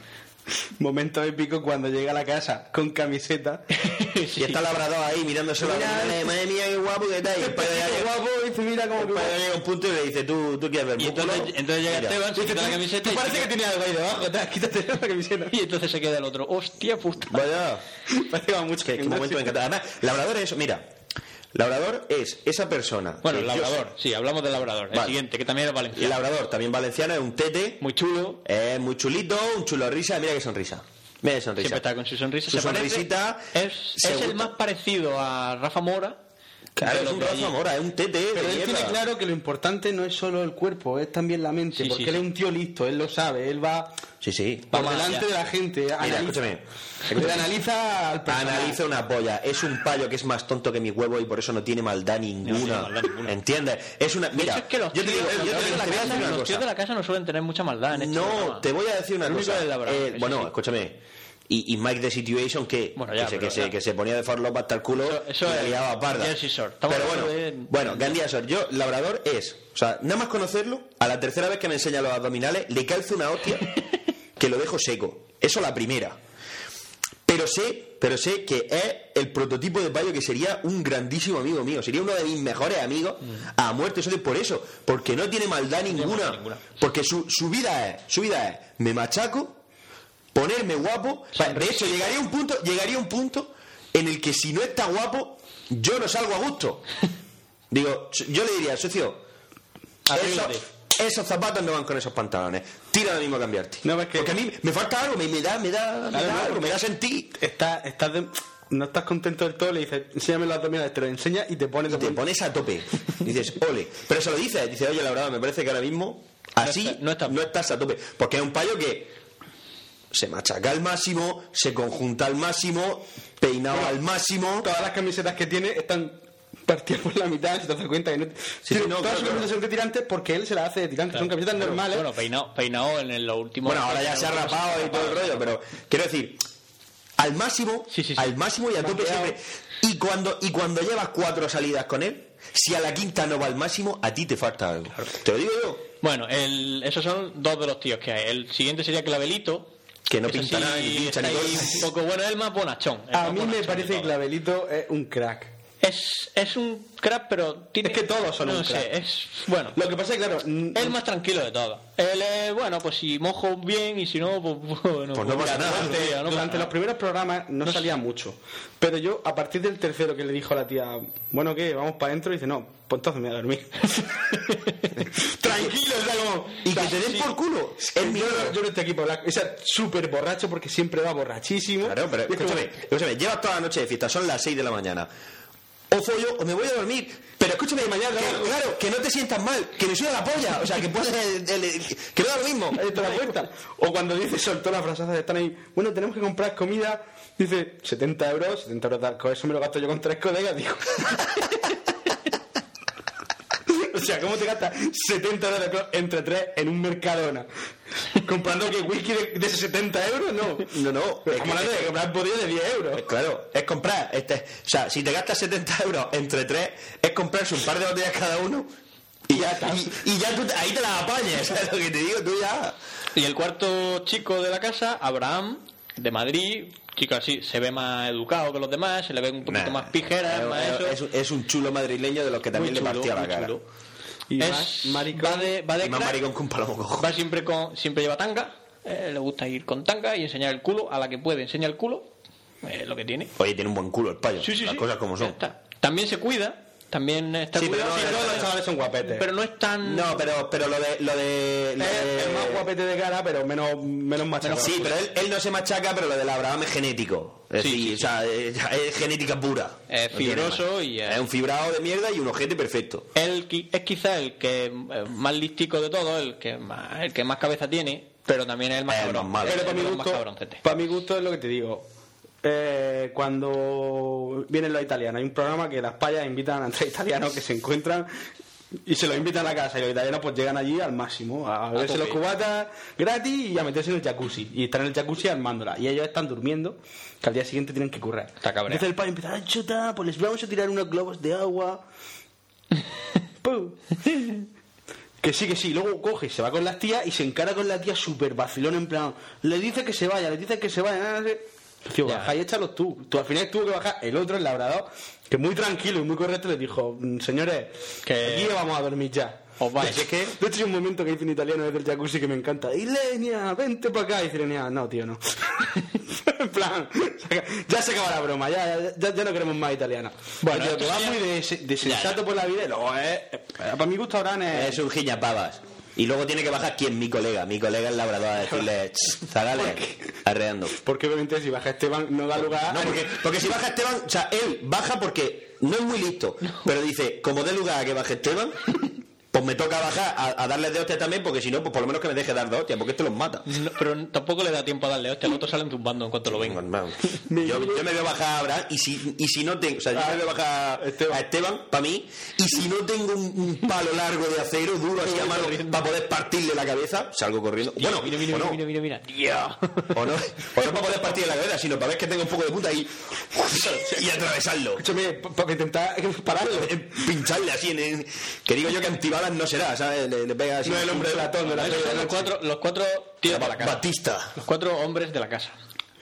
Momento épico cuando llega a la casa con camiseta.
Sí.
y está el Labrador ahí mirándose la
Mira,
ventana, madre mía, qué guapo que está. Y el payo ya
Qué
llega-
guapo, dice, mira cómo
el payo llega a un punto y le dice, tú, tú quieres ver
Y entonces,
músculo?
entonces llega
Mira.
Esteban, se quita la camiseta y,
Parece que tiene algo ahí debajo, atrás, quítate la camiseta.
y entonces se queda el otro. ¡Hostia puta!
Vaya.
Parece que va mucho.
Que, que momento me encanta. Además, labrador es, mira, labrador es esa persona.
Bueno,
que
el
yo-
labrador, sí, hablamos del labrador. El
Vale.
siguiente, que también es
el
valenciano.
labrador, también valenciano, es un tete,
Muy chulo,
es muy chulito, un chulo risa, mira qué sonrisa. Mira qué sonrisa.
Siempre está con su sonrisa.
Pues Su
se parece-
sonrisita
Es,
se
es el
gusta.
más parecido a Rafa Mora.
Claro,
de
es
los
un
de allí.
Rafa Mora, es un tete
Pero
de
él tiene
mierda.
claro que lo importante no es solo el cuerpo, es también la mente,
Sí,
porque
sí,
él
sí.
es un tío listo, él lo sabe, él va
Sí, sí.
por
más
delante
allá.
de la gente,
Mira,
analiza,
escúchame.
le analiza al personaje.
Analiza una polla. Es un payo que es más tonto que mi huevo y por eso no tiene maldad ninguna.
maldad ninguna.
¿Entiendes? Es una. Mira,
Eso es que los
yo te digo,
tíos-
yo te-
los tíos de la
te voy a
casa-
decir
los
una
tíos
cosa.
de la casa no suelen tener mucha maldad en este
No,
programa.
te voy a decir una
El único
cosa.
del Labrador,
Eh,
eso
bueno,
sí.
escúchame. Y, y Mike the Situation que,
Bueno, ya,
que, se,
pero
que, se,
ya.
que se ponía de farlopa hasta el culo
Eso- eso
y la
es
liaba parda.
Jersey Shore. Estamos
Pero bueno,
hablando de-
bueno, Gandhi Azor, yo, Labrador es, o sea, nada más conocerlo, a la tercera vez que me enseña los abdominales, le calzo una hostia que lo dejo seco. Eso la primera. Pero sé, pero sé que es el prototipo de payo que sería un grandísimo amigo mío, sería uno de mis mejores amigos a muerte. Eso es por eso, porque no tiene maldad ninguna.
maldad ninguna.
Porque su, su vida es, su vida es, me machaco, ponerme guapo. De hecho, llegaría un punto, llegaría un punto en el que si no está guapo, yo no salgo a gusto. Digo, yo le diría, socio,
Arréglate.
esos, esos zapatos no van con esos pantalones. Tira ahora mismo a cambiarte.
No, es que-
Porque a mí me falta algo, me, me da, me da, me da
Claro, no,
algo, me
porque-
da sentir.
Está- estás de- no estás contento del todo, le dices, enséñame los abdominales, te lo enseña y te pones de
Te
buen-
pones a tope. Dices, ole. Pero se lo dices, dice, oye, la verdad, me parece que ahora mismo así
está- no está-
estás a tope. Porque es un payo que se machaca al máximo, se conjunta al máximo, peinado al máximo.
Todas las camisetas que tiene están partidas por la mitad, si te das cuenta que no... Tiene-
no,
todas
claro,
sus
claro.
camisetas son de tirantes porque él se las hace de tirantes, son camisetas normales.
Bueno, peinado, peinado en el último.
Bueno, ahora ya se ha rapado y todo el rollo, pero quiero decir, al máximo,
Sí, sí, sí.
al máximo y a tope
Mapeado.
siempre. Y cuando, y cuando llevas cuatro salidas con él, si a la quinta no va al máximo, a ti te falta algo. Te lo digo yo.
Bueno, el- esos son dos de los tíos que hay. El siguiente sería Clavelito.
Que no
Ese
pinta
sí
nada, ni pincha
está
ni
ahí
corta.
un poco bueno, es el más bonachón. el
A
más
mí me
bonachón de
parece que
todos.
Clavelito es un crack.
Es, es un crack, pero tiene.
Es que todos son
no
un crack.
sé, es. Bueno.
Lo que pasa es que, claro, n-
Es el más tranquilo de todos. Él es, bueno, pues si mojo bien y si no, pues bueno.
Pues no pasa nada.
adelante,
Durante-
no pasa
durante los
nada.
primeros programas no, salía mucho. Pero yo, a partir del tercero que le dijo a la tía, bueno, ¿qué? ¿Vamos para adentro? Y dice, no, pues entonces me voy a dormir. Tranquilo, o sea, como...
Y que te des por culo. Es mi
Yo, no- yo no estoy aquí para hablar. O sea, súper borracho porque siempre va borrachísimo.
Claro, pero
Y es como-
escúchame, escúchame, llevas toda la noche de fiesta, son las 6 de la mañana. O follo o me voy a dormir, pero Pero escúchame, mañana trabajo. Claro, que no te sientas mal, que le suda la polla. O sea, que puedes. el- el- el- que no da lo mismo.
Ahí te la cuenta. O cuando dice, soltó la frasada de están ahí, bueno, tenemos que comprar comida, dice, 70 euros, 70 euros de alcohol, pues eso me lo gasto yo con tres colegas, digo. o sea, ¿cómo te gastas 70 euros de alcohol entre tres en un Mercadona? ¿Comprando que whisky de, de esos 70 euros? No.
No, no. es que-
Estamos hablando de comprar botella de 10 euros.
Pues claro, es comprar. Este, o sea, si te gastas 70 euros entre tres, es comprarse un par de botellas cada uno y ya, y, y ya tú te- ahí te las apañes. ¿Sabes lo que te digo? Tú ya.
Y el cuarto chico de la casa, Abraham, de Madrid, chico así, se ve más educado que los demás, se le ve un poquito
Nah.
más pijera,
Es-
más eso.
es, un- es un chulo madrileño de los que también
Muy
le
chulo,
partía la
muy
cara.
chulo.
Y
Es-
más maricón.
va de, va de
Y más
crack,
maricón que un palomo cojo.
va siempre con, siempre lleva tanga, eh, le gusta ir con tanga y enseñar el culo, a la que puede enseña el culo, eh, lo que tiene.
Oye, tiene un buen culo el payo.
Sí, sí,
las
sí.
cosas como
Ya
son.
está. También se cuida, también está
Sí, pero
cuidado,
no,
pero,
no,
Todos los chavales son guapetes.
pero no es tan...
No, pero, pero lo de. Lo de,
Eh,
lo de-
es, es más guapete de cara, pero menos, menos machacado.
Sí, Eh, pero él, él no se machaca, pero lo del Abraham es genético. Es
Sí,
decir,
sí,
o sea, es, es genética pura.
Es
No tiene
fibroso
más.
y es-
Es un fibrado de mierda y un ojete perfecto.
Él qui- es quizá el que eh, más listico de todos, el que más, el que más cabeza tiene, pero también es el más
Es el
cabrón.
más malo.
Es
Pero
el
para mi
más
gusto,
cabroncete.
para mi gusto es lo que te digo. Eh, cuando vienen los italianos, hay un programa que las payas invitan a tres italianos que se encuentran y se los invitan a casa y los italianos pues llegan allí al máximo a beberse los
tope.
cubatas gratis y a meterse en el jacuzzi y están en el jacuzzi armándola y ellos están durmiendo que al día siguiente tienen que currar
Está cabreado.
entonces el payo empieza "Ay, chuta pues les vamos a tirar unos globos de agua Pum. Que sí, que sí. Luego coge, se va con las tías y se encara con la tía súper vacilón, en plan... Le dice que se vaya, le dice que se vaya, nada, nada, nada. Tío,
Ya.
baja y échalos tú. Tú al final tuvo que bajar el otro, el labrador, que muy tranquilo y muy correcto le dijo, "Mm, señores,
Que-
aquí vamos a dormir ya.
Os vais.
Pero si es que, de hecho, hay un momento que dice en italiano desde el jacuzzi que me encanta. Ilenia, vente para acá. Y dice Ilenia, no, tío, no. en plan, ya se acaba la broma, ya, ya- ya, ya no queremos más italiana.
Bueno,
Bueno, tío, que
esto
va
ya-
muy de, se- de sensato por la vida y luego es... Para mi gusto, Abraham es...
Es un giñapavas. Y luego tiene que bajar quién, mi colega. Mi colega es labrador a decirle, "Ch, zagales, arreando.
Porque obviamente si baja Esteban no da lugar
No,
a-
porque, porque si baja Esteban, o sea, él baja porque no es muy listo, pero dice, como dé lugar a que baje Esteban, pues me toca bajar a, a darle de hostia también, porque si no, pues por lo menos que me deje dar de hostia, porque esto los mata.
No, pero tampoco le da tiempo a darle hostia, los otros salen zumbando en cuanto lo ven.
Normal. Yo, yo me veo bajar a Abraham y si, y si no tengo, o sea, yo me veo bajar a Esteban, para mí, y si no tengo un, un palo largo de acero duro así a mano para poder partirle la cabeza, salgo corriendo. bueno,
mira, mira,
o no.
mira, mira, mira, mira.
O no, o no para poder partir de la cabeza, sino para ver que tengo un poco de punta y, y atravesarlo.
Escúchame, pa- para intentar pararlo.
Eh, Pincharle así en, en- Que digo yo que antibalas no será, ¿sabes? Le, le pega así.
No es el hombre de la tonda, la
Eso,
tonda.
Son Los cuatro, los cuatro tíos de la casa.
Batista.
Los cuatro hombres de la casa.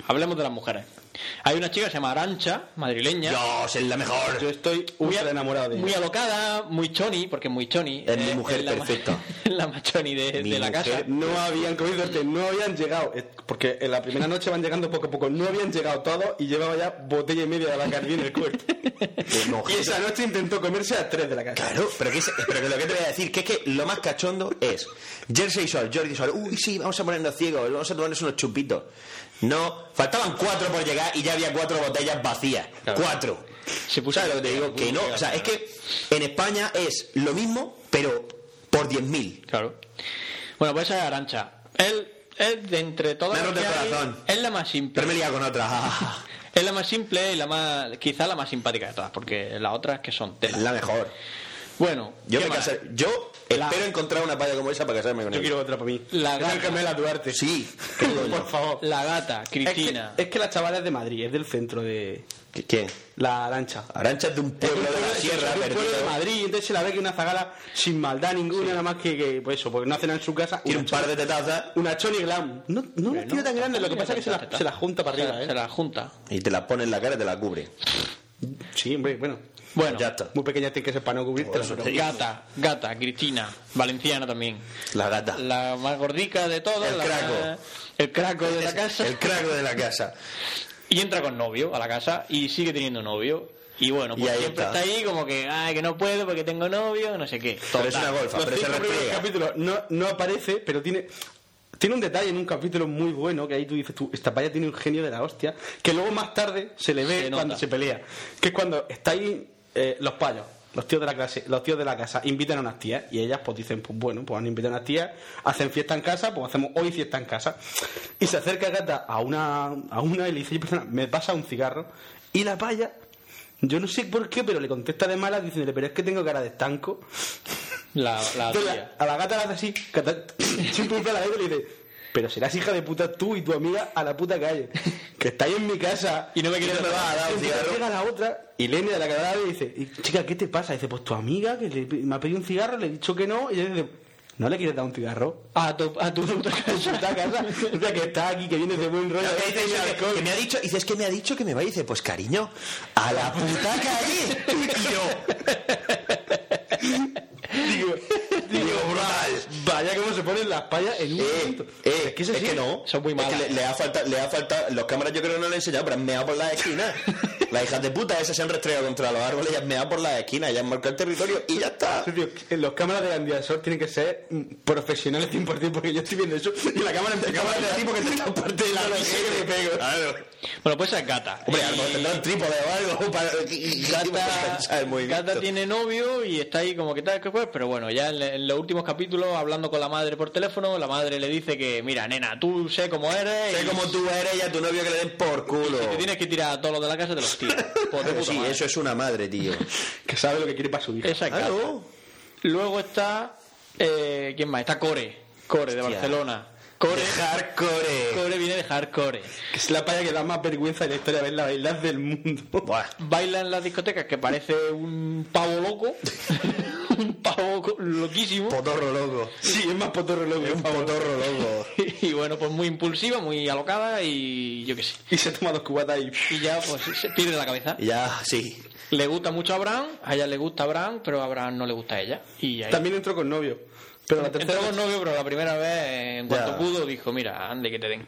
Hablemos de las mujeres. Hay una chica que se llama Arancha, madrileña.
Dios, es la mejor.
Yo estoy
muy,
ultra enamorado de
muy
ella.
alocada, muy choni, porque muy choni. eh,
Es mi mujer
la ma-
perfecta.
la más choni de,
Mi
de la
mujer
casa.
No habían comido este, no habían llegado. eh, Porque en la primera noche van llegando poco a poco. No habían llegado todos y llevaba ya botella y media de Bacardí en el cuerpo. y
mojito.
esa noche intentó comerse a tres de la casa.
Claro, pero que, es- pero que lo que te voy a decir, que es que lo más cachondo es Jersey Sol, Jordi Sol, uy, sí, vamos a ponernos ciegos, vamos a tomarnos unos chupitos. No, faltaban cuatro por llegar y ya había cuatro botellas vacías. Cuatro.
Se puso-
¿Sabes lo que te digo? Que no, o sea, es que en España es lo mismo, pero por 10.000.
Claro. Bueno, pues esa es Arancha. Él es de entre todas
Me ha
las
roto
que
el
hay,
corazón.
es la más simple.
Pero me he liado con otra.
Es la más simple y la más, quizá la más simpática de todas, porque las otras que son tela.
La mejor.
Bueno,
Yo,
¿qué
me
más?
casar- yo
La-
espero encontrar una palla como esa para casarme con
Yo
ella.
quiero otra para mí.
La
Esa
gata.
es Carmela Duarte.
Sí, qué
por
coño.
favor.
La gata,
Es que,
Cristina.
es que la chavala es de Madrid, es del centro de
¿Qué- ¿Quién?
la arancha.
Aranchas de un pueblo de la sierra
un pueblo de
perdido.
Madrid, entonces se la ve que una zagala sin maldad ninguna, nada más que, que, pues eso, porque no hacen en su casa
Tiene un par de tetazas
una Choni Glam. No, no la tiene tan grande, lo que pasa es que se la, se la junta para arriba,
Se
¿eh?
la junta.
y te las pone en la cara y te la cubre.
Sí, hombre, bueno.
Bueno,
Ya está.
Muy pequeña tiene que ser para no cubrirte
Joder,
pero-
sí.
gata, gata, Cristina, valenciana también.
La gata.
La más gordica de todas.
El
la
craco.
más- el craco de la casa.
El crack de la casa.
Y entra con novio a la casa y sigue teniendo novio. Y bueno, pues
Y ahí
siempre
está.
está. ahí como que, ay, que no puedo porque tengo novio, no sé qué.
Pero es una golfa,
Los
pero se
cinco primeros
repliega.
capítulos no, no aparece, pero tiene... Tiene un detalle en un capítulo muy bueno que ahí tú dices, tú, esta paya tiene un genio de la hostia, que luego más tarde se le ve
Se nota.
cuando se pelea, que es cuando está ahí eh, los payos. los tíos de la clase, los tíos de la casa invitan a unas tías y ellas pues dicen, pues bueno, pues han invitado a unas tías, hacen fiesta en casa, pues hacemos hoy fiesta en casa. Y se acerca Gata a una, a una y le dice, "Oye, perdona, me pasa un cigarro. Y la paya, yo no sé por qué, pero le contesta de mala diciéndole, pero es que tengo cara de estanco.
La, la
Entonces,
tía.
a la gata la hace así, gata, siempre la veo y le dice, pero serás hija de puta tú y tu amiga a la puta calle, que estáis en mi casa.
Y no me quieres
me va a dar un
Entonces
cigarro.
llega la otra y Lene de la cagada le dice, "Y, chica, ¿qué te pasa? dice, pues tu amiga que le- me ha pedido un cigarro, le he dicho que no, y ella dice, ¿no le quieres dar un cigarro?
A tu, a tu puta casa.
Está a casa, o sea, que está aquí, que viene de buen rollo. ¿eh?
Que dice,
sin
"Mira,
alcohol".
que me ha dicho, dice, es que me ha dicho que me va y dice, pues cariño, a la puta calle. Y yo,
Digo, digo, vaya cómo se ponen las payas en un momento.
eh, eh,
Es que es así.
no.
Son muy
Es que
malas.
le, le ha faltado, le ha faltado, los cámaras yo creo que no le he enseñado, pero han meado por las esquinas. Las hijas de puta esas se han restregado contra los árboles y han meado por las esquinas, ya han marcado el territorio y ya está.
Sí, tío, en los cámaras de Gandía Sol tienen que ser mm, profesionales 100% porque yo estoy viendo eso y la cámara empieza cámara de tipo que te está parte de la que me pego.
Claro.
Bueno, pues esa es gata.
Hombre, a lo mejor tendrán trípode o algo para
Gata, Gata tiene novio y está ahí como que tal, que cual, pero bueno, ya en, en los últimos capítulos, hablando con la madre por teléfono, la madre le dice que, mira, nena, tú sé cómo eres
Sé
y
como tú eres y a tu novio que le den por culo.
si te tienes que tirar a todos los de la casa, te los tiras. Por tu
Claro,
puta
sí,
madre.
eso es una madre, tío.
Que sabe lo que quiere para su hija.
Esa es
Ah,
Gata.
¿no?
Luego está, eh, ¿quién más? Está Core, Core de
Hostia.
Barcelona. Core,
Hardcore.
Core viene de hardcore.
Que es la paya que da más vergüenza en la historia de la bailar del mundo.
Buah.
Baila en las discotecas que parece un pavo loco, un pavo co- loquísimo.
Potorro loco.
Sí, es más potorro loco.
Es un potorro loco.
y bueno, pues muy impulsiva, muy alocada y yo qué sé.
Y se toma dos cubatas y...
Y ya pues se pierde la cabeza.
Ya, sí.
Le gusta mucho a Abraham, a ella le gusta Abraham, pero a Abraham no le gusta a ella. Y ahí.
También entró con novio. Pero la tercera
Entró con novio, pero la primera vez, en cuanto
Ya.
pudo, dijo, mira, ande que te den.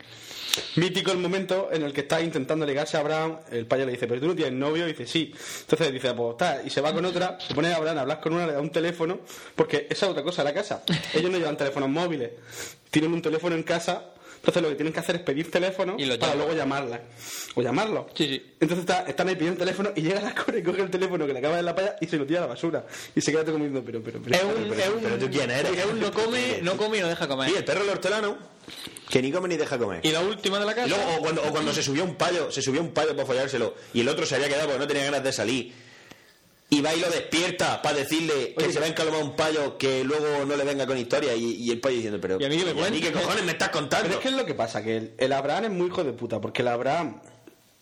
Mítico el momento en el que está intentando ligarse a Abraham, el payo le dice, pero tú no tienes novio, y dice, sí. Entonces dice, pues tal, y se va con otra, se pone a Abraham a hablar con una, le da un teléfono, porque esa es otra cosa de la casa. Ellos no llevan teléfonos móviles, tienen un teléfono en casa, entonces lo que tienen que hacer es pedir teléfono
Y lo
para
llaman.
luego llamarla. O llamarlo.
Sí, sí.
Entonces está- están ahí pidiendo el teléfono y llega la core, coge el teléfono que le acaba de la paya y se lo tira a la basura. Y se queda todo comiendo, pero, pero, pero.
Es un, es un-
pero tú quién eres.
es un no come, no come y no deja
Y
comer.
el perro del hortelano, que ni come ni deja comer.
Y la última de la casa.
Y luego, o cuando, o cuando se subió un payo, se subió un payo para follárselo, y el otro se había quedado porque no tenía ganas de salir. Y va y lo despierta para decirle que
Oye.
se va a encalomar un payo que luego no le venga con historia. Y, y el payo diciendo, pero.
¿Y a mí qué me ¿eh? cuentas?
qué cojones me estás contando?
Pero es que es lo que pasa, que el, el Abraham es muy hijo de puta, porque el Abraham,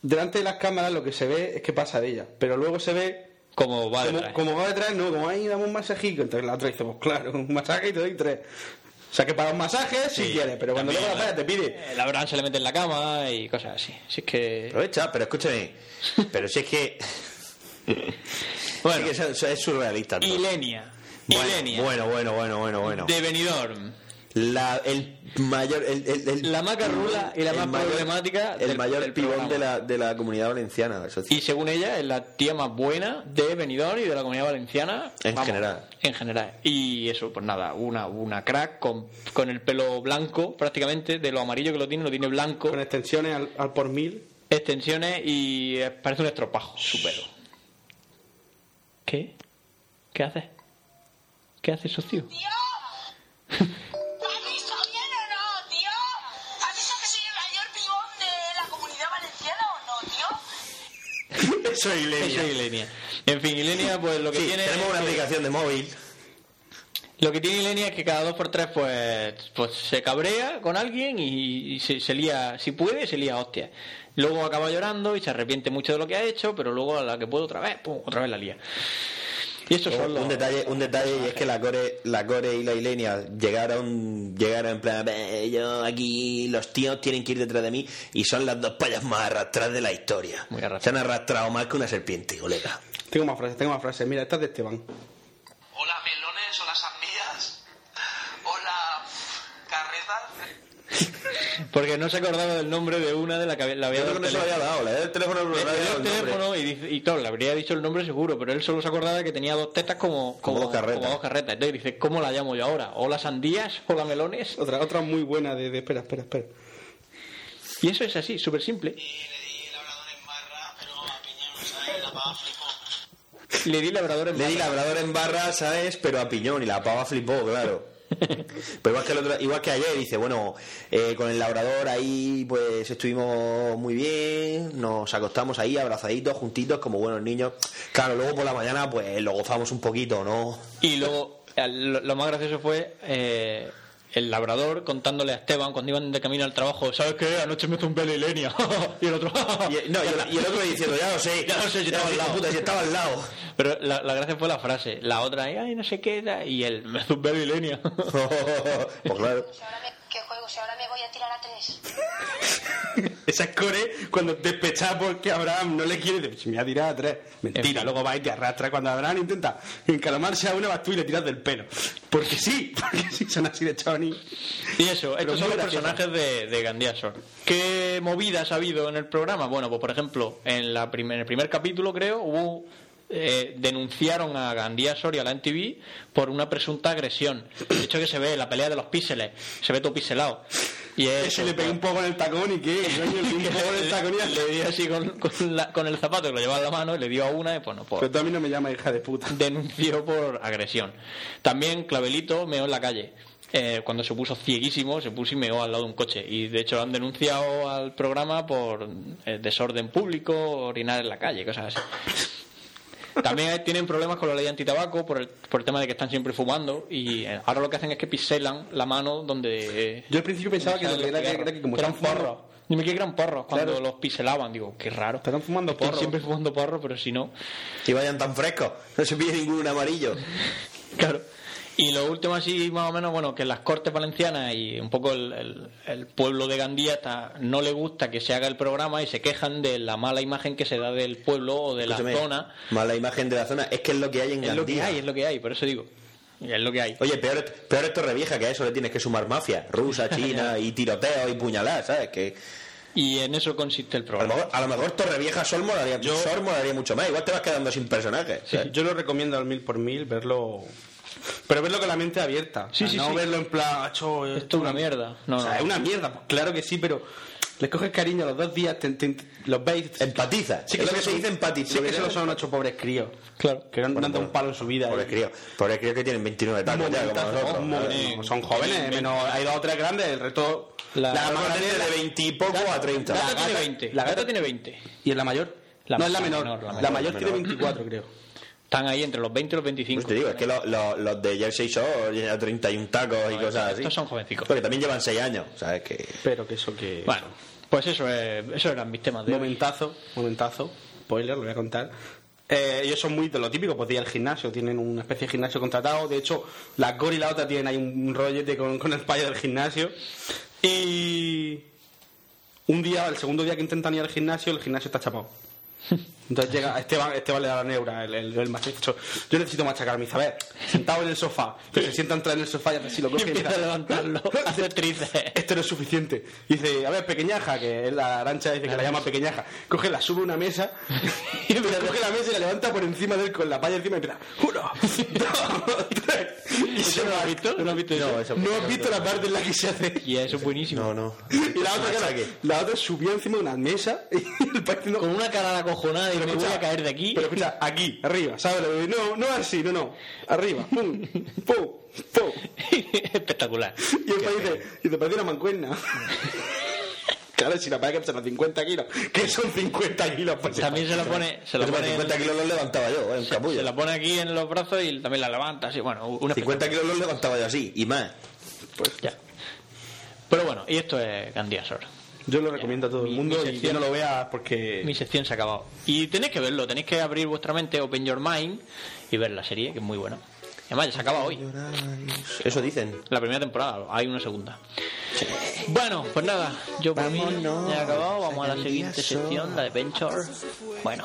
delante de las cámaras, lo que se ve es que pasa de ella, pero luego se ve
como va
como,
detrás.
como va detrás, no, como ahí damos un masajico, entonces la otra dice, pues claro, un masaje y te doy tres. O sea que para un masaje si
Sí,
quieres, pero cuando
también,
luego la falla te pide.
El Abraham se le mete en la cama y cosas así. Así es que.
Aprovecha, pero escúchame. Pero si es que.
Bueno,
es, que eso es surrealista. todo.
Ilenia.
Bueno,
Ilenia.
bueno, bueno, bueno, bueno, bueno.
De Benidorm.
La, el mayor. El, el- el-
La más carrula y la
el
más problemática
El
del-
mayor
del
pibón
programa.
de la, de la comunidad valenciana. eso sí.
Y según ella, es la tía más buena de Benidorm y de la comunidad valenciana.
En general.
En general. Y eso, pues nada, una, una crack con, con el pelo blanco, prácticamente, de lo amarillo que lo tiene, lo tiene blanco,
Con extensiones al, al por mil.
extensiones y eh, parece un estropajo su pelo. ¿Qué? ¿Qué haces? ¿Qué haces, socio?
¡Tío! ¿Has visto bien o no, tío? ¿Has visto que soy el mayor pibón de la comunidad valenciana o no, tío?
Eso es
Eso es Ilenia. En fin, Ilenia, pues lo que
Sí,
tiene.
tenemos una aplicación de móvil.
Lo que tiene Ilenia es que cada dos por tres pues, pues se cabrea con alguien y, y se, se lía, si puede, se lía hostia. Luego acaba llorando y se arrepiente mucho de lo que ha hecho, pero luego a la que puede otra vez, pum, otra vez la lía. Y estos son los...
un detalle, un detalle y es que la core, la core y la Ilenia llegaron, llegaron en plan, "Eh, yo aquí los tíos tienen que ir detrás de mí y son las dos payas más arrastradas de la historia.
Muy arrastradas.
Se han arrastrado más que una serpiente, colega.
Tengo más frases, tengo más frases. Mira, esta es de Esteban.
Hola melones, hola sandías, hola carretas.
Porque no se acordaba del nombre de una de la que la había
Yo
dado
creo que no se lo
teléfono.
había dado, le dio el teléfono al
Le- le dio el
el nombre.
teléfono y, dice- y claro, le habría dicho el nombre seguro, pero él solo se acordaba de que tenía dos tetas como,
Como dos carretas.
como dos carretas. Entonces dice, ¿cómo la llamo yo ahora? ¿Hola sandías? ¿Hola melones?
Otra, otra muy buena de, de- espera, espera, espera.
Y eso es así, súper simple.
Y le di el hablador en barra, pero a Piña no sabe, la paga flipo.
Le di labrador en
Le di labrador en barra, ¿sabes? Pero a piñón y la pava flipó, claro. Pero igual que, el otro- igual que ayer, dice, bueno, eh, con el labrador ahí pues estuvimos muy bien, nos acostamos ahí abrazaditos, juntitos, como buenos niños. Claro, luego por la mañana pues lo gozamos un poquito, ¿no?
Y luego, al- lo, lo más gracioso fue eh, el labrador contándole a Esteban cuando iban de camino al trabajo, ¿sabes qué? Anoche me zumbé a Lilenia. y el otro...
Y, no, y el, y el otro diciendo, ya lo sé,
Ya lo sé, si estaba al lado".
puta, si estaba al lado.
Pero la, la gracia fue la frase. La otra, ay, no se queda. Y él, me zumbé a Lilenia.
pues claro.
Si ahora me- ¿Qué juego? Si ahora me voy a tirar a tres.
Esa es core cuando te despechas porque Abraham no le quiere, dice, "Pues "Si me ha tirado a tres.
En
Mentira,
fin.
luego va y te arrastra. Cuando Abraham intenta encalamarse a una, vas tú y le tiras del pelo. Porque sí, porque sí, son así de choni.
y eso, estos son
muy
los
gracioso.
personajes de, de Gandhiasor. ¿Qué movidas ha habido en el programa? Bueno, pues por ejemplo, en, la prim- en el primer capítulo, creo, hubo... eh, denunciaron a Gandhiasor y a la NTV por una presunta agresión. De hecho, que se ve la pelea de los píxeles, se ve todo pixelado. Y
Que
eso,
se le pegó un poco en el tacón y qué, coño, le pegó un poco en el tacón y ya
le
le-
di así con, con la- con el zapato que lo llevaba en la mano y le dio a una y pues no, pues
Pero tú a mí no me llamas hija de puta.
denunció por agresión. También Clavelito meó en la calle. Eh, cuando se puso cieguísimo, se puso y meó al lado de un coche. Y de hecho lo han denunciado al programa por eh, desorden público, orinar en la calle, cosas así. También hay- tienen problemas con la ley antitabaco por el, por el tema de que están siempre fumando. Y eh, ahora lo que hacen es que pixelan la mano donde. eh,
Yo al principio pensaba que,
donde salen
era,
los
que,
cigarros.
era que como
Que eran
están
porros.
fumando-
Dime que eran porros cuando
Claro.
los pixelaban. Digo, qué raro.
Estarán fumando
Están
porros.
Siempre fumando porros, pero si no.
Y vayan tan frescos, no se pide ningún amarillo.
Claro. Y lo último así, más o menos, bueno, que las Cortes Valencianas y un poco el, el- el pueblo de Gandía está- no le gusta que se haga el programa y se quejan de la mala imagen que se da del pueblo o de la
Escúchame,
zona.
Mala imagen de la zona, es que es lo que hay en
Es lo que
Gandía.
hay, es lo que hay, por eso digo. Y Es lo que hay.
Oye, peor, peor es Torrevieja, que a eso le tienes que sumar mafia, rusa, china, y tiroteo y puñaladas, ¿sabes? Que
Y en eso consiste el
a lo
programa.
mejor, a lo mejor Torrevieja Sol molaría, Sol molaría mucho más, igual te vas quedando sin personajes.
Sí, yo lo recomiendo al mil por mil, verlo. Pero verlo con la mente abierta.
Sí,
O sea,
sí,
no
sí.
verlo en plan, "Acho, eh,
Esto es una mierda. No,
o sea,
no.
es una mierda, pues claro que sí, pero le coges cariño a los dos días, te- te- los veis.
Empatiza,
Sí
es lo que se
son-
dice empatiza.
Sí, que solo son ocho pobres críos.
Claro.
Que no han
Bueno,
han dado un palo en su vida.
Pobres
eh.
críos, pobres críos que tienen 29 tacos ya, como
Momentazo,
nosotros.
un momento. Son jóvenes, eh, menos, hay dos o tres grandes, el resto.
La-
La
más
más
grande
de
es la-
20 y poco a 30.
La gata
gata-
tiene 20.
la
La gata
gata-
tiene 20.
¿Y es la mayor?
La-
no, es la
la
menor.
menor, la
la,
menor,
mayor
la
tiene
menor.
24, creo.
Están ahí entre los 20 y los
Pues
25.
te digo, es que lo- lo- los de Jersey Shore llegan a 31 tacos y cosas así.
estos son jovencicos.
Porque también llevan 6 años, ¿sabes? Que...
Pero que eso que.
Bueno, pues eso, es, eso eran mis temas de hoy.
Momentazo, momentazo, spoiler, lo voy a contar. Eh, ellos son muy de lo típico, pues de ir al gimnasio, tienen una especie de gimnasio contratado. De hecho, la Gore y la otra tienen ahí un rollete con, con el payo del gimnasio. Y un día, el segundo día que intentan ir al gimnasio, el gimnasio está chapado. Entonces llega Esteban, Esteban le da la neura, el, el, el machacacho. Yo necesito machacar mi saber. Sentado en el sofá, que se sienta a entrar en el sofá y hace así lo
Y
coge y
empieza a
empieza-
levantarlo, a hacer tríceps.
esto no es suficiente. Dice, a ver, pequeñaja, que es la arancha, dice que la llama pequeñaja. Coge, la sube a una mesa, y empieza, coge la mesa y la levanta por encima de él con la palla encima y empieza, uno, dos, tres. Y se
¿Eso lo
va.
has visto? ¿No lo has visto eso?
No has visto la parte en la que se hace.
Y eso es buenísimo.
No, no.
Y la otra, cara, la otra subió encima de una mesa y el payo diciendo,
Con una cara de acojonada y me voy a caer de aquí.
Pero escucha, aquí, arriba, ¿sabes? No, no así, no, no. Arriba, pum, pum, pum.
Espectacular.
Y el país dice, y te parece una mancuerna. claro, si la paga que son 50 kilos. que son 50 kilos? Pues,
También se la pone, se la
Pero para
pone,
50 kilos los levantaba yo, eh, un capullo.
se la pone aquí en los brazos y también la levanta. Así, bueno, un espectáculo.
50 kilos los levantaba yo así, y más.
Ya. Pero bueno, y esto es Gandhiasor.
Yo lo recomiendo a todo el
Mi-
mundo
mi
y que
sección-
no lo veas porque...
Mi sección se ha acabado. Y tenéis que verlo, tenéis que abrir vuestra mente, open your mind y ver la serie, que es muy buena. Además, ya se acaba hoy.
Eso dicen.
La primera temporada, hay una segunda. Bueno, pues nada, yo por mí
Vámonos
ya he acabado. Vamos a la
al
siguiente
Gandhiasor.
sección, la de Venture. Bueno.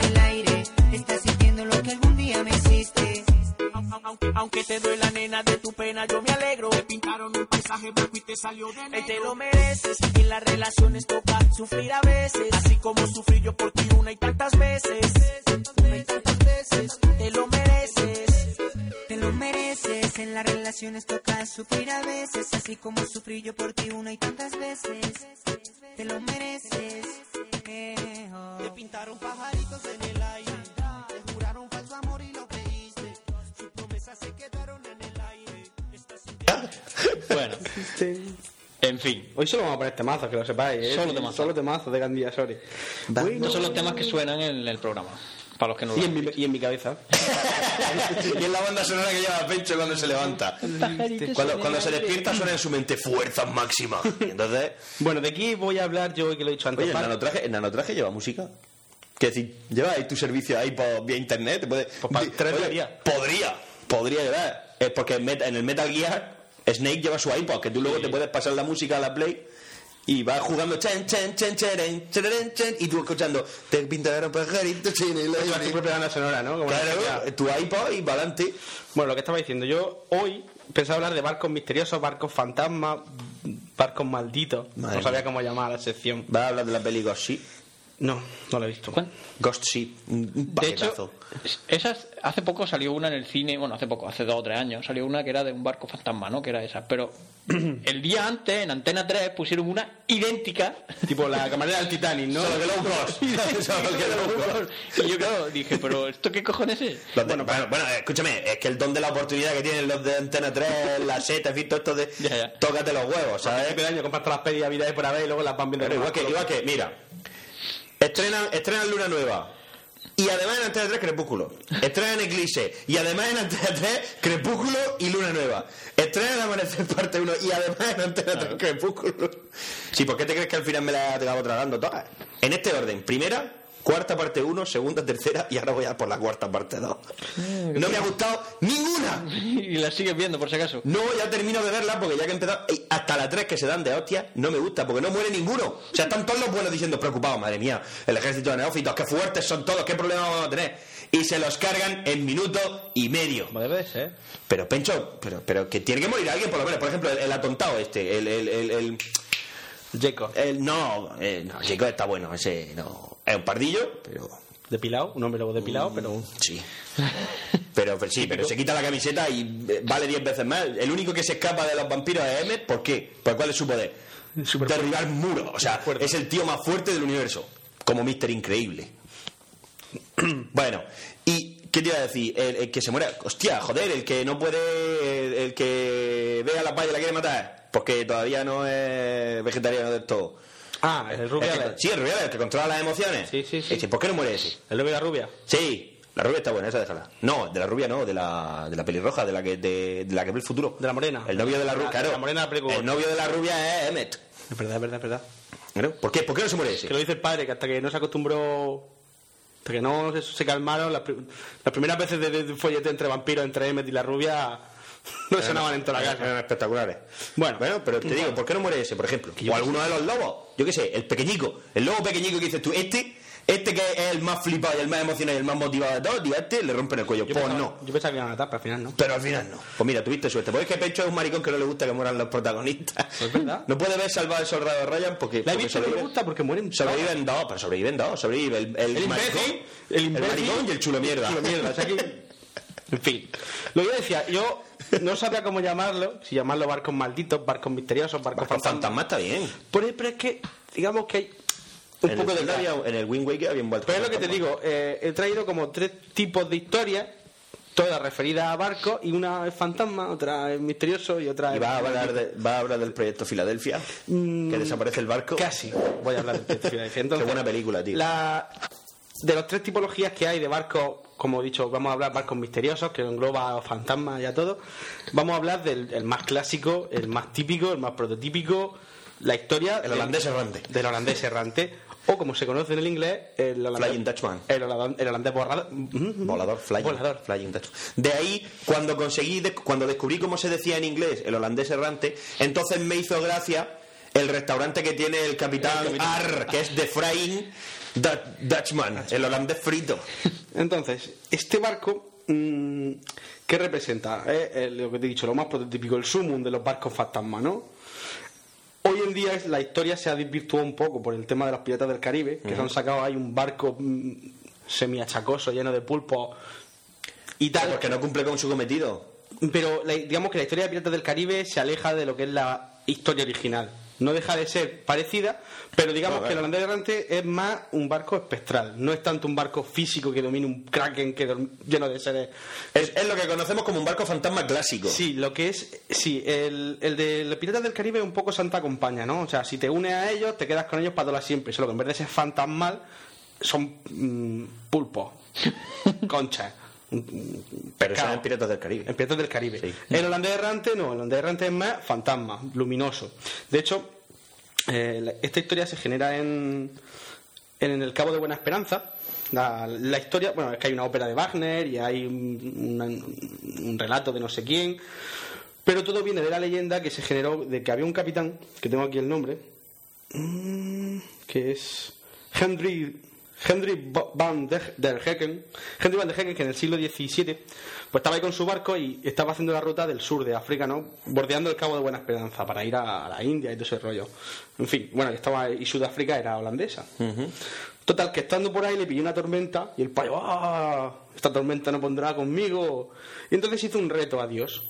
el aire. Estás sintiendo lo que algún día me hiciste.
Aunque te duela, nena, de tu pena yo me alegro. Te pintaron un paisaje blanco y te salió de negro. te lo mereces. En las relaciones toca sufrir a veces. Así como sufrí yo por ti una y tantas veces. Una y tantas veces. Te lo mereces.
Te lo mereces, en las relaciones toca sufrir a veces, así como sufrí yo por ti una y tantas veces. Te lo mereces. eh, oh.
Te pintaron pajaritos en el aire. Te juraron falso amor y lo creíste. Sus promesas se quedaron en el aire. Estás sintiendo-
Bueno, en fin.
Hoy solo vamos a poner temazos, que lo sepáis. ¿eh?
Solo temazos.
Solo temazos de Gandía, sorry.
Estos son los temas que suenan en el programa. Para los que no lo
Y en mi, y en mi cabeza.
y es la banda sonora que lleva Pencho cuando se levanta. Cuando, cuando se despierta suena en su mente fuerzas máximas. Y entonces,
Bueno, de aquí voy a hablar yo hoy que lo he dicho antes.
oye, el
Vale.
nanotraje, el nanotraje lleva música. Que decir, lleva ahí tu servicio ahí por, vía internet. te puede- di- oye, Podría, podría llevar. Es porque en, Meta- en el Metal Gear, Snake lleva su iPod, que tú luego te puedes pasar la música a la Play. Y vas jugando chen, chen, chen, cheren, cheren, chen, y tú escuchando Te pintaron pajaritos en el
Eso es tu
aire".
propia banda sonora, ¿no? Como
Claro,
la-
tu iPod y para adelante.
Bueno, lo que estaba diciendo, yo hoy pensaba hablar de barcos misteriosos, barcos fantasmas, barcos malditos.
Madre
no sabía cómo llamar a la sección.
¿Vas a hablar de la peli Ghost Ship?
No, no la he visto.
Ghost Ship, un un
De hecho,
paquetazo.
esas, hace poco salió una en el cine, bueno, hace poco, hace dos o tres años, salió una que era de un barco fantasma, ¿no? Que era esa. Pero el día antes, en Antena 3, pusieron una idéntica.
Tipo la camarera del Titanic, ¿no?
Solo que low cost. Solo que low cost.
Y yo, claro, dije, ¿pero esto qué cojones es?
Los de- bueno, bueno, escúchame, es que el don de la oportunidad que tienen los de Antena 3, la seta, en fin, todo esto de.
Ya, ya.
Tócate los huevos,
A
¿sabes?
principio de año compras todas las pelis a vida de por haber y luego las van viendo.
Pero
como
igual que,
barcos.
igual que, mira, estrenan, estrenan Luna Nueva. Y además en Antena 3 Crepúsculo. Estrenan Eclipse. Y además en Antena 3 Crepúsculo y Luna Nueva. Estrenan Amanecer parte 1. Y además en Antena 3 Crepúsculo. Sí, ¿por qué te crees que al final me la acabo tragando todas? En este orden. Primera, cuarta parte 1, segunda, tercera. Y ahora voy a por la cuarta parte 2. No me ha gustado ninguna.
Y la sigues viendo, por si acaso.
No, ya termino de verla porque ya que he empezado. ey, Hasta la 3 que se dan de hostia, no me gusta porque no muere ninguno. O sea, están todos los buenos diciendo preocupados, madre mía, el ejército de neófitos, qué fuertes son todos, qué problema vamos a tener. Y se los cargan en minuto y medio.
Como debe de ser.
Pero, Pencho, pero, pero que tiene que morir alguien, por lo menos. Por ejemplo, el, el atontado este, el. el, el, el-
Jacob.
el- no, eh, no, Jacob está bueno, ese no. Es un pardillo, pero.
Depilado, un hombre lobo depilado, pero.
Sí. Pero, pero sí, pero se quita la camiseta y eh, vale 10 veces más. El único que se escapa de los vampiros es Emmet. ¿Por qué? ¿Por cuál es su poder?
Super-
Derribar muros. O sea, es el tío más fuerte del universo. Como Mister Increíble. bueno, ¿y qué te iba a decir? El, el que se muera. Hostia, joder, el que no puede. El, el que ve a la palla y la quiere matar. Porque todavía no es vegetariano del todo.
Ah, el rubio.
El que- sí, el Rubiales, el que controla las emociones.
Sí, sí, sí.
Ese, ¿Por qué no muere ese?
El rubio y la rubia.
Sí, la rubia está buena, esa déjala. No, de la rubia no, de la, de la pelirroja, de la que de, de la que ve el futuro.
De la morena.
El novio de la rubia,
La-
claro.
la morena la película.
el novio de la rubia es Emmet.
Es verdad, es verdad, es verdad.
¿No? ¿Por qué? ¿Por qué no se muere ese?
Que lo dice el padre, que hasta que no se acostumbró. Hasta que no se, se calmaron, las, pri- las primeras veces de, de follete entre vampiros, entre Emmet y la rubia, no sonaban en toda la
Eran-
casa.
Eran espectaculares.
Bueno.
bueno, pero te digo, ¿por qué no muere ese, por ejemplo?
yo
O
qué
alguno de los lobos. Yo qué sé, el pequeñico. El lobo pequeñico que dices tú, este, este que es el más flipado y el más emocionado y el más motivado de todos, digo, a este le rompen el cuello.
Yo
pues
pensaba,
no.
Yo pensaba que iban a matar, pero al final no.
Pero al final no. Pues mira, tuviste suerte. Porque es que Pecho es un maricón que no le gusta que mueran los protagonistas.
Pues verdad.
No puede ver salvado el soldado Ryan porque.
La he
porque
visto que me
sobrevive-
gusta porque mueren.
Sobreviven dos, pero sobreviven dos. Sobrevive el, el,
El imbécil,
maricón,
el imbécil,
maricón y el chulo mierda.
Chulo mierda, o sea que- En fin. Lo que yo decía, yo no sabía cómo llamarlo, si llamarlo barcos malditos, barcos misteriosos, barcos,
Barco
fantasmas.
Pues fantasma está bien.
Pero, pero es que, digamos que hay un
En
poco
el
de
Zelda
cada.
había- En el Wind Waker había un barco
Pero es lo que te
fantasma.
digo, eh, he traído como tres tipos de historias, todas referidas a barcos, y una es fantasma, otra es misterioso y otra
Y
es...
va a hablar, de- va a hablar del proyecto Filadelfia,
Mm,
que desaparece el barco.
Casi. Voy a hablar de Pet Filadelfia. Entonces,
Qué buena película, tío.
la- de las tres tipologías que hay de barcos, como he dicho, vamos a hablar barcos misteriosos, que engloba a los fantasmas y a todo. Vamos a hablar del el más clásico, el más típico, el más prototípico, la historia...
El
del-
holandés errante.
Del holandés errante. O como se conoce en el inglés, el holandés...
Flying Dutchman.
El holandés, el holandés borrado.
Volador, flying,
Volador.
flying Dutch. De ahí, cuando conseguí, de- cuando descubrí cómo se decía en inglés el holandés errante, entonces me hizo gracia el restaurante que tiene el capitán, Arr, que es de Frying Dutch- Dutchman, el holandés frito.
Entonces, este barco, mm, ¿qué representa? Es eh, lo que te he dicho, lo más prototípico, el sumum de los barcos fantasma, ¿no? Hoy en día es- la historia se ha desvirtuado un poco por el tema de los piratas del Caribe, que se han sacado ahí un barco mm, semiachacoso, lleno de pulpos y tal.
Porque no cumple con su cometido.
Pero la- digamos que la historia de Piratas del Caribe se aleja de lo que es la historia original. No deja de ser parecida, pero digamos
Ah, vale.
que el holandés errante es más un barco espectral. No es tanto un barco físico que domine un kraken que dorm- lleno de seres.
Es, es lo que conocemos como un barco fantasma clásico.
Sí, lo que es. Sí, el, el de los Piratas del Caribe es un poco Santa Compañía, ¿no? O sea, si te unes a ellos, te quedas con ellos para toda la siempre. Solo que en vez de ser fantasmal, son mm, pulpos, conchas.
Pero
Claro.
son en Piratas del Caribe.
En Piratas del Caribe. El holandés errante no, el holandés errante es más fantasma, luminoso. De hecho, eh, la- esta historia se genera en, en, el Cabo de Buena Esperanza. La, la historia, bueno, es que hay una ópera de Wagner y hay un, un- un relato de no sé quién, pero todo viene de la leyenda que se generó de que había un capitán, que tengo aquí el nombre, mm, que es Henry, Henry Bo- van der, der Hecken. Henry van der Hecken, que en el siglo XVII pues estaba ahí con su barco y estaba haciendo la ruta del sur de África, ¿no? Bordeando el Cabo de Buena Esperanza para ir a, a la India y todo ese rollo. En fin, bueno, que estaba y Sudáfrica era holandesa. Total, que estando por ahí le pilló una tormenta y el payo, ¡ah! Esta tormenta no pondrá conmigo. Y entonces hizo un reto a Dios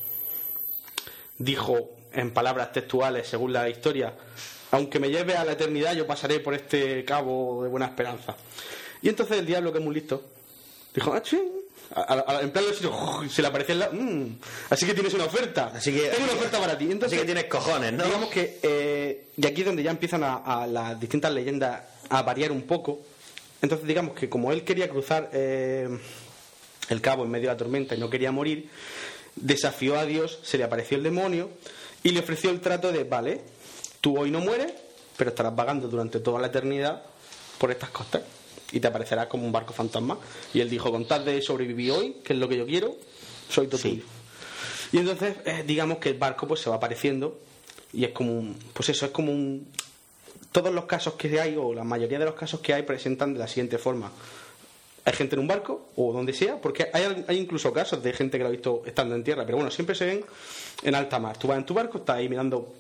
dijo en palabras textuales, según la historia, aunque me lleve a la eternidad, yo pasaré por este cabo de buena esperanza. Y entonces el diablo, que es muy listo, dijo, ah, sí. A- a- a- en plan, lo hizo, se le apareció en la... "Mm, así que tienes una oferta. Así que, Tengo una oferta para ti. Entonces,
así que tienes cojones, ¿no?
Digamos que... eh, y aquí es donde ya empiezan a, a las distintas leyendas a variar un poco. Entonces, digamos que como él quería cruzar eh, el cabo en medio de la tormenta y no quería morir, desafió a Dios, se le apareció el demonio y le ofreció el trato de, vale, tú hoy no mueres, pero estarás vagando durante toda la eternidad por estas costas y te aparecerás como un barco fantasma. Y él dijo, con tal de sobrevivir hoy, que es lo que yo quiero, soy todo tuyo". Y entonces, eh, digamos que el barco pues se va apareciendo y es como un, pues eso, es como un... Todos los casos que hay, o la mayoría de los casos que hay, presentan de la siguiente forma hay gente en un barco o donde sea, porque hay, hay incluso casos de gente que lo ha visto estando en tierra, pero bueno, siempre se ven en alta mar. Tú vas en tu barco, estás ahí mirando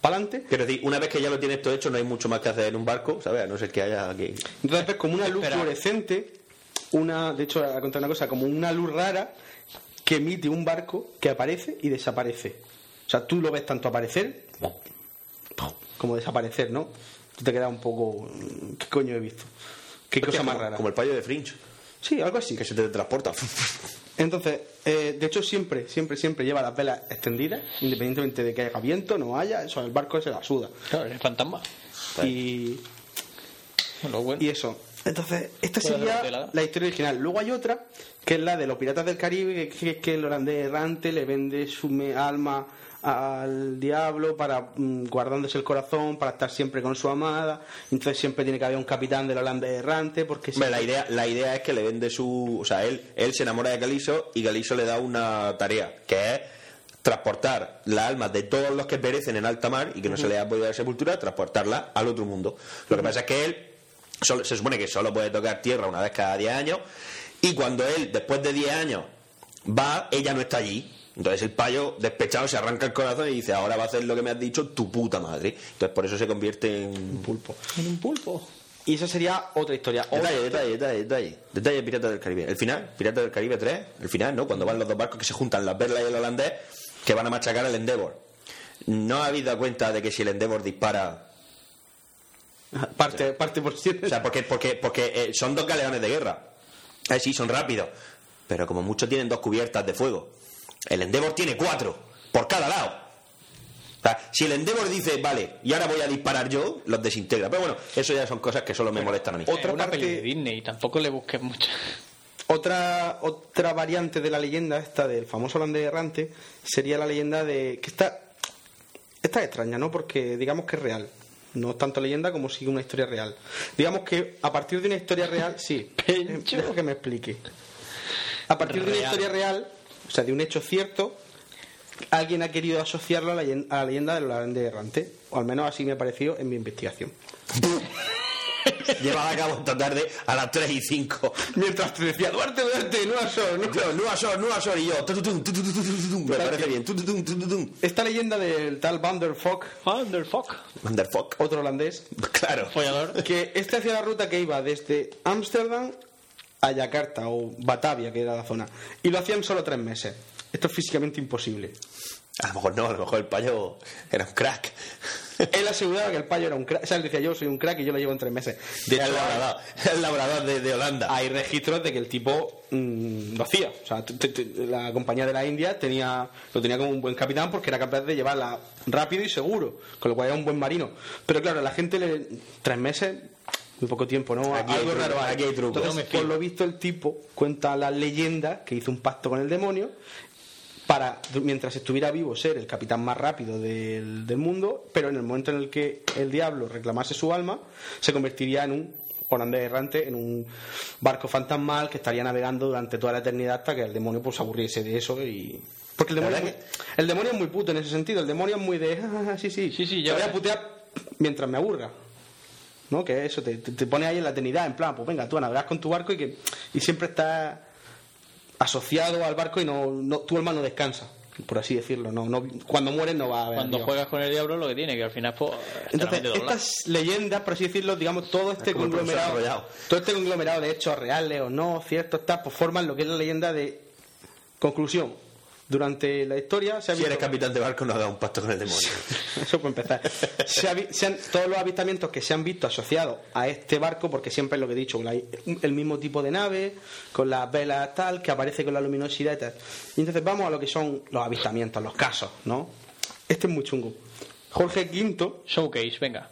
para adelante.
Quiero decir, una vez que ya lo tienes todo hecho, no hay mucho más que hacer en un barco, ¿sabes? A no ser que haya aquí.
Entonces ves como una luz
Espera.
fluorescente, una, de hecho, a contar una cosa, como una luz rara que emite un barco que aparece y desaparece. O sea, tú lo ves tanto aparecer como desaparecer, ¿no? Tú te quedas un poco, mm, ¿qué coño he visto? ¿Qué cosa más
como-
rara?
Como el payo de Fringe.
Sí, algo así.
Que se te transporta.
Entonces, eh, de hecho, siempre, siempre, siempre lleva las velas extendidas, independientemente de que haya viento, no haya, eso, el barco se la suda.
Claro, es el fantasma.
Y,
Bueno, bueno.
y eso. Entonces, esta
Puede hacer
sería
tela.
la historia original. Luego hay otra, que es la de los piratas del Caribe, que es que el holandés errante le vende su me- alma al diablo para mm, guardándose el corazón, para estar siempre con su amada. Entonces siempre tiene que haber un capitán del holandés errante, porque...
Hombre, la
siempre-
idea, la idea es que le vende su. O sea, él, él se enamora de Caliso y Caliso le da una tarea, que es transportar las almas de todos los que perecen en alta mar y que no se les ha podido dar sepultura, transportarla al otro mundo. Lo que pasa es que él solo- se supone que solo puede tocar tierra una vez cada 10 años y cuando él, después de 10 años, va, ella no está allí. Entonces el payo despechado se arranca el corazón y dice, ahora va a hacer lo que me has dicho tu puta madre. Entonces por eso se convierte en un pulpo.
En un pulpo.
Y esa sería otra historia. Otra-
Detalle, detalle, detalle, detalle. Detalle de Pirata del Caribe. El final, Pirata del Caribe 3, el final, ¿no? Cuando van los dos barcos que se juntan, las Berlas y el holandés, que van a machacar al Endeavor. ¿No habéis dado cuenta de que si el Endeavor dispara...
Parte, parte por siete.
O sea, porque, porque, porque eh, son dos galeones de guerra. Eh, sí, son rápidos. Pero como mucho tienen dos cubiertas de fuego. El Endeavor tiene cuatro, por cada lado. O sea, si el Endeavor dice, vale, y ahora voy a disparar yo, los desintegra. Pero bueno, eso ya son cosas que solo me molestan a mí.
Otra
Otra
una peli
parte-
de Disney, tampoco le busques mucho.
Otra, otra variante de la leyenda esta del famoso holandés errante sería la leyenda de que está esta es extraña, ¿no? Porque digamos que es real. No es tanto leyenda como sí una historia real. Digamos que a partir de una historia real, sí. Eh,
Pencho.
Deja que me explique. A partir de una
Real.
historia real, o sea, de un hecho cierto, alguien ha querido asociarlo a la, llen- a la leyenda del Duende errante. O al menos así me ha parecido en mi investigación.
Llevaba a cabo esta tarde a las 3 y 5.
Mientras te decía, Duarte, Duarte, no Asor, no
Yo, no Asor, no Asor, y yo. tu, tu, tu, tu, tu, tu, tu, tu, tu, Me parece bien. Tu, tu, tu, tu, tu, tu.
Esta leyenda del tal Van der Fock,
Van der Fuck.
otro holandés,
Claro.
Follador.
que este hacía la ruta que iba desde Ámsterdam a Yakarta o Batavia, que era la zona, y lo hacían solo tres meses. Esto es físicamente imposible.
A lo mejor no, a lo mejor el payo era un crack.
Él aseguraba que el payo era un crack. O sea, él decía, yo soy un crack y yo lo llevo en tres meses. De
Era el labrador, era el labrador de, de Holanda.
hay registros de que el tipo mm, lo hacía. O sea, t- t- t- la compañía de la India tenía, lo tenía como un buen capitán porque era capaz de llevarla rápido y seguro, con lo cual era un buen marino. Pero claro, la gente le. tres meses, muy poco tiempo, ¿no?
Aquí hay
Algo
truco,
raro hay.
aquí hay truco. No
Entonces,
me
por lo visto, el tipo cuenta la leyenda que hizo un pacto con el demonio para, mientras estuviera vivo, ser el capitán más rápido del, del mundo, pero en el momento en el que el diablo reclamase su alma, se convertiría en un holandés errante, en un barco fantasmal que estaría navegando durante toda la eternidad hasta que el demonio pues, se aburriese de eso y... Porque el
La
demonio, es
verdad
muy, el demonio es muy puto en ese sentido, el demonio es muy de... "Ah, ah, ah, sí, sí,
Sí, sí,
te
ya
voy a
verás".
putear mientras me aburra. ¿no? Que eso, te, te, te pone ahí en la eternidad, en plan, pues venga, tú navegas con tu barco y que y siempre estás asociado al barco y no, no tu alma no descansa, por así decirlo. No, no, cuando mueres no va a haber.
Cuando
Dios.
juegas con el diablo lo que tiene, que al final pues,
Entonces,
solamente doblar.
estas leyendas, por así decirlo, digamos, todo este
Es como el profesor
conglomerado,
enrollado.
todo este conglomerado de hechos reales o no, ciertos, tal, pues forman lo que es la leyenda de conclusión. Durante la historia se ha
Si eres
visto-
capitán de barco, no hagas un pacto con el demonio.
Eso para empezar. Se ha vi- se han- todos los avistamientos que se han visto asociados a este barco, porque siempre es lo que he dicho, la- el mismo tipo de nave, con las velas tal, que aparece con la luminosidad y tal. Y entonces vamos a lo que son los avistamientos, los casos, ¿no? Este es muy chungo. Jorge V,
Showcase, venga.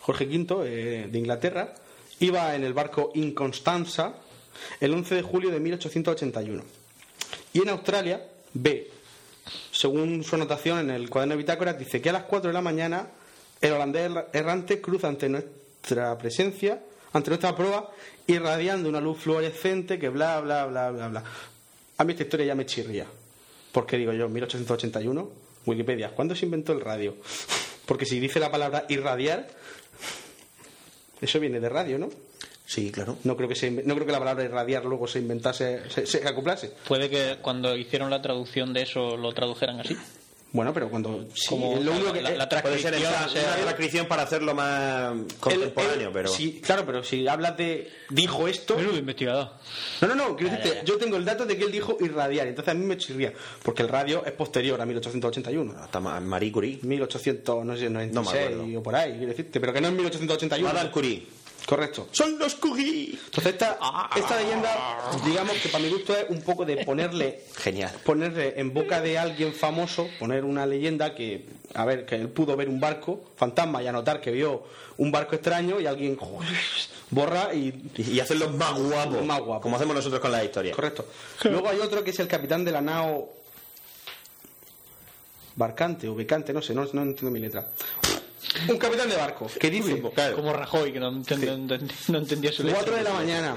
Jorge V eh, de Inglaterra, iba en el barco Inconstanza el 11 de julio de 1881. Y en Australia ve, según su anotación en el cuaderno de bitácoras, dice que a las 4 de la mañana el holandés erra- errante cruza ante nuestra presencia, ante nuestra proa, irradiando una luz fluorescente que bla, bla, bla, bla, bla. A mí esta historia ya me chirría. Porque digo yo, 1881, Wikipedia, ¿cuándo se inventó el radio? Porque si dice la palabra irradiar, eso viene de radio, ¿no?
Sí, claro.
No creo que, se, inve- no creo que la palabra irradiar luego se inventase, se- se acoplase.
Puede que cuando hicieron la traducción de eso lo tradujeran así.
Bueno, pero cuando. sí,
Como
es lo único que-
la- la
eh,
Puede ser
transcripción,
esa-
o sea,
una transcripción para hacerlo más
el-
contemporáneo,
el-
pero.
sí, claro, pero si hablas de. Dijo esto.
Menudo investigador.
No, no, no. quiero decirte, yo tengo el dato de que él dijo irradiar. Entonces a mí me chirría. Porque el radio es posterior a 1881.
Hasta Ma- Marie Curie.
1800, no sé,
Ah. No me
96
acuerdo.
o por ahí, quiero decirte. Pero que no es 1881.
Madame Curie.
Correcto.
¡Son los Curie!
Entonces esta, esta leyenda, digamos que para mi gusto es un poco de ponerle
Genial.
ponerle en boca de alguien famoso, poner una leyenda que, a ver, que él pudo ver un barco fantasma y anotar que vio un barco extraño y alguien borra y...
Y hacerlos más guapos.
Más guapos.
Como hacemos nosotros con las historias.
Correcto. Luego hay otro que es el capitán de la nao... Barcante o becante, no sé, no, no entiendo mi letra. Un capitán de barco que dice...
Como Rajoy, que no, entendía- no entendía- no entendía su letra.
4 de la mañana.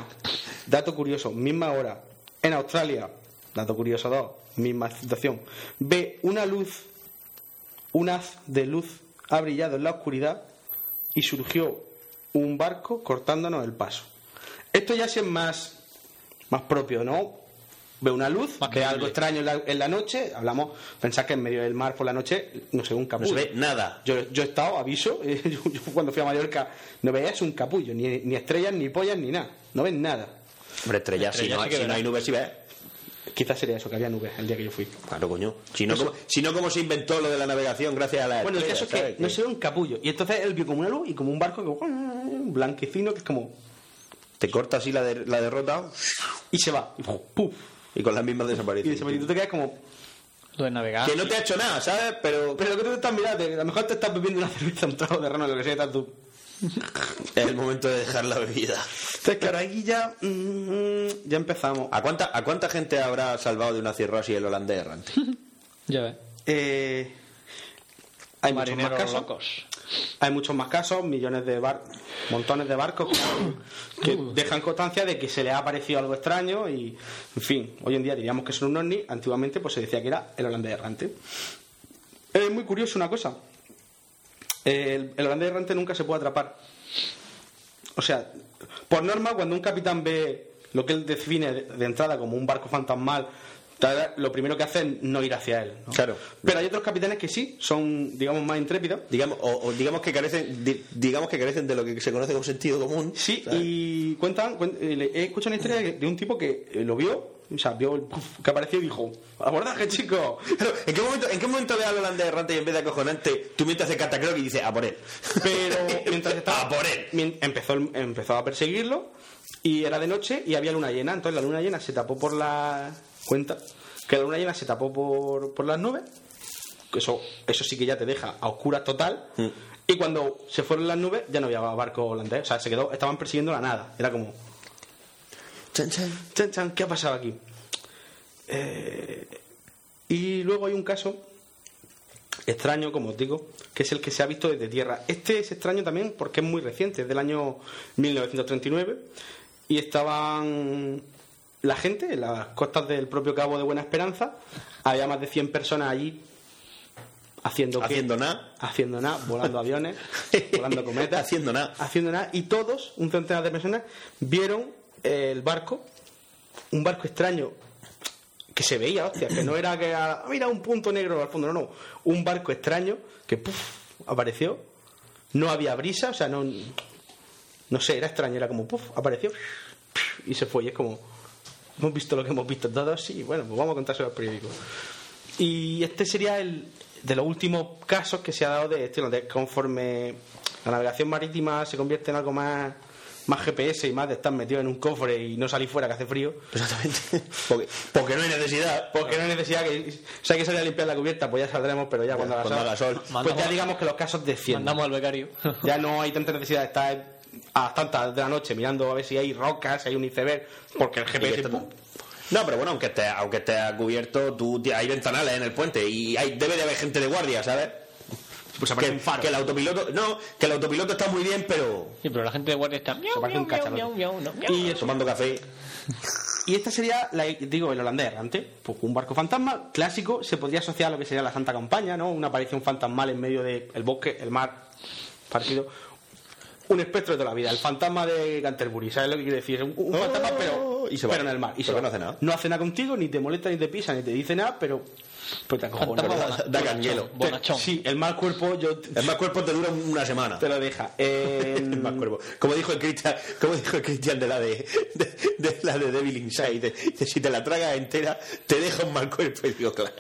Dato curioso, misma hora. En Australia, dato curioso 2, misma situación. Ve una luz, un haz de luz ha brillado en la oscuridad y surgió un barco cortándonos el paso. Esto ya sí es más, más propio, ¿no? Ve una luz,
Más
ve
creíble.
algo extraño en la, en la noche, hablamos, pensad que en medio del mar por la noche, no sé, un
No
capullo.
se ve nada.
Yo, yo he estado, aviso, eh, yo, yo cuando fui a Mallorca no veías un capullo, ni, ni estrellas, ni pollas, ni nada. No ves nada.
Hombre, estrellas, si,
Estrellas
no,
sí que
si no
verás.
hay nubes, sí ves.
Quizás sería eso, que había nubes el día que yo fui.
Claro, coño. Si no, como, si no, ¿cómo se inventó lo de la navegación gracias a la
Bueno, el caso es que no se
sé.
ve un capullo. Y entonces él vio como una luz y como un barco que, un blanquecino que es como...
Te corta así la, de- la derrota
Y se va. Y, ¡puf!
y con las mismas
y
desaparece.
desaparece. Y tú te quedas como...
Lo de navegar.
Que no te ha hecho nada, ¿sabes? Pero
Pero lo que tú te estás mirando, a lo mejor te estás bebiendo una cerveza, un trago de rana, lo que sea, y estás tú...
es el momento de dejar la bebida.
Entonces, claro, aquí ya... mm, ya empezamos.
¿A cuánta, ¿A cuánta gente habrá salvado de una cirrosis el holandés errante?
Ya ves.
Eh, hay muchos más
Marineros
casos.
locos.
Hay muchos más casos, millones de bar montones de barcos que, que dejan constancia de que se les ha aparecido algo extraño y, en fin, hoy en día diríamos que son un ovni, antiguamente pues se decía que era el holandés errante. Es muy curioso una cosa, el, el holandés errante nunca se puede atrapar. O sea, por norma, cuando un capitán ve lo que él define de, de entrada como un barco fantasmal, tal, lo primero que hace es no ir hacia él. ¿no?
Claro.
Pero hay otros capitanes que sí, son, digamos, más intrépidos.
Digamos, o, o digamos que carecen, di- digamos que carecen de lo que se conoce como sentido común.
Sí,
¿sabes?
y cuentan, cuen- eh, le- he escuchado una historia de- de un tipo que eh, lo vio, o sea, vio el puff que apareció y dijo, abordaje, chico.
Claro, ¿en qué momento, en qué momento ve al holandés errante y en vez de acojonante, tú mientras haces catacroc y dices, a por él?
Pero mientras estaba...
¡A por él!
mien- Empezó, el- empezó a perseguirlo y era de noche y había luna llena. Entonces la luna llena se tapó por la... Cuenta que la luna llena se tapó por, por las nubes. que Eso, eso sí que ya te deja a oscuras total.
Mm.
Y cuando se fueron las nubes ya no había barco holandés. O sea, se quedó... Estaban persiguiendo la nada. Era como...
Chan, chan.
Chan, chan, ¿qué ha pasado aquí? Eh, y luego hay un caso extraño, como os digo, que es el que se ha visto desde tierra. Este es extraño también porque es muy reciente, es del año 1939, y estaban la gente en las costas del propio Cabo de Buena Esperanza, había más de 100 personas allí haciendo, qué?
Haciendo nada.
haciendo nada, volando aviones, volando cometas,
Haciendo nada.
haciendo nada, y todos, un centenar de personas, vieron el barco, un barco extraño que se veía, hostia, que no era que ah, mira un punto negro al fondo, no, no, un barco extraño que puf, apareció, no había brisa, o sea, no, no sé, era extraño, era como puf, apareció y se fue, y es como hemos visto lo que hemos visto todos y bueno, pues vamos a contárselo al periódico. Y este sería el de los últimos casos que se ha dado de estilo de conforme la navegación marítima se convierte en algo más más GPS y más de estar metido en un cofre y no salir fuera que hace frío.
Exactamente. Porque, porque no hay necesidad.
Porque no hay necesidad que si hay que salir a limpiar la cubierta, pues ya saldremos, pero ya cuando, haga,
cuando
sol,
haga sol.
Pues ya digamos que los casos descienden.
Mandamos al becario.
Ya no hay tanta necesidad de estar a las tantas de la noche mirando a ver si hay rocas, si hay un iceberg, porque el
Y
GPS
esto- No, pero bueno, aunque esté, aunque esté a cubierto, tú, tía, hay ventanales en el puente y hay, debe de haber gente de guardia, ¿sabes?
pues
que, que el autopiloto, no, que el autopiloto está muy bien, pero
Sí, pero la gente de guardia está. Miau,
Se parece
miau,
un cacharro.
miau, miau, miau, miau.
Y,
tomando café.
y esta sería, la, digo, el holandés errante. Pues un barco fantasma clásico se podría asociar a lo que sería la Santa Campaña, ¿no? Una aparición fantasmal en medio del bosque, el mar, partido. Un espectro de toda la vida, el fantasma de Canterbury, ¿sabes lo que quiere decir? Un, un
Oh,
fantasma, pero,
y se va.
pero en el mar. Y se
Porque no
va.
hace nada.
No hace nada contigo, ni te molesta, ni te pisa, ni te dice nada, pero, pero te acojona.
Fantasma
Te-
bona-
da canguelo.
te-
bonachón.
Sí, el mal cuerpo yo te,
El más cuerpo te dura una semana.
te lo deja. Em,
El
El
más cuerpo. Como dijo el Cristian, como dijo el Cristian de la de, de, de la de Devil Inside, de- de si te la tragas entera, te deja un mal cuerpo. Y digo, claro.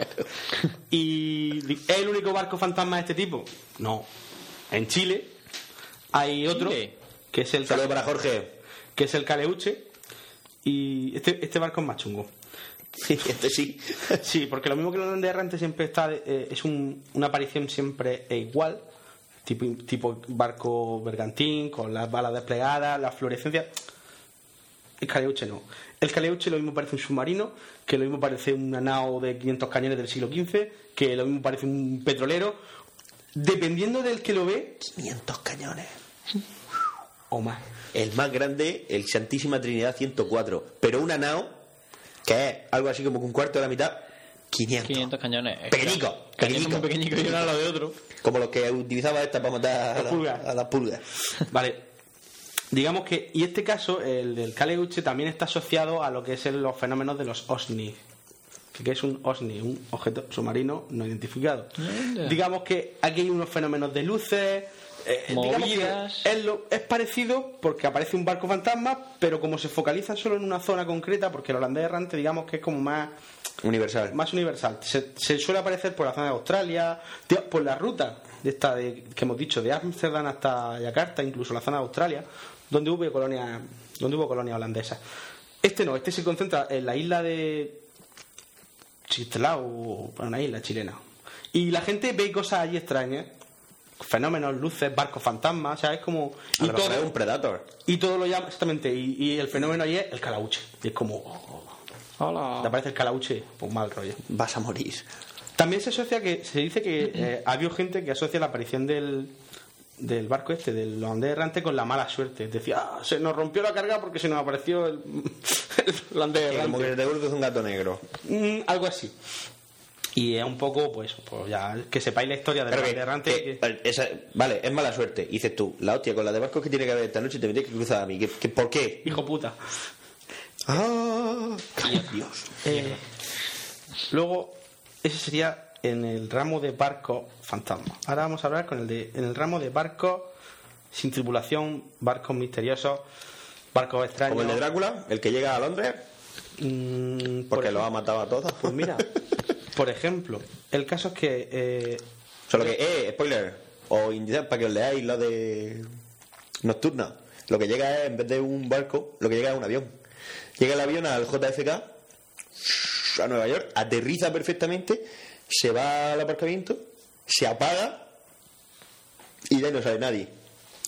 ¿Y di- es el único barco fantasma de este tipo? No. En Chile hay otro
Chile.
que es el
Saludos para Jorge.
que es el Caleuche y este, este barco es más chungo.
Este sí.
Sí, porque lo mismo que el holandés errante siempre está eh, es un- una aparición siempre e igual, tipo tipo barco bergantín con las balas desplegadas, las fluorescencias. El Caleuche no. El Caleuche lo mismo parece un submarino, que lo mismo parece una nao de 500 cañones del siglo XV, que lo mismo parece un petrolero. Dependiendo del que lo ve,
500 cañones.
o más.
El más grande, el Santísima Trinidad 104. Pero una nao, que es algo así como que un cuarto de la mitad, 500.
500 cañones.
Pequeñico,
Cañones muy
pequeñico.
pequeñicos y uno a lo de otro.
Como los que utilizaba esta para matar a, la-
Pulga.
a las pulgas.
Vale. Digamos que, y este caso, el del Caleuche, también está asociado a lo que es el- los fenómenos de los OSNI. que es un OSNI? Un objeto submarino no identificado.
Anda.
Digamos que aquí hay unos fenómenos de luces. eh, digamos que
Movidas.
es, lo- es parecido porque aparece un barco fantasma, pero como se focaliza solo en una zona concreta, porque el holandés errante, digamos que es como más
Universal.
más universal. Se, se suele aparecer por la zona de Australia, de- por la ruta de esta de, que hemos dicho, de Ámsterdam hasta Yakarta, incluso la zona de Australia, donde hubo colonia, donde hubo colonia holandesa. Este no, este se concentra en la isla de Chitlao, o una isla chilena. Y la gente ve cosas allí extrañas, fenómenos, luces, barcos fantasmas, o sea, es como...
A
y
lo mejor
todo-
es un Predator.
y todo lo llama, exactamente, y, y el fenómeno ahí es el calauche. Y es como, oh, te
Hola.
aparece el calauche, pues mal rollo.
Vas a morir.
También se asocia que se dice que eh, ha habido gente que asocia la aparición del, del barco este, del holandés errante, con la mala suerte. Decía, "Ah, se nos rompió la carga porque se nos apareció el, el holandés
Sí,
errante.
como que te vuelves un gato negro.
Mm, algo así. Y es un poco, pues, pues ya que sepáis la historia del
Claro que-
holandés errante.
que- eh, esa- vale, es mala suerte. Y dices tú, la hostia, con la de barcos que tiene que haber esta noche te tendrías que cruzar a mí. ¿Qué, qué- por qué?
Hijo puta.
Ah, cállate, Dios.
Eh, luego, ese sería en el ramo de barco fantasma. Ahora vamos a hablar con el de en el ramo de barcos sin tripulación, barcos misteriosos, barcos extraños.
Como el de Drácula, el que llega a Londres
Mm, por
porque los ha
ejemplo-
matado a todos.
Pues mira, por ejemplo, el caso es que eh,
Solo que, eh, spoiler, o indicar para que os leáis lo de Nocturna. Lo que llega es, en vez de un barco, lo que llega es un avión. Llega el avión al JFK, a Nueva York, aterriza perfectamente, se va al aparcamiento, se apaga y de ahí no sale nadie.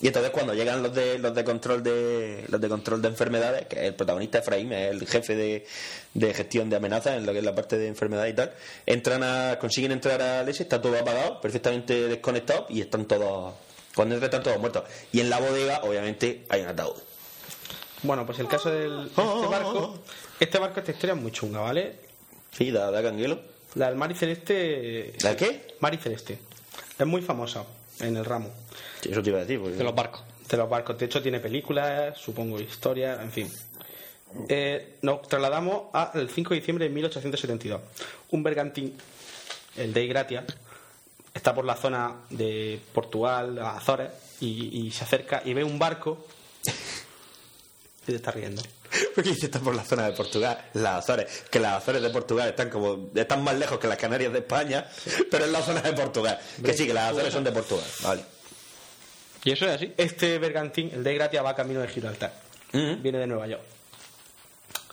Y entonces cuando llegan los de los de control de los de control de enfermedades, que el protagonista Efraín es el jefe de, de gestión de amenazas en lo que es la parte de enfermedades y tal, entran a, consiguen entrar al ese, está todo apagado, perfectamente desconectado y están todos cuando entran están todos muertos. Y en la bodega, obviamente, hay un ataúd.
bueno, pues el caso del este barco, este barco esta historia es muy chunga, ¿vale?
Sí, da, da canguelo.
La del Mar y Celeste.
¿La qué?
Mar y Celeste. Es muy famosa en el ramo.
Sí, Eso te iba a decir. porque-
de los barcos.
de los barcos. De hecho, tiene películas, supongo, historias, en fin. Eh, nos trasladamos al 5 de diciembre de 1872. Un bergantín, el de Gratia, está por la zona de Portugal, las Azores, y, y se acerca y ve un barco. Y te está riendo.
Porque dice, está por la zona de Portugal, las Azores, que las Azores de Portugal están como están más lejos que las Canarias de España, pero es la zona de Portugal. Que sí, que las Azores son de Portugal, vale.
¿Y eso es así?
Este bergantín, el de Gratia, va camino de Gibraltar.
Mm.
Ujú.
Viene de Nueva York.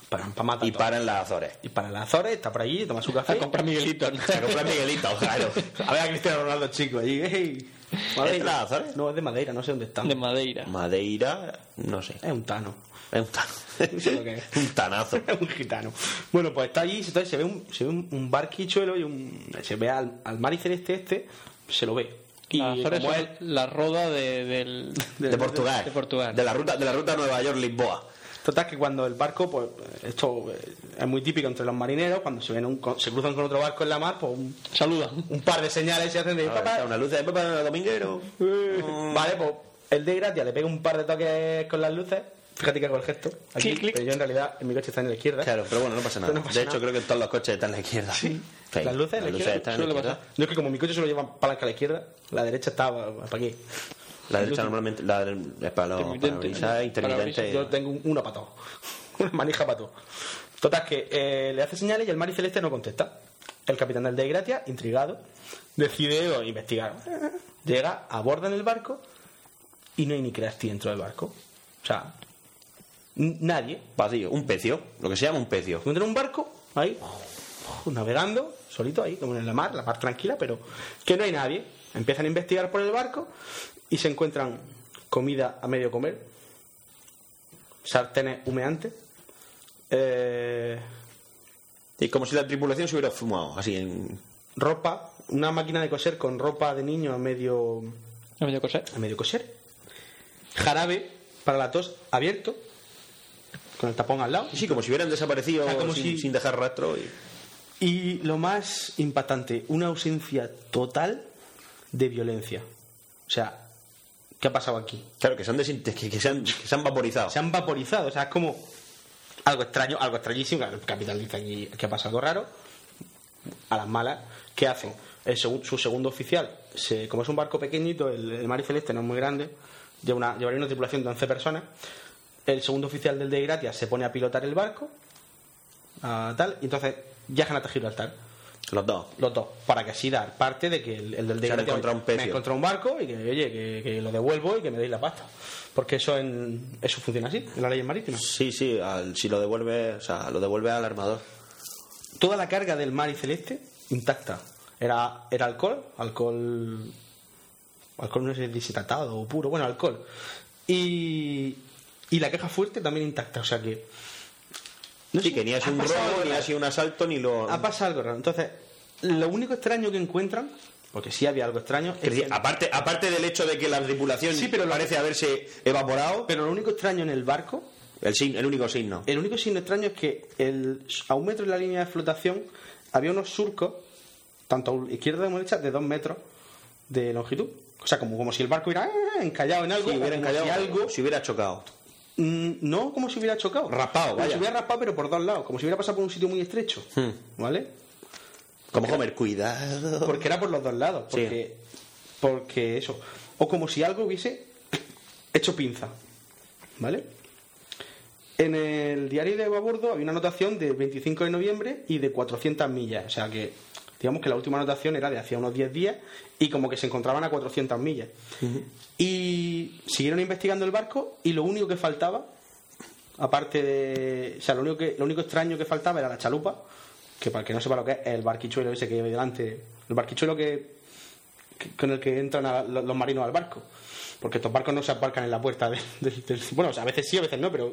Para, para matar
Y
todo.
paran las Azores.
y para las Azores, está por allí, toma su café.
A comprar Miguelito. ¿no?
Se compra Miguelito, claro.
A ver a Cristiano Ronaldo, chico. Ahí, ey.
¿Es de las Azores?
No, es de Madeira, no sé dónde está.
De Madeira.
Madeira, no sé.
Es un tano.
Es un tan-
No sé lo que es.
un tanazo.
Es un gitano. Bueno, pues está allí, entonces se ve un, se ve un, un barquichuelo y un, se ve al, al mar y celeste este, se lo ve. Y
Las Azores
como
son
él-
la roda de, del...
De Portugal.
De Portugal.
De la ruta, de la ruta Nueva York-Lisboa.
Total, que cuando el barco, pues esto eh, es muy típico entre los marineros, cuando se, ven un, con- se cruzan con otro barco en la mar, pues un,
Saludan.
un par de señales se hacen de
Ahora
papá.
está Una luz de papá en el dominguero.
eh, Vale, pues el de gracia le pega un par de toques con las luces. Fíjate que hago el gesto. Aquí,
Clic, clic.
Pero yo en realidad en mi coche está en la izquierda.
Claro, pero bueno, no pasa nada.
No pasa
de hecho,
nada.
creo que todos los coches están a la izquierda. Sí.
Las
las
luces, la
luces
izquierda,
están a la
suele
izquierda.
pasar. No es que como mi coche solo lleva palanca a la izquierda, la derecha está para aquí.
La derecha normalmente la, del- es para los
Intermitente.
parabrisas, intermitente.
Yo tengo un- una para todo. Una manija para todo. Total, que eh, le hace señales y el Mari Celeste no contesta. El capitán del de Gratia, intrigado, decide oh, investigar. Llega, aborda en el barco y no hay ni Krusty dentro del barco. O sea, n- nadie.
Vacío, un pecio, lo que se llama un pecio.
Encuentra un barco ahí, navegando, solito ahí, como en la mar, la mar tranquila, pero que no hay nadie. Empiezan a investigar por el barco y se encuentran comida a medio comer, sartenes humeantes, eh,
Y como si la tripulación se hubiera fumado, así en.
ropa, una máquina de coser con ropa de niño a medio,
No me dio cosa.
a medio coser, jarabe para la tos abierto, con el tapón al lado.
Sí, como si hubieran desaparecido
O sea, como
sin,
si-
sin dejar rastro. y-
Y lo más impactante, una ausencia total de violencia. O sea, ¿qué ha pasado aquí?
Claro, que se han, desin- que, que se han, que se han vaporizado.
Se han vaporizado, o sea, es como algo extraño, algo extrañísimo. El capitán dice aquí que ha pasado algo raro. A las malas, ¿qué hacen? El segu- su segundo oficial, se- como es un barco pequeñito, el, el Mari Celeste no es muy grande, lleva una, llevaría una tripulación de 11 personas. El segundo oficial del de Gratia se pone a pilotar el barco, a tal, y entonces viajan hasta Gibraltar.
Los dos.
los dos, para que así dar parte de que el, el del
Se han
Degradado
encontrado un pecio.
me ha encontrado un barco y que, oye, que, que lo devuelvo y que me deis la pasta. Porque eso en, eso funciona así, en las leyes marítimas.
Sí, sí, al- si lo devuelve, o sea, lo devuelve al armador.
Toda la carga del mar y celeste intacta. Era, era alcohol, alcohol. Alcohol no sé, deshidratado o puro, bueno, alcohol. Y, y la caja fuerte también intacta, o sea que. no
sí,
sé,
que ni ha sido
ha
un
pasado
robo,
algo
ni ha
raro.
sido un asalto, ni lo.
Ha pasado algo raro. Entonces, lo único extraño que encuentran Porque sí había algo extraño.
Es decir, aparte, aparte del hecho de que la tripulación
Sí, pero lo-
parece haberse evaporado,
Pero lo único extraño en el barco,
el, signo- el único signo.
el único signo extraño es que el, a un metro de la línea de flotación había unos surcos, tanto a izquierda como a derecha, de dos metros de longitud. O sea, como, como si el barco hubiera ah, encallado en algo,
si
o
hubiera
como si
encallado,
algo
si hubiera chocado.
Mm, No, como si hubiera chocado.
Raspado,
Como
vaya.
si hubiera raspado, pero por dos lados. Como si hubiera pasado por un sitio muy estrecho.
Hmm.
¿Vale?
Como Homer, cuidado.
Porque era por los dos lados.
Sí.
Porque, porque eso. O como si algo hubiese hecho pinza. ¿Vale? En el diario de a bordo había una anotación de 25 de noviembre y de 400 millas. O sea que, digamos que la última anotación era de hacía unos 10 días y como que se encontraban a 400 millas. Y siguieron investigando el barco y lo único que faltaba, aparte de. O sea, lo único, que, lo único extraño que faltaba era la chalupa, que para el que no sepa lo que es, el barquichuelo ese que hay delante. El barquichuelo que, que- con el que entran a- lo- los marinos al barco. Porque estos barcos no se aparcan en la puerta del. del- del- bueno, o sea, a veces sí, a veces no, pero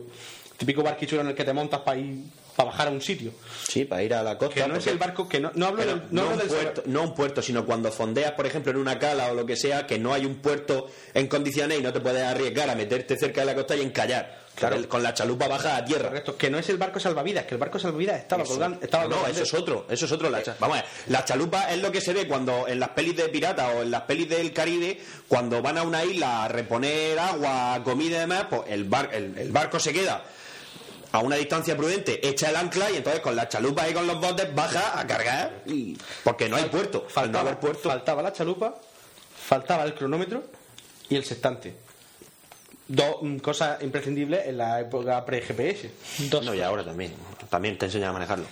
típico barquichuelo en el que te montas para ir. para bajar a un sitio.
Sí, para ir a la costa.
Que no es
porque-
el barco que no. No hablo
Pero
del.
no,
No, hablo
un
del
puerto, no un puerto, sino cuando fondeas, por ejemplo, en una cala o lo que sea, que no hay un puerto en condiciones y no te puedes arriesgar a meterte cerca de la costa y encallar.
Claro.
Con el- Con la chalupa baja a tierra.
Correcto, que no es el barco salvavidas, que el barco salvavidas estaba
Eso.
colgando. Estaba
no,
colgando. Eh.
eso es otro, eso es otro. La, cha- vamos a ver, la chalupa es lo que se ve cuando en las pelis de pirata o en las pelis del Caribe, cuando van a una isla a reponer agua, comida y demás, pues el, bar- el, el barco se queda a una distancia prudente, echa el ancla y entonces con la chalupa y con los botes baja a cargar y- porque no hay puerto. Al no
faltaba,
haber puerto,
faltaba la chalupa, faltaba el cronómetro y el sextante. Dos mm, cosas imprescindibles en la época pre-GPS.
Dos.
No, y ahora también. También te enseñan a manejarlo.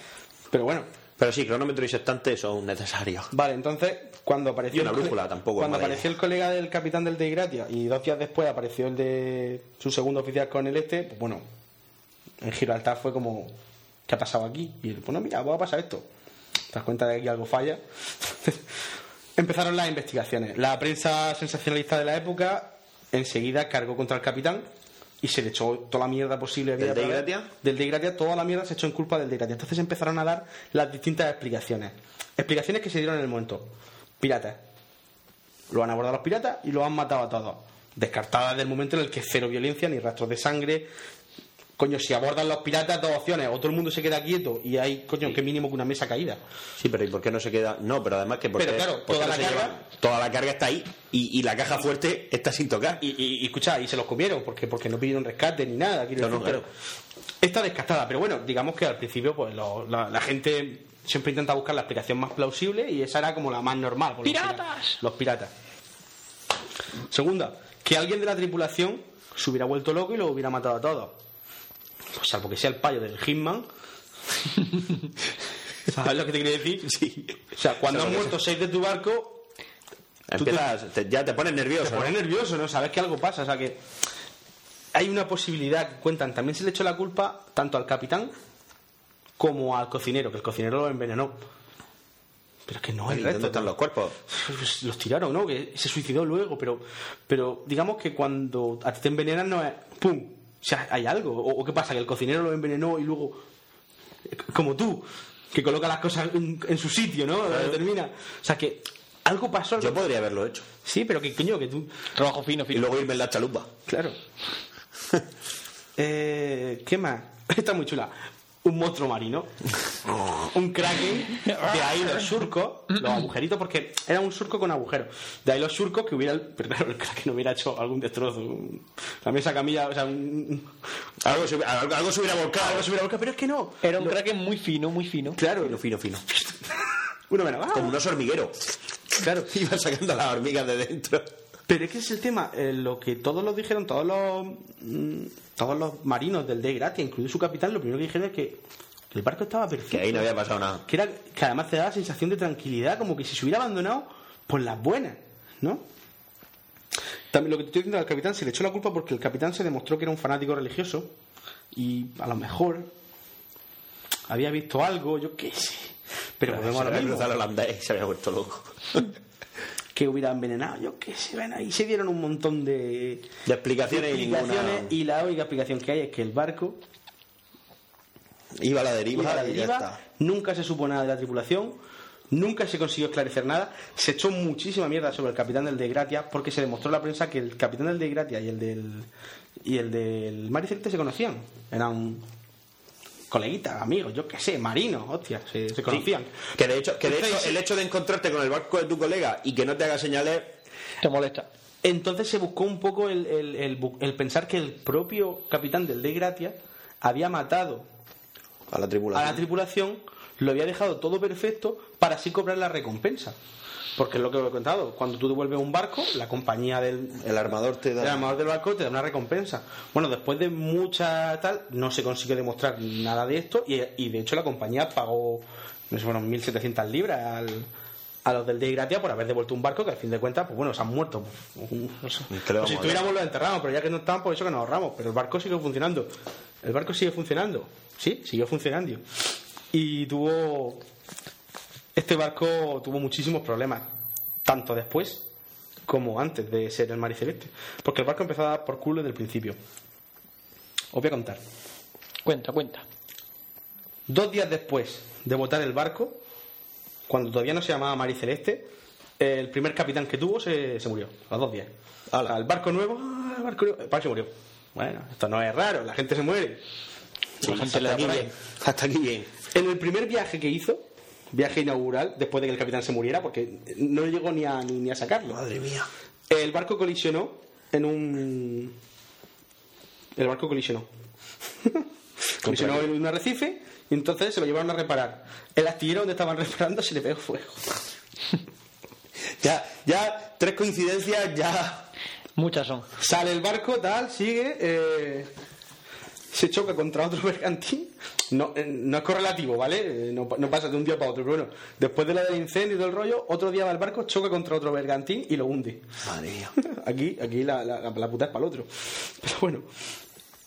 Pero bueno,
Pero sí, cronómetro y sextante son necesarios.
vale, entonces cuando apareció.
Y una
el cole-
brújula tampoco,
Cuando
madre
apareció el colega del capitán del de Gratia y dos días después apareció el de su segundo oficial con el este, pues bueno, en Gibraltar fue como. ¿Qué ha pasado aquí? Y él, pues no, mira, va a pasar esto. Te das cuenta de que aquí algo falla. Empezaron las investigaciones. La prensa sensacionalista de la época enseguida cargó contra el capitán y se le echó toda la mierda posible.
¿Del
había
de
para-
Gratia?
Del de Gratia, toda la mierda se echó en culpa del de Gratia. Entonces empezaron a dar las distintas explicaciones. Explicaciones que se dieron en el momento. Piratas. Lo han abordado los piratas y lo han matado a todos. Descartadas del momento en el que cero violencia, ni rastros de sangre. Coño, si abordan los piratas, dos opciones. O todo el mundo se queda quieto y hay, coño, que mínimo que una mesa caída.
Sí, pero ¿y por qué no se queda? No, pero además que porque,
Pero claro,
¿por qué
toda
no
la
se
carga-
llevan? toda la carga está ahí y, y la caja fuerte está sin tocar.
Y, y, y, escucha, y se los comieron porque, porque no pidieron rescate ni nada. quiero
No, no,
decir, pero Está descartada, pero bueno, digamos que al principio pues lo- la, la gente siempre intenta buscar la explicación más plausible y esa era como la más normal. por los
¡Piratas!
pira- Los piratas. Segunda, que alguien de la tripulación se hubiera vuelto loco y lo hubiera matado a todos. Pues salvo que sea el payo del Hitman. ¿Sabes lo que te quiero decir? Sí. O sea, cuando han muerto seis de tu barco,
Empiezas, te- ya te pones nervioso.
te pones
¿no?
nervioso, ¿no? Sabes que algo pasa, o sea que hay una posibilidad que cuentan. También se le echó la culpa tanto al capitán como al cocinero, que el cocinero lo envenenó. Pero es que no,
Ay,
el
¿Dónde
resto
están los cuerpos?
pues, los tiraron, ¿no? Que se suicidó luego, pero, pero digamos que cuando a ti te envenenan no es ¡pum! O sea, hay algo. O, o qué pasa? Que el cocinero lo envenenó y luego. eh, Como tú, que coloca las cosas en, en su sitio, ¿no? Termina. O sea que algo pasó.
Yo podría haberlo hecho.
Sí, pero que coño, que tú.
Trabajo fino,
Y
fino.
luego irme en la chalupa.
Claro. Eh, ¿Qué más? Está muy chula. Un monstruo marino. un kraken. De ahí los surcos, los agujeritos, porque era un surco con agujeros. De ahí los surcos que hubiera. Pero claro, el kraken hubiera hecho algún destrozo. un- La mesa camilla, o sea, un.
Algo se, algo, algo se hubiera volcado.
Algo se hubiera volcado, pero es que no.
Era un kraken muy fino, muy fino.
Claro,
Fino, fino, fino.
uno menos. ¡ah!
Como un oso hormiguero.
Claro.
Iba sacando las hormigas de dentro.
Pero es que ese es el tema, eh, lo que todos los dijeron, todos los mm, todos los marinos del de Gratia, incluido su capitán, lo primero que dijeron es que el barco estaba perfecto.
Que ahí no había pasado nada.
que, era, que además te da la sensación de tranquilidad, como que si se hubiera abandonado por las buenas, ¿no? También lo que te estoy diciendo al capitán se le echó la culpa porque el capitán se demostró que era un fanático religioso y a lo mejor había visto algo, yo qué sé. Pero
se
volvemos a lo
había
mismo.
cruzado el holandés y se había vuelto loco.
Que hubiera envenenado, yo qué sé. Bueno, ahí se dieron un montón de,
De explicaciones, y
explicaciones
ninguna.
y la única explicación que hay es que el barco
Iba a la deriva
iba a la
y ya
deriva,
está.
nunca se supo nada de la tripulación, Nunca se consiguió esclarecer nada. Se echó muchísima mierda sobre el capitán del de Gratia porque se demostró en la prensa que el capitán del de Gratia y el del y el del Maricerte se conocían. Eran coleguitas, amigos, yo qué sé, marinos, hostia, se, se conocían.
Que de hecho, que de hecho el hecho de encontrarte con el barco de tu colega y que no te haga señales
te molesta.
Entonces se buscó un poco el, el- el bu- el pensar que el propio capitán del de Gratia había matado
a la tripulación.
a la tripulación, lo había dejado todo perfecto para así cobrar la recompensa. Porque es lo que os he contado, cuando tú devuelves un barco, la compañía del
el armador te da.
el armador del barco te da una recompensa. Bueno, después de mucha tal, no se consiguió demostrar nada de esto y, y de hecho la compañía pagó, no sé, fueron 1.700 libras al- a los del de Gratia por haber devuelto un barco que al fin de cuentas, pues bueno, se han muerto. Pues, No sé.
¿Qué le vamos
si
a hacer?
tuviéramos lo enterramos, pero ya que no están, por eso que nos ahorramos. Pero el barco sigue funcionando. El barco sigue funcionando. Sí, siguió funcionando. Y tuvo. Este barco tuvo muchísimos problemas. Tanto después como antes de ser el Mar Celeste. Porque el barco empezó a dar por culo desde el principio. Os voy a contar.
Cuenta, cuenta.
Dos días después de botar el barco, cuando todavía no se llamaba Mari Celeste, el primer capitán que tuvo se, se murió, a los dos días. Ala, el barco nuevo, ah, el barco nuevo, el barco se murió. Bueno, esto no es raro, la gente se muere.
Sí, hasta, aquí bien, hasta aquí bien.
En el primer viaje que hizo, viaje inaugural, después de que el capitán se muriera, porque no llegó ni a, ni, ni a sacarlo. Madre mía. El barco colisionó en un. El barco colisionó. colisionó en un arrecife y entonces se lo llevaron a reparar. El astillero donde estaban reparando se le pegó fuego.
ya, ya, tres coincidencias, ya.
Muchas son.
Sale el barco, tal, sigue. eh, se choca contra otro mercantil. No, eh, no es correlativo, ¿vale? Eh, No, pa- no pasa de un día para otro. Pero bueno, después de la del incendio y todo el rollo, otro día va el barco, choca contra otro mercantil y lo hunde.
Madre mía.
Aquí, aquí la, la- la puta es para el otro. Pero bueno.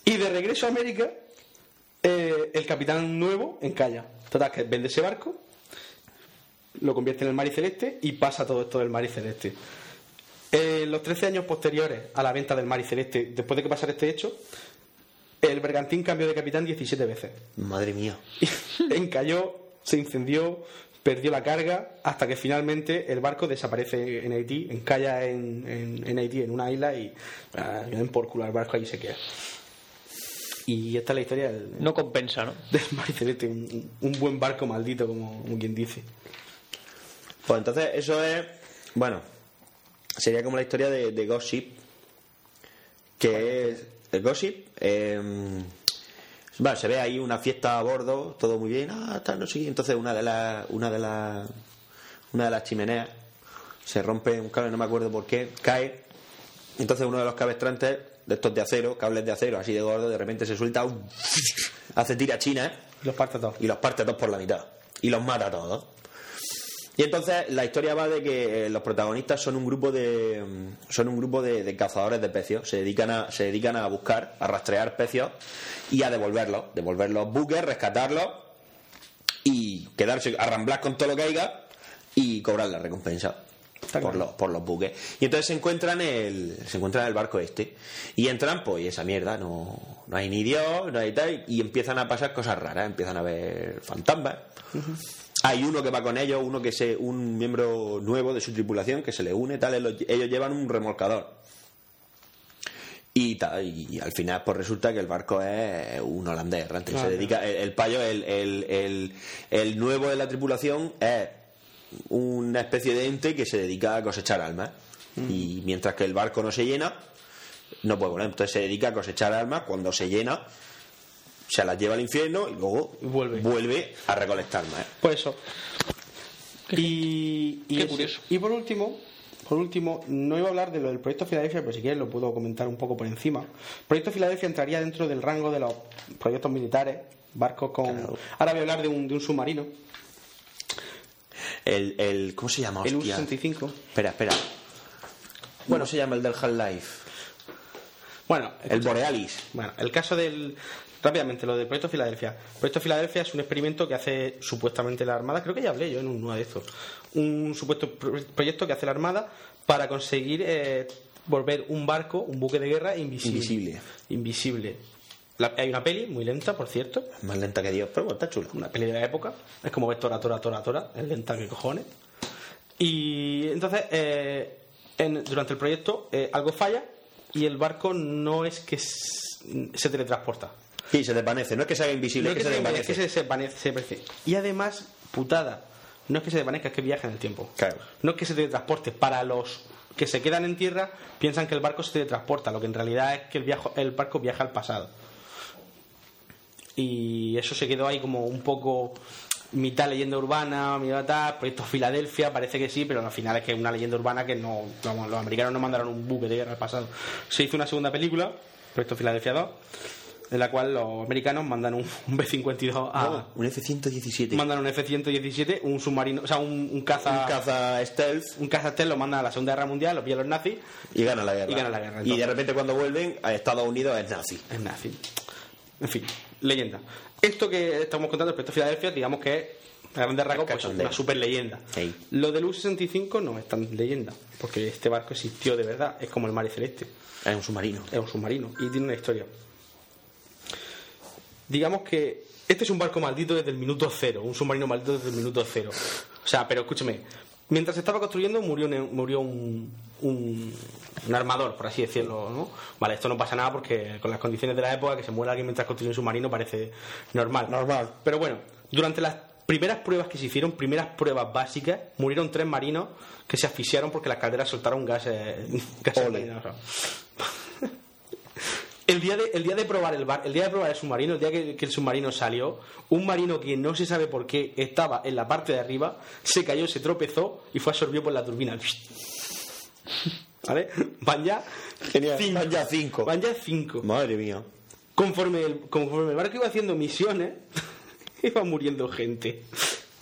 Y de regreso a América, eh, el capitán nuevo encalla. Total, que vende ese barco, lo convierte en el Mar y Celeste y pasa todo esto del Mar y Celeste. Eh, los 13 años posteriores a la venta del Mar y Celeste, después de que pasara este hecho, el bergantín cambió de capitán 17 veces.
Madre mía.
Encalló, se incendió, perdió la carga, hasta que finalmente el barco desaparece en Haití, encalla en, en- en Haití, en una isla, y ah, le den por culo al barco ahí se queda. Y esta es la historia del,
No compensa, ¿no?
del Mar y Celeste, un, un buen barco maldito, como, como quien dice.
Pues entonces, eso es. Bueno, sería como la historia de, de Gossip. Que es. El Gossip. eh, bueno, se ve ahí una fiesta a bordo, todo muy bien. Ah, tal, no sé qué. Entonces, una de las. Una de las. Una de las chimeneas se rompe un cable, no me acuerdo por qué, cae. Entonces, uno de los cabestrantes, de estos de acero, cables de acero, así de gordo, de repente se suelta, un- hace tira china ¿eh?
Los parte a todos.
y los parte a todos por la mitad. Y los mata a todos. Y entonces la historia va de que eh, los protagonistas son un grupo de mm, son un grupo de, de cazadores de pecios, se dedican a se dedican a buscar, a rastrear pecios y a devolverlos, devolver los buques, rescatarlos y quedarse arramblar con todo lo que haya y cobrar la recompensa por los, por los buques. Y entonces se encuentran el se encuentran el barco este y entran pues y esa mierda no no hay ni Dios, no hay tal y empiezan a pasar cosas raras, empiezan a ver fantasmas. Hay uno que va con ellos, uno que se, un miembro nuevo de su tripulación que se le une, tal, ellos ellos llevan un remolcador. Y, ta- y al final pues resulta que el barco es un holandés errante.
Ah,
se dedica, el, el payo, el, el- el- el nuevo de la tripulación es una especie de ente que se dedica a cosechar almas. Y mientras que el barco no se llena, no puede volar. Entonces se dedica a cosechar almas. Cuando se llena, se las lleva al infierno y luego
Vuelve.
a recolectar más.
Pues eso. Y, y
qué
eso.
curioso.
Y por último, por último, no iba a hablar de lo del proyecto Filadelfia, pero si quieres lo puedo comentar un poco por encima. El proyecto Filadelfia entraría dentro del rango de los proyectos militares, barcos con. Ahora voy a hablar de un, de un submarino,
El, el- ¿Cómo se llama?
el
Hostia.
U-65.
Espera, espera. Bueno, se llama el del Half-Life.
Bueno,
El Borealis.
Bueno, el caso del. Rápidamente, lo del Proyecto Filadelfia. El Proyecto Filadelfia es un experimento que hace supuestamente la Armada, creo que ya hablé yo en uno de estos. Un supuesto pro- proyecto que hace la Armada para conseguir eh, volver un barco, un buque de guerra invisible.
Invisible.
Invisible. La- hay una peli muy lenta, por cierto.
Más lenta que Dios, pero bueno, está chula.
Una peli de la época. Es como ves Tora, Tora, Tora, Tora. Es lenta que cojones. Y entonces, eh, en- durante el proyecto, eh, algo falla y el barco no es que s- se teletransporta.
Sí, se desvanece. No es que se haga invisible,
No
es que se desvanece.
es que se desvanece, se desvanece. Y además, putada, no es que se desvanezca, es que viaja en el tiempo.
Claro.
No es que se teletransporte. Para los que se quedan en tierra, piensan que el barco se teletransporta. Lo que en realidad es que el, viajo- el barco viaja al pasado. Y eso se quedó ahí como un poco mitad leyenda urbana, mitad tal, proyecto Filadelfia, parece que sí, pero al final es que es una leyenda urbana que no, vamos, los americanos no mandaron un buque de guerra al pasado. Se hizo una segunda película, proyecto Filadelfia 2, en la cual los americanos mandan un, un B-52 a...
No, Ah, un F-117.
Mandan un F-117, un submarino, o sea, un, un caza...
Un caza stealth.
Un caza stealth lo mandan a la Segunda Guerra Mundial, lo pillan los nazis,
Y gana la guerra.
Y gana la guerra,
Y de
entonces.
repente cuando vuelven a Estados Unidos es nazi.
es nazi. En fin, leyenda. Esto que estamos contando, el proyecto Filadelfia, digamos que es, a grandes rasgos, pues,
Cachondeo.
una super leyenda.
Ey.
Lo del U-65 no es tan leyenda, porque este barco existió de verdad, es como el Mare Celeste,
Es un submarino.
es un submarino y tiene una historia. Digamos que este es un barco maldito desde el minuto cero, un submarino maldito desde el minuto cero. O sea, pero escúchame, mientras se estaba construyendo murió, un- murió un, un, un armador, por así decirlo, ¿no? Vale, esto no pasa nada porque con las condiciones de la época que se muera alguien mientras construye un submarino parece normal.
Normal.
Pero bueno, durante las primeras pruebas que se hicieron, primeras pruebas básicas, murieron tres marinos que se asfixiaron porque las calderas soltaron gases, eh, gases
Ole.
venenosos. El día, de, el día de probar el bar, el día de probar el submarino, el día que, que el submarino salió, un marino que no se sabe por qué estaba en la parte de arriba, se cayó, se tropezó y fue absorbido por la turbina. ¿Vale? Van ya.
Genial.
cinco.
Van ya cinco.
Van ya cinco.
Madre mía.
Conforme el, conforme el barco iba haciendo misiones, iba muriendo gente.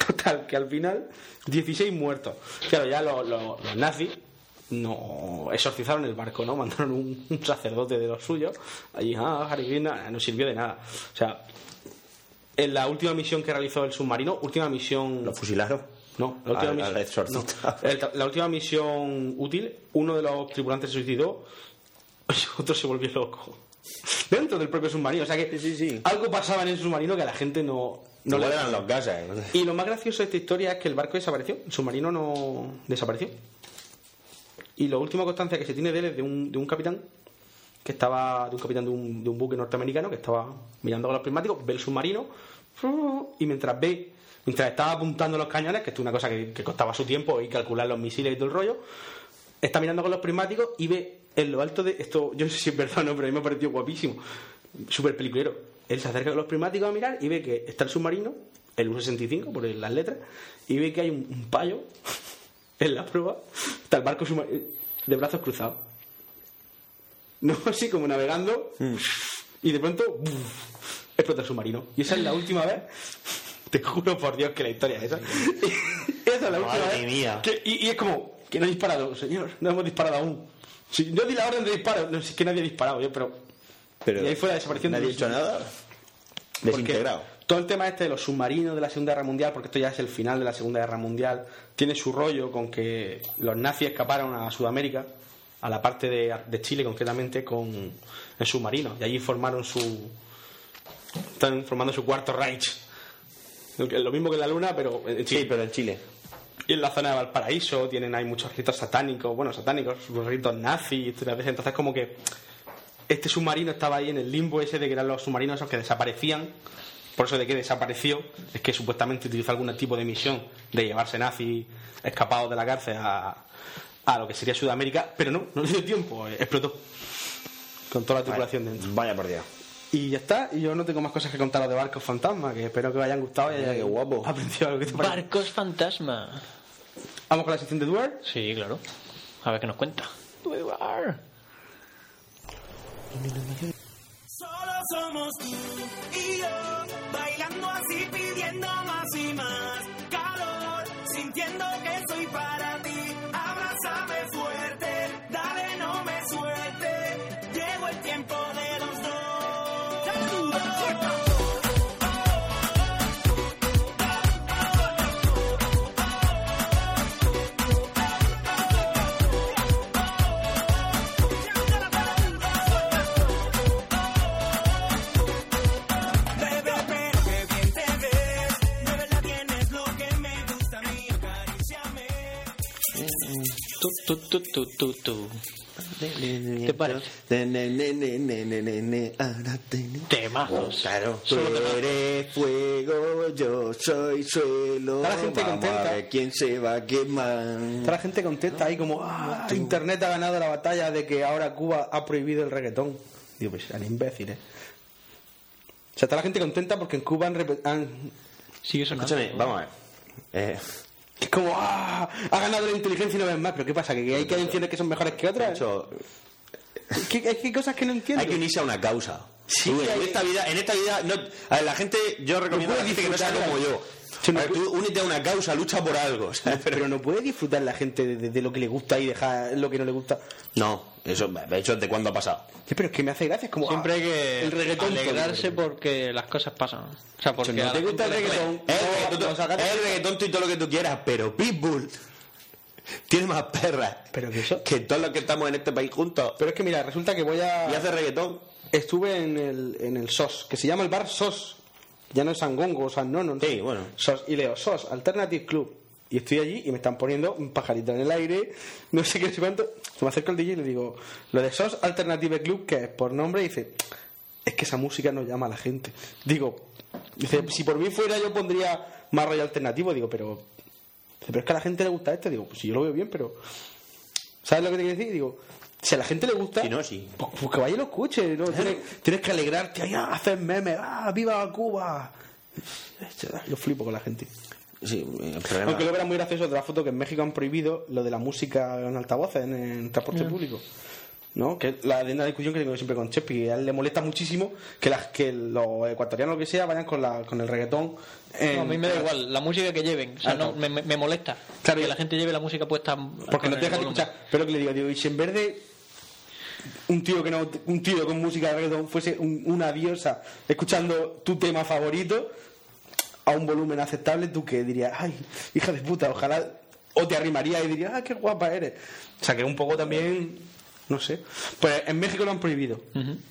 Total, que al final, 16 muertos. Claro, ya los, los- los nazis no exorcizaron el barco, ¿no? Mandaron un, un sacerdote de los suyos. Allí, ah, Hare Krishna, no sirvió de nada. O sea, en la última misión que realizó el submarino, última misión.
Lo fusilaron.
No, la última,
Al-
misión,
al exorcista.
no. El- la última misión útil, uno de los tripulantes se suicidó y otro se volvió loco. Dentro del propio submarino. O sea que
Sí, sí, sí.
algo pasaba en el submarino que a la gente no,
No
no
le dan los gases. ¿eh?
Y lo más gracioso de esta historia es que el barco desapareció. El submarino no desapareció. Y la última constancia que se tiene de él es de un, de un capitán que estaba de un capitán de un, de un buque norteamericano que estaba mirando con los prismáticos, ve el submarino y mientras ve, mientras estaba apuntando los cañones, que esto es una cosa que, que costaba su tiempo y calcular los misiles y todo el rollo, está mirando con los prismáticos y ve en lo alto de esto, yo no sé si es verdad o no, pero a mí me ha parecido guapísimo, súper peliculero. Él se acerca con los prismáticos a mirar y ve que está el submarino, el U-65 por las letras, y ve que hay un, un payo en la prueba, está el barco subma- de brazos cruzados. No, así como navegando
Mm.
y de pronto ¡buf! explota el submarino. Y esa es la última vez, te juro por Dios que la historia es esa. esa es la última
Madre
vez
mía.
que- y, y es como, que no he disparado, señor, no hemos disparado aún. Si yo di la orden de disparo, no sé es que nadie ha disparado, yo, pero.
Pero
y ahí fue la desaparición
nadie ha
del
hecho
submarino.
nada.
Porque
Desintegrado.
Todo el tema este de los submarinos de la Segunda Guerra Mundial, porque esto ya es el final de la Segunda Guerra Mundial, tiene su rollo con que los nazis escaparon a Sudamérica, a la parte de, de Chile concretamente, con en submarinos. Y allí formaron su. Están formando su cuarto Reich. Lo que- lo mismo que en la Luna, pero en Chile.
Sí, pero en Chile.
Y en la zona de Valparaíso tienen hay muchos ritos satánicos, bueno, satánicos, ritos nazis, historias de esas. entonces como que este submarino estaba ahí en el limbo ese de que eran los submarinos esos que desaparecían, por eso de que desapareció, es que supuestamente utilizó algún tipo de misión de llevarse nazis escapados de la cárcel a, a lo que sería Sudamérica, pero no, no le dio tiempo, eh, explotó con toda la tripulación dentro.
Vaya por Dios.
Y ya está, y yo no tengo más cosas que contaros de barcos fantasmas, que espero que os hayan gustado y
Mira,
hayáis
qué guapo.
aprendido algo que te parece.
Barcos fantasma.
Vamos con la sección de Duarte.
Sí, claro. A ver qué nos cuenta. Duar.
Solo somos tú y yo, bailando así, pidiendo más y más calor, sintiendo que soy para ti. Abrázame fuerte, dale, no me suelte. Llegó el tiempo de los dos.
Tu, tu, tu, tu, tu, tu.
¿Te
parece? Temazos.
Claro. Tú
Solo temazos.
eres fuego, yo soy suelo.
Está la gente
Vamos
contenta.
a ver quién se va a quemar.
Está la gente contenta ahí como, ah, Internet ha ganado la batalla de que ahora Cuba ha prohibido el reggaetón. Digo, pues sean imbéciles. O sea, está la gente contenta porque en Cuba han... rep- han-
Sigue sonando.
Escúchame, vamos a ver. Eh,
Es como, ah, ha ganado la inteligencia una vez más. Pero ¿qué pasa? ¿Que hay canciones que son mejores que otras?
Nacho,
¿Qué, es que hay cosas que no entiendo.
hay que unirse a una causa.
Sí,
Tú, en,
hay-
esta vida, en esta vida, no, a ver, la gente, yo recomiendo a la
puedes
gente que no sea
disfrutar,
como
claro.
yo. A ver, tú únete a una causa, lucha por algo. o sea,
Pero no puede disfrutar la gente de, de- de lo que le gusta y dejar lo que no le gusta.
No, eso, de hecho, ¿de cuándo ha pasado?
Sí, Pero es que me hace gracia, es como...
Siempre
ah,
hay que
El reggaetón...
alegrarse porque las cosas pasan. O sea, porque
no
a la
te gusta el
gente le-
reggaetón,
Es
no,
el
no,
reggaetón,
sácate-
es el reggaetón tú y todo lo que tú quieras, pero Pitbull tiene más perras
Pero que eso-
que todos los que estamos en este país juntos.
Pero es que mira, resulta que voy
Y
a...
hace reggaetón.
Estuve en el, en el SOS, que se llama el bar SOS. Ya no es San Gongo o San Nono. no
Sí,
sé.
bueno.
SOS. Y leo SOS, Alternative Club. Y estoy allí y me están poniendo un pajarito en el aire, no sé qué, no sé cuánto. Se me acerca el DJ y le digo, lo de SOS Alternative Club, que es por nombre, y dice, es que esa música no llama a la gente. Digo, dice, si por mí fuera yo pondría más rollo alternativo. Digo, pero, dice, pero es que a la gente le gusta esto. Digo, pues si yo lo veo bien, pero... ¿Sabes lo que te quiero decir? Digo, si a la gente le gusta...
Si no, sí.
Pues, pues que vaya y lo escuche, ¿no? Tienes, tienes que alegrarte, ay, ah, hacer memes, ah, viva Cuba. Yo flipo con la gente.
Sí, el problema.
Aunque luego era muy gracioso de la foto que en México han prohibido lo de la música en altavoces, en, en transporte público. ¿No? Que es la, de una discusión que tengo siempre con Chepi, que a él le molesta muchísimo que las que los ecuatorianos lo que sea vayan con la con el reggaetón. en-
No, a mí me da igual, la música que lleven. O sea,
Ah,
eh, no,
claro.
me, me- me molesta
Claro,
que
y-
la gente lleve la música puesta.
Porque
con
no
el
te dejan de
volumen.
escuchar. Pero que le digo, digo, y si en vez de un tío que no un tío con música de reggaetón fuese un- una diosa escuchando tu tema favorito a un volumen aceptable, tú que dirías, ay, hija de puta, ojalá o te arrimaría y dirías, ah, qué guapa eres. O sea, que un poco también no sé. Pues en México lo han prohibido.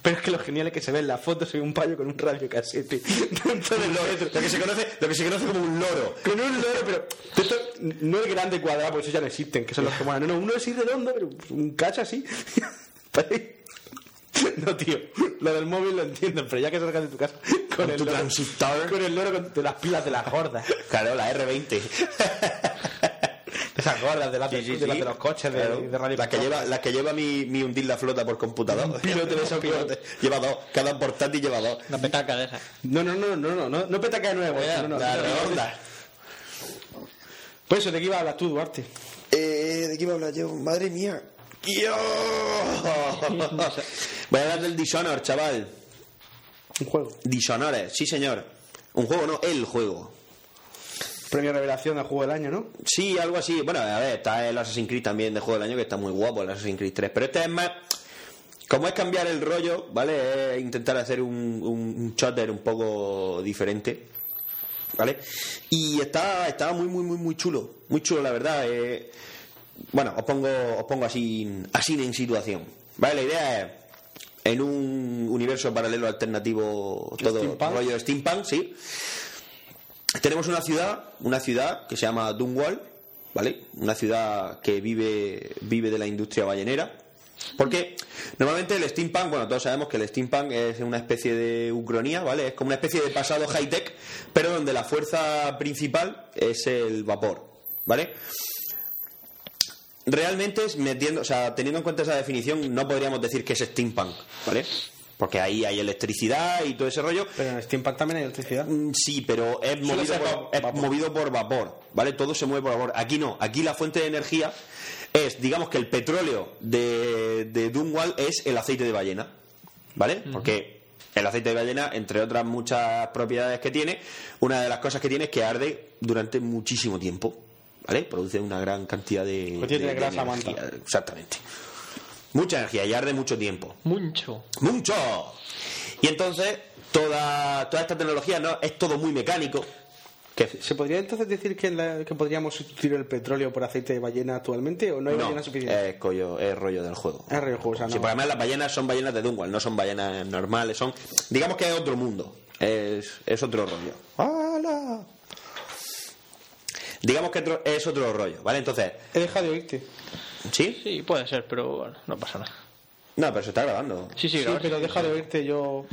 Pero es que lo genial es que se ve en la foto, soy un payo con un radio casete.
Lo que se conoce, lo que se conoce como un loro.
Con un loro, pero de esto, no el grande cuadrado, porque esos ya no existen, que son los que molan. No, no, uno así redondo, pero un cacho así. No, tío, lo del móvil lo entiendo, pero ya que salgas de tu casa con,
Con
el
tu
loro,
transistor.
con el loro con- de las pilas de las gordas,
Claro, la R20.
de esas gordas, de las,
Sí,
de,
sí,
de las
sí.
de los coches, de,
Claro.
de radio.
Las que lleva, las que lleva mi, mi hundir la flota por computador.
piloto de esos
Pilote. Lleva dos. Cada portátil lleva dos.
Una petaca de esas.
No, no, no, no, no, no, no petaca de nuevo.
Mira,
no, no,
la
no, no.
redonda.
Por eso, ¿de qué iba a hablar tú, Duarte?
Eh, ¿De qué me hablar yo? Madre mía. ¡Yo! Voy a hablar del Dishonor, chaval.
Un juego.
Dishonor, sí señor. Un juego, no, el juego.
Premio Revelación al Juego del Año, ¿no?
Sí, algo así. Bueno, a ver, está el Assassin's Creed también de juego del año, que está muy guapo el Assassin's Creed 3. Pero este es más. Como es cambiar el rollo, ¿vale? Es intentar hacer un, un, un shooter un poco diferente. ¿Vale? Y está, estaba muy, muy, muy, muy chulo. Muy chulo, la verdad. eh. bueno, os pongo, os pongo así, así en situación. ¿Vale? La idea es. En un universo paralelo alternativo, todo
Steampunk.
rollo steampunk, sí. Tenemos una ciudad, una ciudad que se llama Dunwall, ¿vale? Una ciudad que vive, vive de la industria ballenera. Porque normalmente el steampunk, bueno, todos sabemos que el steampunk es una especie de ucronía, ¿vale? Es como una especie de pasado high-tech, pero donde la fuerza principal es el vapor, ¿vale? realmente es metiendo, o sea, teniendo en cuenta esa definición, no podríamos decir que es steampunk, ¿vale? Porque ahí hay electricidad y todo ese rollo.
Pero en Steampunk también hay electricidad.
Mm, Sí, pero es movido,
ser
por,
va-
es
vapor.
movido por vapor, ¿vale? Todo se mueve por vapor. Aquí no, aquí la fuente de energía es, digamos que el petróleo de, de Dunwall es el aceite de ballena, ¿vale? Porque el aceite de ballena, entre otras muchas propiedades que tiene, una de las cosas que tiene es que arde durante muchísimo tiempo, ¿vale? Produce una gran cantidad de,
Pues tiene
de- de
grasa manta.
energía, exactamente. Mucha energía y arde mucho tiempo.
Mucho.
¡Mucho! Y entonces, toda, toda esta tecnología ¿no? es todo muy mecánico. Que,
¿Se podría entonces decir que, en la- que podríamos sustituir el petróleo por aceite de ballena actualmente o no hay
no,
ballena suficiente?
es, collo- es rollo del juego.
Es rollo del juego, o sea,
Sí,
Ah, no.
porque además las ballenas son ballenas de Dunwall, no son ballenas normales, son... Digamos que es otro mundo, es, es otro rollo. ¡Hala! Digamos que otro- es otro rollo, ¿vale? Entonces,
He dejado de oírte.
¿Sí?
Sí, puede ser, pero bueno, no pasa nada.
No, pero se está grabando.
Sí, sí,
Sí,
grabar,
pero
sí,
deja
sí.
de oírte yo.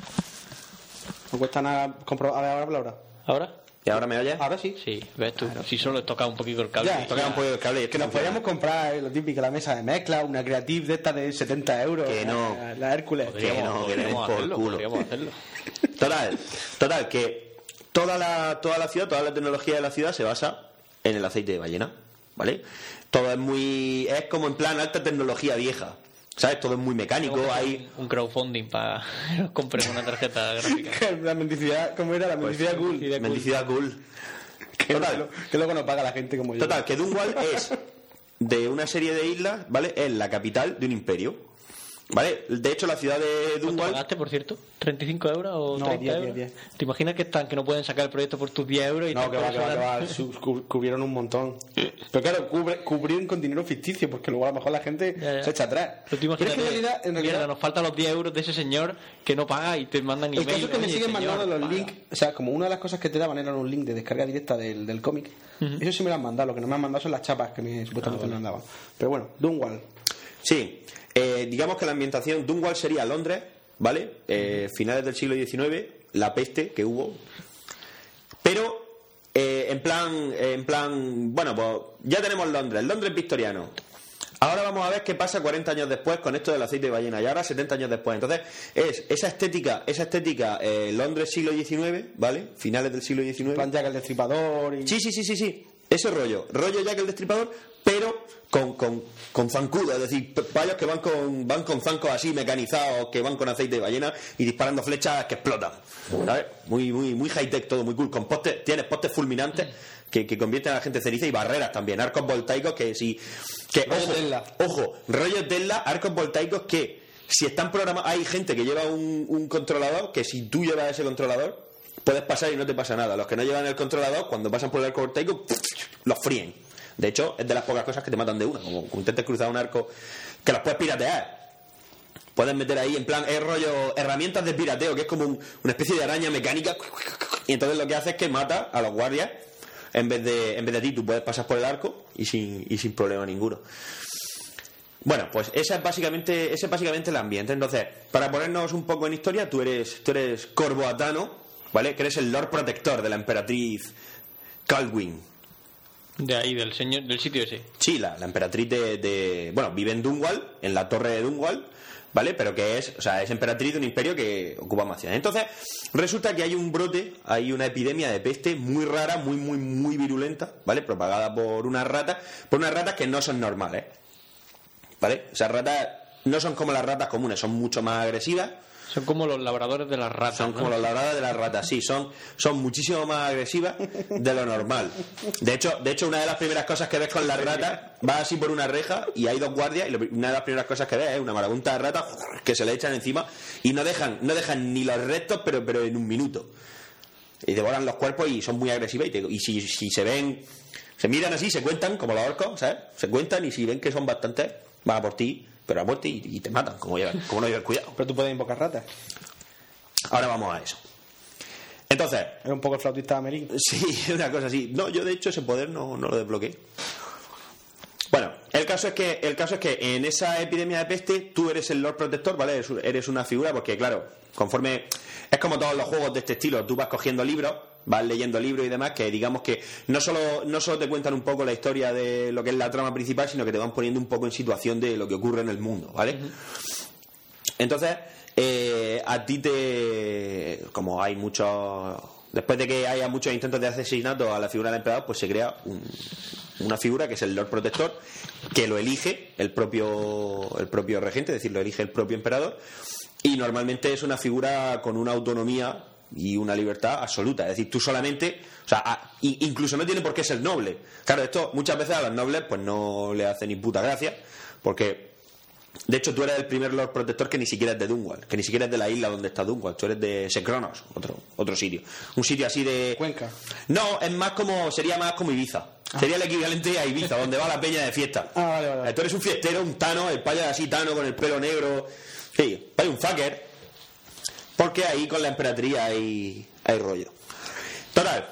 No cuesta nada comprobar. A ver, ahora habla ahora.
¿Ahora?
¿Y ahora me oyes?
Ahora sí.
Sí, ves tú. Si solo he tocado un poquito el cable.
Ya,
Toca un poquito el cable. y
Que nos
funciona.
podíamos comprar eh, lo típico, la mesa de mezcla, una creative de esta de 70 euros.
Que no.
La, la Hércules.
Que no, que le den por
hacerlo,
culo.
podríamos hacerlo.
Total, total, que toda la, toda la ciudad, toda la tecnología de la ciudad se basa en el aceite de ballena, ¿vale? Todo es muy. es como en plan alta tecnología vieja, ¿sabes? Todo es muy mecánico,
Tengo que hacer
hay.
un- un crowdfunding para comprar una tarjeta gráfica.
la mendicidad, ¿cómo era? La
Pues,
mendicidad cool.
Mendicidad cool.
Que,
Total.
luego- que luego no paga la gente como yo.
Total, que Dunwall es de una serie de islas, ¿vale? Es la capital de un imperio, ¿vale? De hecho, la ciudad de
¿Cuánto
Dunwall.
pagaste, por cierto? ¿35 euros o
No,
30
10,
euros?
10,
¿Te imaginas que están que no pueden sacar el proyecto por tus 10 euros? Y
No,
te
que va, que va, que
cobran-
va. Su- cu- Cubrieron un montón. Pero claro, cubre- cubrieron con dinero ficticio, porque luego a lo mejor la gente
Ya, ya.
se echa atrás.
Pero tú
Pero
imagínate,
es que en realidad, en
mierda,
realidad
nos faltan los 10 euros de ese señor que no paga y te mandan
el
email.
caso es que me
Oye,
siguen
señor,
mandando los
paga.
links. O sea, como una de las cosas que te daban eran un link de descarga directa del, del cómic. Eso sí me lo han mandado. Lo que no me han mandado son las chapas que me, supuestamente
Ah,
me mandaban. Pero bueno, Dunwall.
Sí, eh, digamos que la ambientación Dunwall sería Londres, ¿vale? Eh, Finales del siglo XIX, la peste que hubo. Pero eh, en plan, eh, en plan, bueno, pues ya tenemos Londres, Londres victoriano. Ahora vamos a ver qué pasa 40 años después con esto del aceite de ballena y ahora 70 años después. Entonces, es esa estética, esa estética eh, Londres siglo XIX, ¿vale? Finales del siglo XIX.
En plan Jack el Destripador y...
Sí, sí, sí, sí, sí. Ese rollo. Rollo Jack el Destripador, pero con, con, con zancudo. Es decir, p- payos que van con, van con zancos así mecanizados, que van con aceite de ballena y disparando flechas que explotan. ¿Sabes? Muy, muy, muy high-tech todo, muy cool. Con postes, tienes postes fulminantes que, que convierten a la gente ceniza y barreras también. Arcos voltaicos que si... Que,
Rollo
ojo,
Tesla.
ojo, rollo Tesla, arcos voltaicos que si están programados... Hay gente que lleva un, un controlador que si tú llevas ese controlador puedes pasar y no te pasa nada. Los que no llevan el controlador, cuando pasan por el arco voltaico, los fríen. De hecho, es de las pocas cosas que te matan de una. Como intentes cruzar un arco que las puedes piratear. Puedes meter ahí en plan, es rollo herramientas de pirateo, que es como un- una especie de araña mecánica. Y entonces lo que hace es que mata a los guardias en vez de, en vez de ti. Tú puedes pasar por el arco y sin, y sin problema ninguno. Bueno, pues esa es básicamente, ese es básicamente el ambiente. Entonces, para ponernos un poco en historia, tú eres, tú eres Corboatano, ¿vale? Que eres el Lord Protector de la emperatriz Calwyn.
De ahí, del, señor, del sitio ese.
Sí, la, la emperatriz de, de- Bueno, vive en Dunwall, en la torre de Dunwall, ¿vale? Pero que es. O sea, es emperatriz de un imperio que ocupa más ciudades. Entonces, resulta que hay un brote, hay una epidemia de peste muy rara, muy, muy, muy virulenta, ¿vale? Propagada por unas ratas, por unas ratas que no son normales, ¿vale? O sea, ratas. No son como las ratas comunes, son mucho más agresivas.
Son como los labradores de las ratas.
Son
¿no?
como los labradas de las ratas, sí, son, son muchísimo más agresivas de lo normal. De hecho, de hecho, una de las primeras cosas que ves con las ratas, vas así por una reja y hay dos guardias y lo pri- una de las primeras cosas que ves es una marabunta de ratas que se le echan encima y no dejan, no dejan ni los restos, pero, pero en un minuto. Y devoran los cuerpos y son muy agresivas y, te- y si, si se ven, se miran así, se cuentan como los orcos, ¿sabes? Se cuentan y si ven que son bastantes, van a por ti, pero a muerte y, y te matan, como, llevan- como no llevan cuidado.
Pero tú puedes invocar ratas.
Ahora vamos a eso. Entonces,
Era un poco el flautista de Amelín.
Sí, una cosa así. No, yo de hecho ese poder no, no lo desbloqueé. Bueno, el caso es que el caso es que en esa epidemia de peste tú eres el Lord Protector, ¿vale? Eres, un- eres una figura porque claro, conforme es como todos los juegos de este estilo, tú vas cogiendo libros, vas leyendo libros y demás que digamos que no solo no solo te cuentan un poco la historia de lo que es la trama principal, sino que te van poniendo un poco en situación de lo que ocurre en el mundo, ¿vale? Entonces, eh, a ti te. Como hay muchos. Después de que haya muchos intentos de asesinato a la figura del emperador, pues se crea un- una figura que es el Lord Protector, que lo elige el propio, el propio regente, es decir, lo elige el propio emperador, y normalmente es una figura con una autonomía y una libertad absoluta. Es decir, tú solamente, o sea, a- i- incluso no tiene por qué ser noble. Claro, esto muchas veces a los nobles pues no le hace ni puta gracia, porque de hecho, tú eres el primer Lord Protector que ni siquiera es de Dunwall, que ni siquiera es de la isla donde está Dunwall. Tú eres de Secronos, otro, otro sitio. Un sitio así de...
Cuenca.
No, es más como... Sería más como Ibiza. Sería el equivalente a Ibiza, donde va la peña de fiesta.
Ah, vale, vale, vale.
Tú eres un fiestero, un tano, el payo así tano con el pelo negro. Sí, hay un fucker. Porque ahí con la emperatriz hay, hay rollo. Total,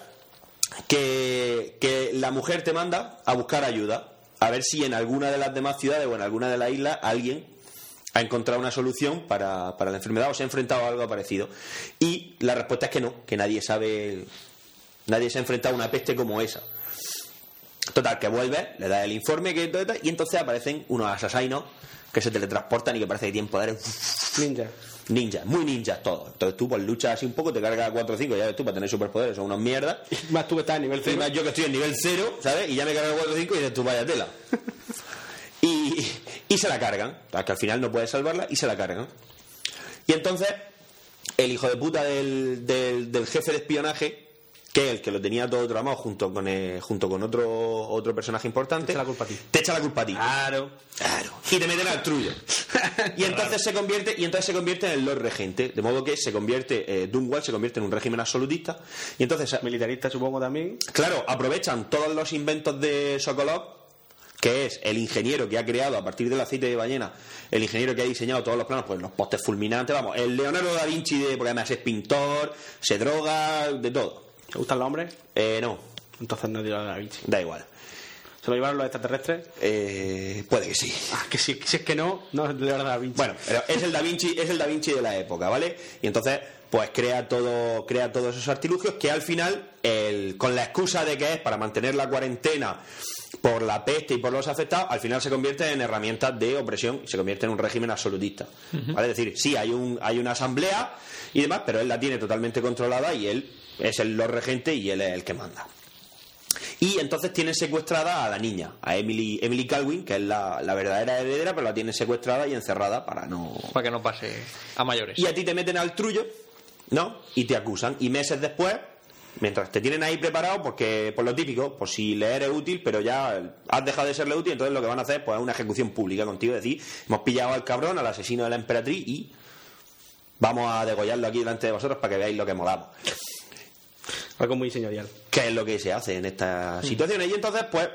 que, que la mujer te manda a buscar ayuda, a ver si en alguna de las demás ciudades o en alguna de las islas alguien ha encontrado una solución para, para la enfermedad o se ha enfrentado a algo parecido. Y la respuesta es que no, que nadie sabe, nadie se ha enfrentado a una peste como esa. Total, que vuelve, le da el informe que todo, y entonces aparecen unos asesinos que se teletransportan y que parece que tienen poderes
Ninja.
ninjas, muy ninjas todos. Entonces tú pues luchas así un poco, te cargas a 4 o 5, ya ves tú, para tener superpoderes, son unos mierdas.
Más tú que estás a nivel
Y
0.
más yo que estoy en nivel 0, ¿sabes? Y ya me cargo 4 o 5 y dices tú, vaya tela. Y, y se la cargan, para que al final no puedes salvarla y se la cargan. Y entonces, el hijo de puta del, del- del jefe de espionaje, que es el que lo tenía todo tramado junto con, eh, junto con otro, otro personaje importante, te echa la culpa a ti. Claro. Claro. Y te meten al trullo. y entonces se convierte y entonces se convierte en el Lord Regente. De modo que se convierte, eh, Dunwall se convierte en un régimen absolutista. Y entonces.
Militarista, supongo también.
Claro, aprovechan todos los inventos de Sokolov que es el ingeniero que ha creado a partir del aceite de ballena, el ingeniero que ha diseñado todos los planos, pues los postes fulminantes, vamos, el Leonardo da Vinci, de, porque además es pintor, se droga, de todo.
¿Te gustan los hombres?
Eh, no,
Entonces no dirá Da Vinci.
da igual.
¿Se lo llevaron los extraterrestres?
Eh, puede que sí.
Ah, que si, si es que no, no le dará Da Vinci.
Bueno, pero es el Da Vinci, es el Da Vinci de la época, ¿vale? Y entonces, pues crea todo, crea todos esos artilugios que al final, el- con la excusa de que es para mantener la cuarentena por la peste y por los afectados, al final se convierte en herramientas de opresión y se convierte en un régimen absolutista. ¿Vale? Es decir, sí, hay un, hay una asamblea y demás, pero él la tiene totalmente controlada y él es el Lord regente y él es el que manda. Y entonces tienen secuestrada a la niña, a Emily, Emily Calvin, que es la, la verdadera heredera, pero la tienen secuestrada y encerrada para no.
Para que no pase a mayores.
Y
eh,
a ti te meten al trullo, ¿no? Y te acusan. Y meses después, mientras te tienen ahí preparado, porque por lo típico, por si le eres útil, pero ya has dejado de serle útil, entonces lo que van a hacer pues, es una ejecución pública contigo, es decir, hemos pillado al cabrón, al asesino de la emperatriz y vamos a degollarlo aquí delante de vosotros para que veáis lo que molamos
Algo muy señorial.
que es lo que se hace en estas situaciones. Y entonces, pues,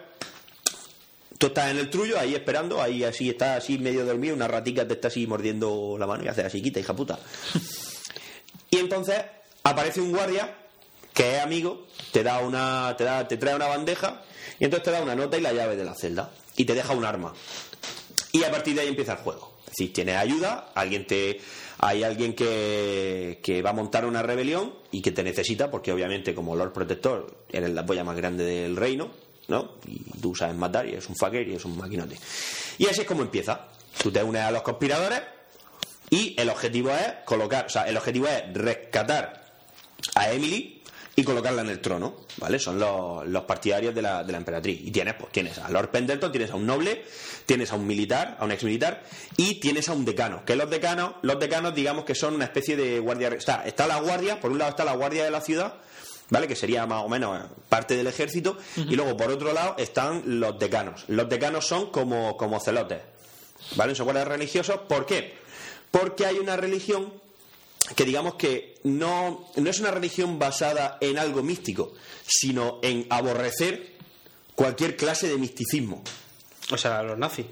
tú estás en el trullo, ahí esperando, ahí así está así medio dormido, una ratica te está así mordiendo la mano y haces así, quita, hija puta. y entonces aparece un guardia que es amigo, te da una, te da, te trae una bandeja, y entonces te da una nota y la llave de la celda, y te deja un arma. Y a partir de ahí empieza el juego. Es decir, tienes ayuda, alguien te, hay alguien que, que va a montar una rebelión y que te necesita, porque obviamente como Lord Protector eres la polla más grande del reino, ¿no? Y tú sabes matar y eres un fucker y eres un maquinote. Y así es como empieza. Tú te unes a los conspiradores y el objetivo es colocar, o sea, el objetivo es rescatar a Emily y colocarla en el trono, ¿vale? Son los, los partidarios de la, de la emperatriz. Y tienes, pues tienes a Lord Pendleton, tienes a un noble, tienes a un militar, a un exmilitar, y tienes a un decano. Que los decanos, los decanos, digamos que son una especie de guardia. Está, está la guardia, por un lado está la guardia de la ciudad, ¿vale? Que sería más o menos eh, parte del ejército, y luego por otro lado están los decanos. Los decanos son como, como celotes, ¿vale? Son guardias religiosos. ¿Por qué? Porque hay una religión que digamos que no, no es una religión basada en algo místico, sino en aborrecer cualquier clase de misticismo.
O sea, los nazis.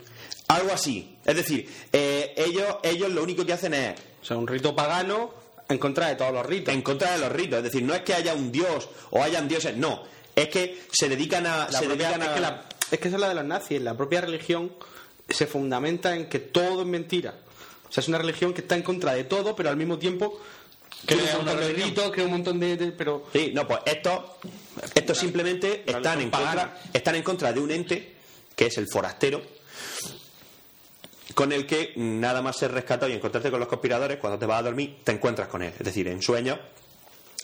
Algo así. Es decir, eh, ellos, ellos lo único que hacen es
O sea, un rito pagano en contra de todos los ritos.
en contra de los ritos. Es decir, no es que haya un dios o hayan dioses, no. Es que se dedican a...
La
se
propia-
dedican
es,
a-
que la- es que esa es la de los nazis. La propia religión se fundamenta en que todo es mentira. O sea, es una religión que está en contra de todo, pero al mismo tiempo crea un
una
montón de
religión.
ritos, crea un montón de... de- pero
Sí, no, pues estos, estos simplemente están en, contra, están en contra de un ente, que es el forastero, con el que nada más ser rescatado y encontrarte con los conspiradores, cuando te vas a dormir, te encuentras con él. Es decir, en sueños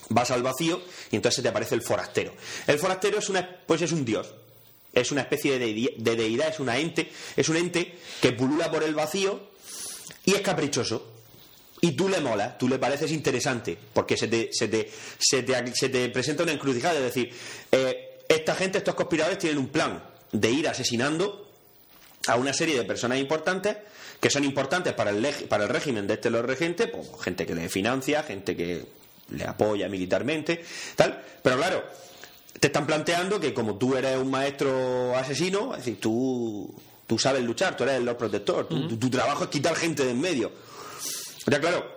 vas al vacío y entonces se te aparece el forastero. El forastero es una, pues es un dios. Es una especie de, dei- de deidad, es una ente, es un ente que pulula por el vacío y es caprichoso. Y tú le molas, tú le pareces interesante, porque se te, se te, se te, se te presenta una encrucijada, es decir, eh, esta gente, estos conspiradores tienen un plan de ir asesinando a una serie de personas importantes que son importantes para el, leg- para el régimen de este Lord Regente, pues, gente que le financia, gente que le apoya militarmente, tal. Pero claro, te están planteando que como tú eres un maestro asesino, es decir, tú, tú sabes luchar, tú eres el Lord Protector, tú- tu, tu trabajo es quitar gente de en medio. Ya claro,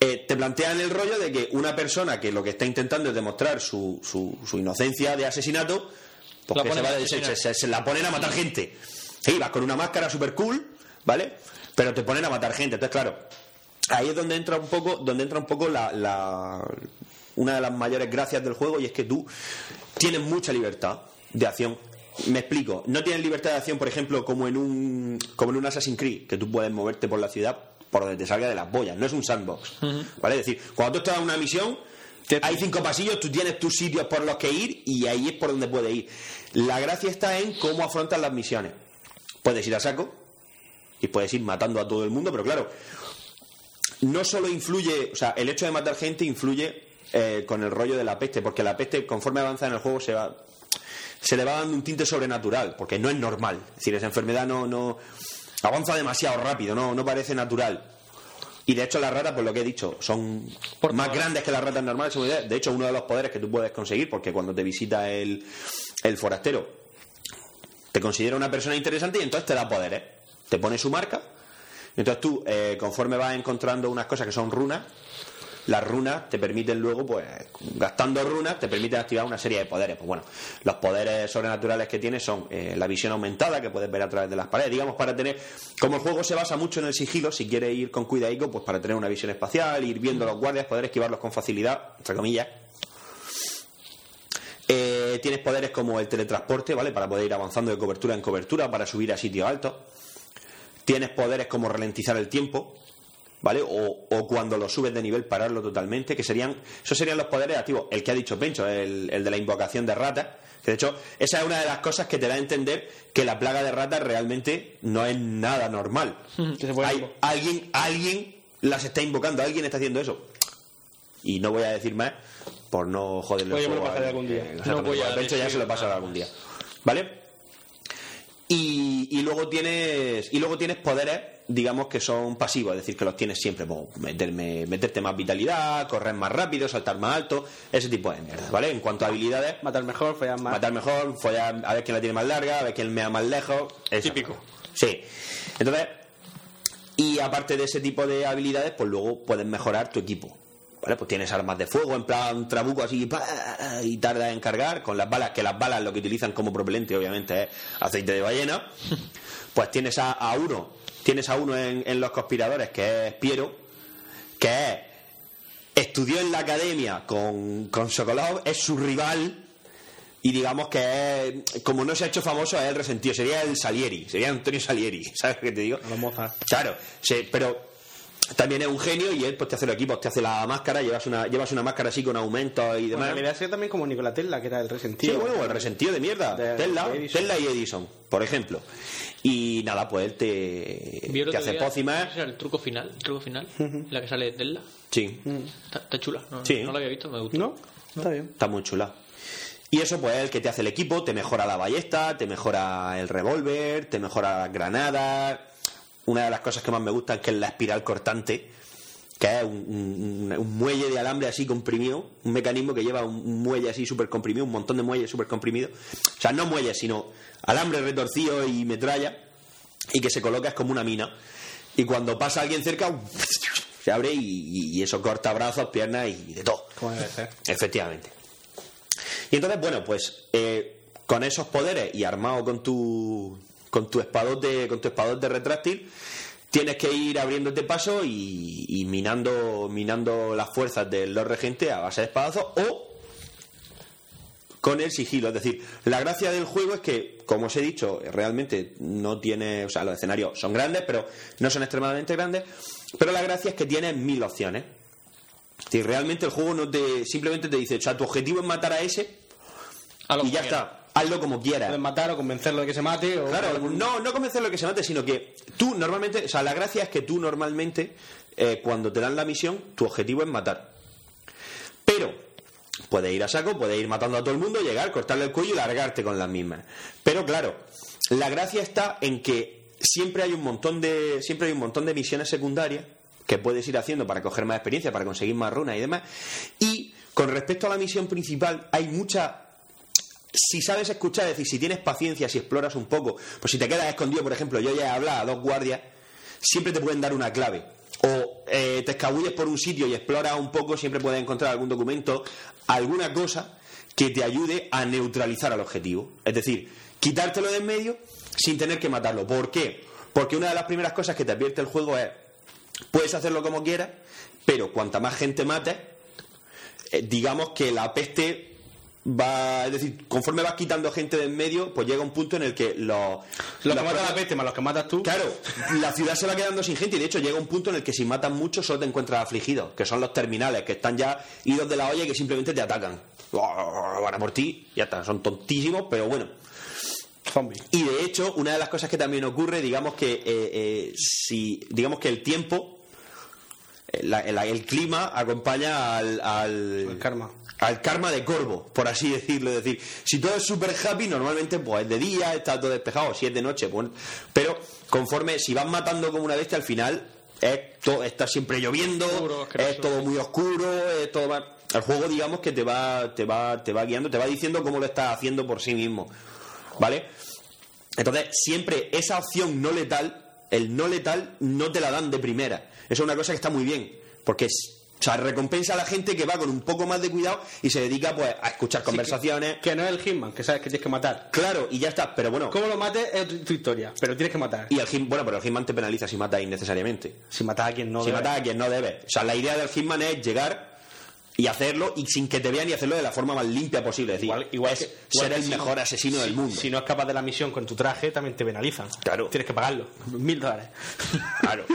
eh, te plantean el rollo de que una persona que lo que está intentando es demostrar su, su- su inocencia de asesinato Porque
La
se,
ponen
va
a
de-
asesinar. Mm.
se- se- se la ponen a matar gente. Sí, vas con una máscara super cool, ¿vale? Pero te ponen a matar gente. Entonces, claro, ahí es donde entra un poco, donde entra un poco la, la- una de las mayores gracias del juego y es que tú tienes mucha libertad de acción. Me explico, no tienes libertad de acción, por ejemplo, como en un como en un Assassin's Creed, que tú puedes moverte por la ciudad por donde te salga de las boyas, no es un sandbox. ¿Vale? Es decir, cuando tú estás en una misión, hay cinco pasillos, tú tienes tus sitios por los que ir y ahí es por donde puedes ir. La gracia está en cómo afrontas las misiones. Puedes ir a saco y puedes ir matando a todo el mundo, pero claro, no solo influye, o sea, el hecho de matar gente influye eh, con el rollo de la peste, porque la peste, conforme avanza en el juego, se va se le va dando un tinte sobrenatural, porque no es normal. Es decir, esa enfermedad no, no avanza demasiado rápido, no, no parece natural. Y de hecho las ratas, por lo que he dicho, son más grandes que las ratas normales. según idea. De hecho, uno de los poderes que tú puedes conseguir, porque cuando te visita el, el forastero, te considera una persona interesante y entonces te da poderes. Te pone su marca. y Entonces tú, eh, conforme vas encontrando unas cosas que son runas, las runas te permiten luego, pues, gastando runas, te permiten activar una serie de poderes. Pues bueno, los poderes sobrenaturales que tienes son eh, la visión aumentada, que puedes ver a través de las paredes, digamos, para tener. Como el juego se basa mucho en el sigilo, si quieres ir con cuidadico, pues para tener una visión espacial, ir viendo a los guardias, poder esquivarlos con facilidad, entre comillas. Eh, tienes poderes como el teletransporte, ¿vale? Para poder ir avanzando de cobertura en cobertura, para subir a sitios altos. Tienes poderes como ralentizar el tiempo, ¿vale? O, o cuando lo subes de nivel, pararlo totalmente, que serían, esos serían los poderes activos. El que ha dicho Pencho, el, el de la invocación de ratas, que de hecho, esa es una de las cosas que te da a entender que la plaga de ratas realmente no es nada normal. Hay- alguien, alguien las está invocando, alguien está haciendo eso. Y no voy a decir más por no joderle
Pues
el
yo me lo
juego
pasaré
al-
algún día.
eh,
No
exactamente,
voy a
al Pencho ya se
decir
lo pasará algún día. ¿Vale? Y, y luego tienes y luego tienes poderes digamos que son pasivos es decir que los tienes siempre como meterme meterte más vitalidad correr más rápido saltar más alto ese tipo de mierda vale en cuanto a habilidades
Matar mejor, follar más.
matar mejor follar a ver quién la tiene más larga a ver quién mea más lejos típico sí entonces y aparte de ese tipo de habilidades pues luego puedes mejorar tu equipo Vale, pues tienes armas de fuego, en plan trabuco así pa, y tarda en cargar con las balas, que las balas lo que utilizan como propelente obviamente es aceite de ballena. Pues tienes a, a uno, tienes a uno en, en los conspiradores que es Piero, que es estudió en la academia con, con Sokolov, es su rival. Y digamos que es- como no se ha hecho famoso, es el resentido. Sería el Salieri, sería Antonio Salieri, ¿sabes qué te digo? Claro, se- pero también es un genio y él pues te hace los equipos, te hace la máscara, llevas una, llevas una máscara así con aumentos y
Bueno,
demás.
en realidad sería también como Nikola Tesla, que era el
Sí,
resentido.
bueno, el resentido de mierda.
De-
Tesla,
de Edison.
Tesla y Edison, por ejemplo. Y nada, pues él te,
Vi el
te
otro
hace
día,
pócimas.
ese era el truco final, el truco final, la que sale de Tesla.
Sí.
Está, está chula, no,
Sí.
no la había visto, me gustó.
Está bien.
Está muy chula. Y eso, pues, es el que te hace el equipo, te mejora la ballesta, te mejora el revólver, te mejora las granadas. Una de las cosas que más me gustan que es la espiral cortante, que es un, un- un- un muelle de alambre así comprimido, un mecanismo que lleva un, un muelle así súper comprimido, un montón de muelles súper comprimidos. O sea, no muelles, sino alambre retorcido y metralla, y que se coloca es como una mina. Y cuando pasa alguien cerca, se abre y- y- y eso corta brazos, piernas y de todo.
Como debe ser.
Efectivamente. Y entonces, bueno, pues eh, con esos poderes y armado con tu con tu espadote, con tu espadote retráctil, tienes que ir abriéndote paso y, y minando minando las fuerzas de los regentes a base de espadazos o con el sigilo. Es decir, la gracia del juego es que, como os he dicho, realmente no tiene. O sea, los escenarios son grandes, pero no son extremadamente grandes. Pero la gracia es que tiene mil opciones. Es decir, realmente el juego no te. Simplemente te dice, o sea, tu objetivo es matar a ese. y ya está. Hazlo como quieras.
Puedes matar o convencerlo de que se mate. O
Claro, no, no convencerlo de que se mate, sino que tú normalmente, o sea, la gracia es que tú normalmente, eh, cuando te dan la misión, tu objetivo es matar. Pero puedes ir a saco, puedes ir matando a todo el mundo, llegar, cortarle el cuello y largarte con las mismas. Pero claro, la gracia está en que siempre hay un montón de, siempre hay un montón de misiones secundarias que puedes ir haciendo para coger más experiencia, para conseguir más runas y demás. Y con respecto a la misión principal, hay mucha si sabes escuchar, es decir, si tienes paciencia, si exploras un poco, pues si te quedas escondido, por ejemplo, yo ya he hablado a dos guardias, siempre te pueden dar una clave. O eh, te escabulles por un sitio y exploras un poco, siempre puedes encontrar algún documento, alguna cosa que te ayude a neutralizar al objetivo. Es decir, quitártelo de en medio sin tener que matarlo. ¿Por qué? Porque una de las primeras cosas que te advierte el juego es, puedes hacerlo como quieras, pero cuanta más gente mates, eh, digamos que la peste va, es decir, conforme vas quitando gente de en medio, pues llega un punto en el que los
Los que matan a la peste más los que matas tú.
Claro, la ciudad se va quedando sin gente y de hecho llega un punto en el que si matan mucho solo te encuentras afligidos, que son los terminales, que están ya idos de la olla y que simplemente te atacan. Van a por ti, ya está, son tontísimos, pero bueno. Y de hecho, una de las cosas que también ocurre, digamos que eh, eh, si, digamos que el tiempo, eh, la- el, el clima acompaña al, al karma. Al karma de corvo, por así decirlo. Es decir, si todo es super happy, normalmente pues es de día, está todo despejado, si es de noche, pues, pero conforme, si vas matando como una bestia, al final es to- está siempre lloviendo, es todo muy oscuro, es todo va- el juego digamos que te va, te va, te va guiando, te va diciendo cómo lo estás haciendo por sí mismo. ¿Vale? Entonces, siempre esa opción no letal, el no letal, no te la dan de primera. Eso es una cosa que está muy bien, porque es- o sea, recompensa a la gente que va con un poco más de cuidado y se dedica pues a escuchar conversaciones. que, no es el Hitman, que sabes que tienes que matar. Claro, y ya está, pero bueno. ¿Cómo lo mates es tu, historia, pero tienes que matar. Y el Hitman, bueno, pero el Hitman te penaliza si matas innecesariamente. Si matas a quien no
debe.
Si matas a quien no debe. O sea, la idea del Hitman es llegar y hacerlo y sin que te vean y hacerlo de la forma más limpia posible. Es decir, es ser el mejor asesino del mundo.
Si no escapas de la misión con tu traje, también te penalizan. Claro. Tienes que pagarlo. Mil dólares.
Claro.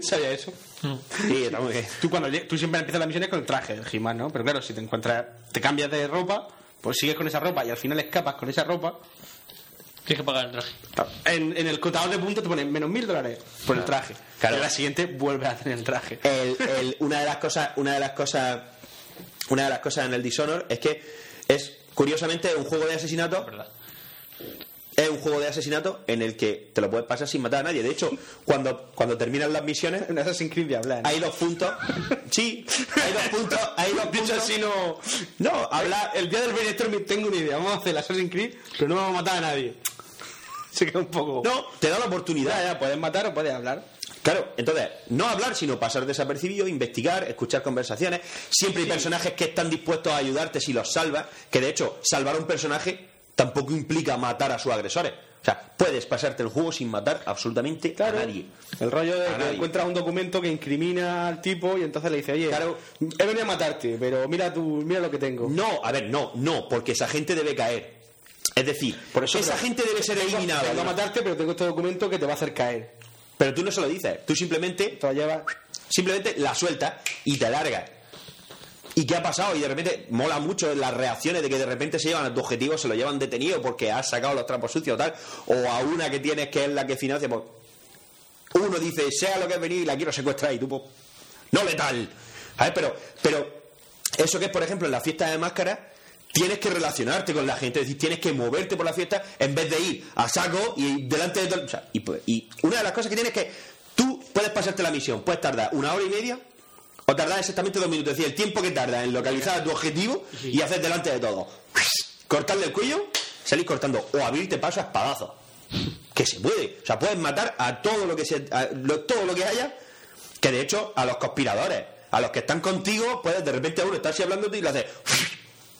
¿Sabía eso?
Sí, está muy bien.
Tú, cuando, lle- tú siempre empiezas las misiones con el traje del He-Man, ¿no? Pero claro, si te encuentras, te cambias de ropa, pues sigues con esa ropa y al final escapas con esa ropa.
Tienes que pagar el traje.
En, en el contador de puntos te ponen menos mil dólares por el traje.
Claro. Eh,
Y a la siguiente vuelves a tener el traje.
el- el- una de las cosas una de las cosas una de las cosas en el Dishonor es que es curiosamente un juego de asesinato es un juego de asesinato en el que te lo puedes pasar sin matar a nadie de hecho cuando cuando terminan las misiones hay dos puntos sí hay dos puntos hay dos puntos
no. habla. El día del Brainstorming tengo una idea. Vamos a hacer el Assassin's Creed, pero no vamos a matar a nadie. Se queda un poco.
No, te da la oportunidad.
Ya, ya, puedes matar o puedes hablar.
Claro, entonces, no hablar, sino pasar desapercibido, investigar, escuchar conversaciones. Siempre hay personajes que están dispuestos a ayudarte si los salvas, que de hecho, salvar a un personaje tampoco implica matar a sus agresores. O sea, puedes pasarte el juego sin matar absolutamente a nadie.
El rollo de
A
que
nadie.
encuentras un documento que incrimina al tipo y entonces le dice, oye, he venido a matarte, pero mira tú, mira lo que tengo.
No, a ver, no, no, porque esa gente debe caer. Es decir, esa
pero-
gente debe ser
Vengo-
eliminada.
vengo a matarte, pero tengo este documento que te va a hacer caer.
Pero tú no se lo dices, tú simplemente simplemente la sueltas y te largas. ¿Y qué ha pasado? Y de repente mola mucho las reacciones de que de repente se llevan a tu objetivo, se lo llevan detenido porque has sacado los trapos sucios o tal, o a una que tienes que es la que financia. Pues, uno dice, sea lo que has venido y la quiero secuestrar y tú, pues, no letal. ¿Sabes? Pero, pero eso que es, por ejemplo, en la fiesta de máscaras, tienes que relacionarte con la gente, es decir, tienes que moverte por la fiesta en vez de ir a saco y delante de todo. el- o sea, y, pues- y una de las cosas que tienes es que tú puedes pasarte la misión, puedes tardar una hora y media o tardar exactamente dos minutos, es decir, el tiempo que tarda en localizar tu objetivo y hacer delante de todo. Cortarle el cuello, salir cortando o abrirte paso a espadazos. Que se puede. O sea, puedes matar a todo lo que se, a lo- todo lo que haya que de hecho, a los conspiradores, a los que están contigo, puedes de repente a uno estar así hablándote y lo haces.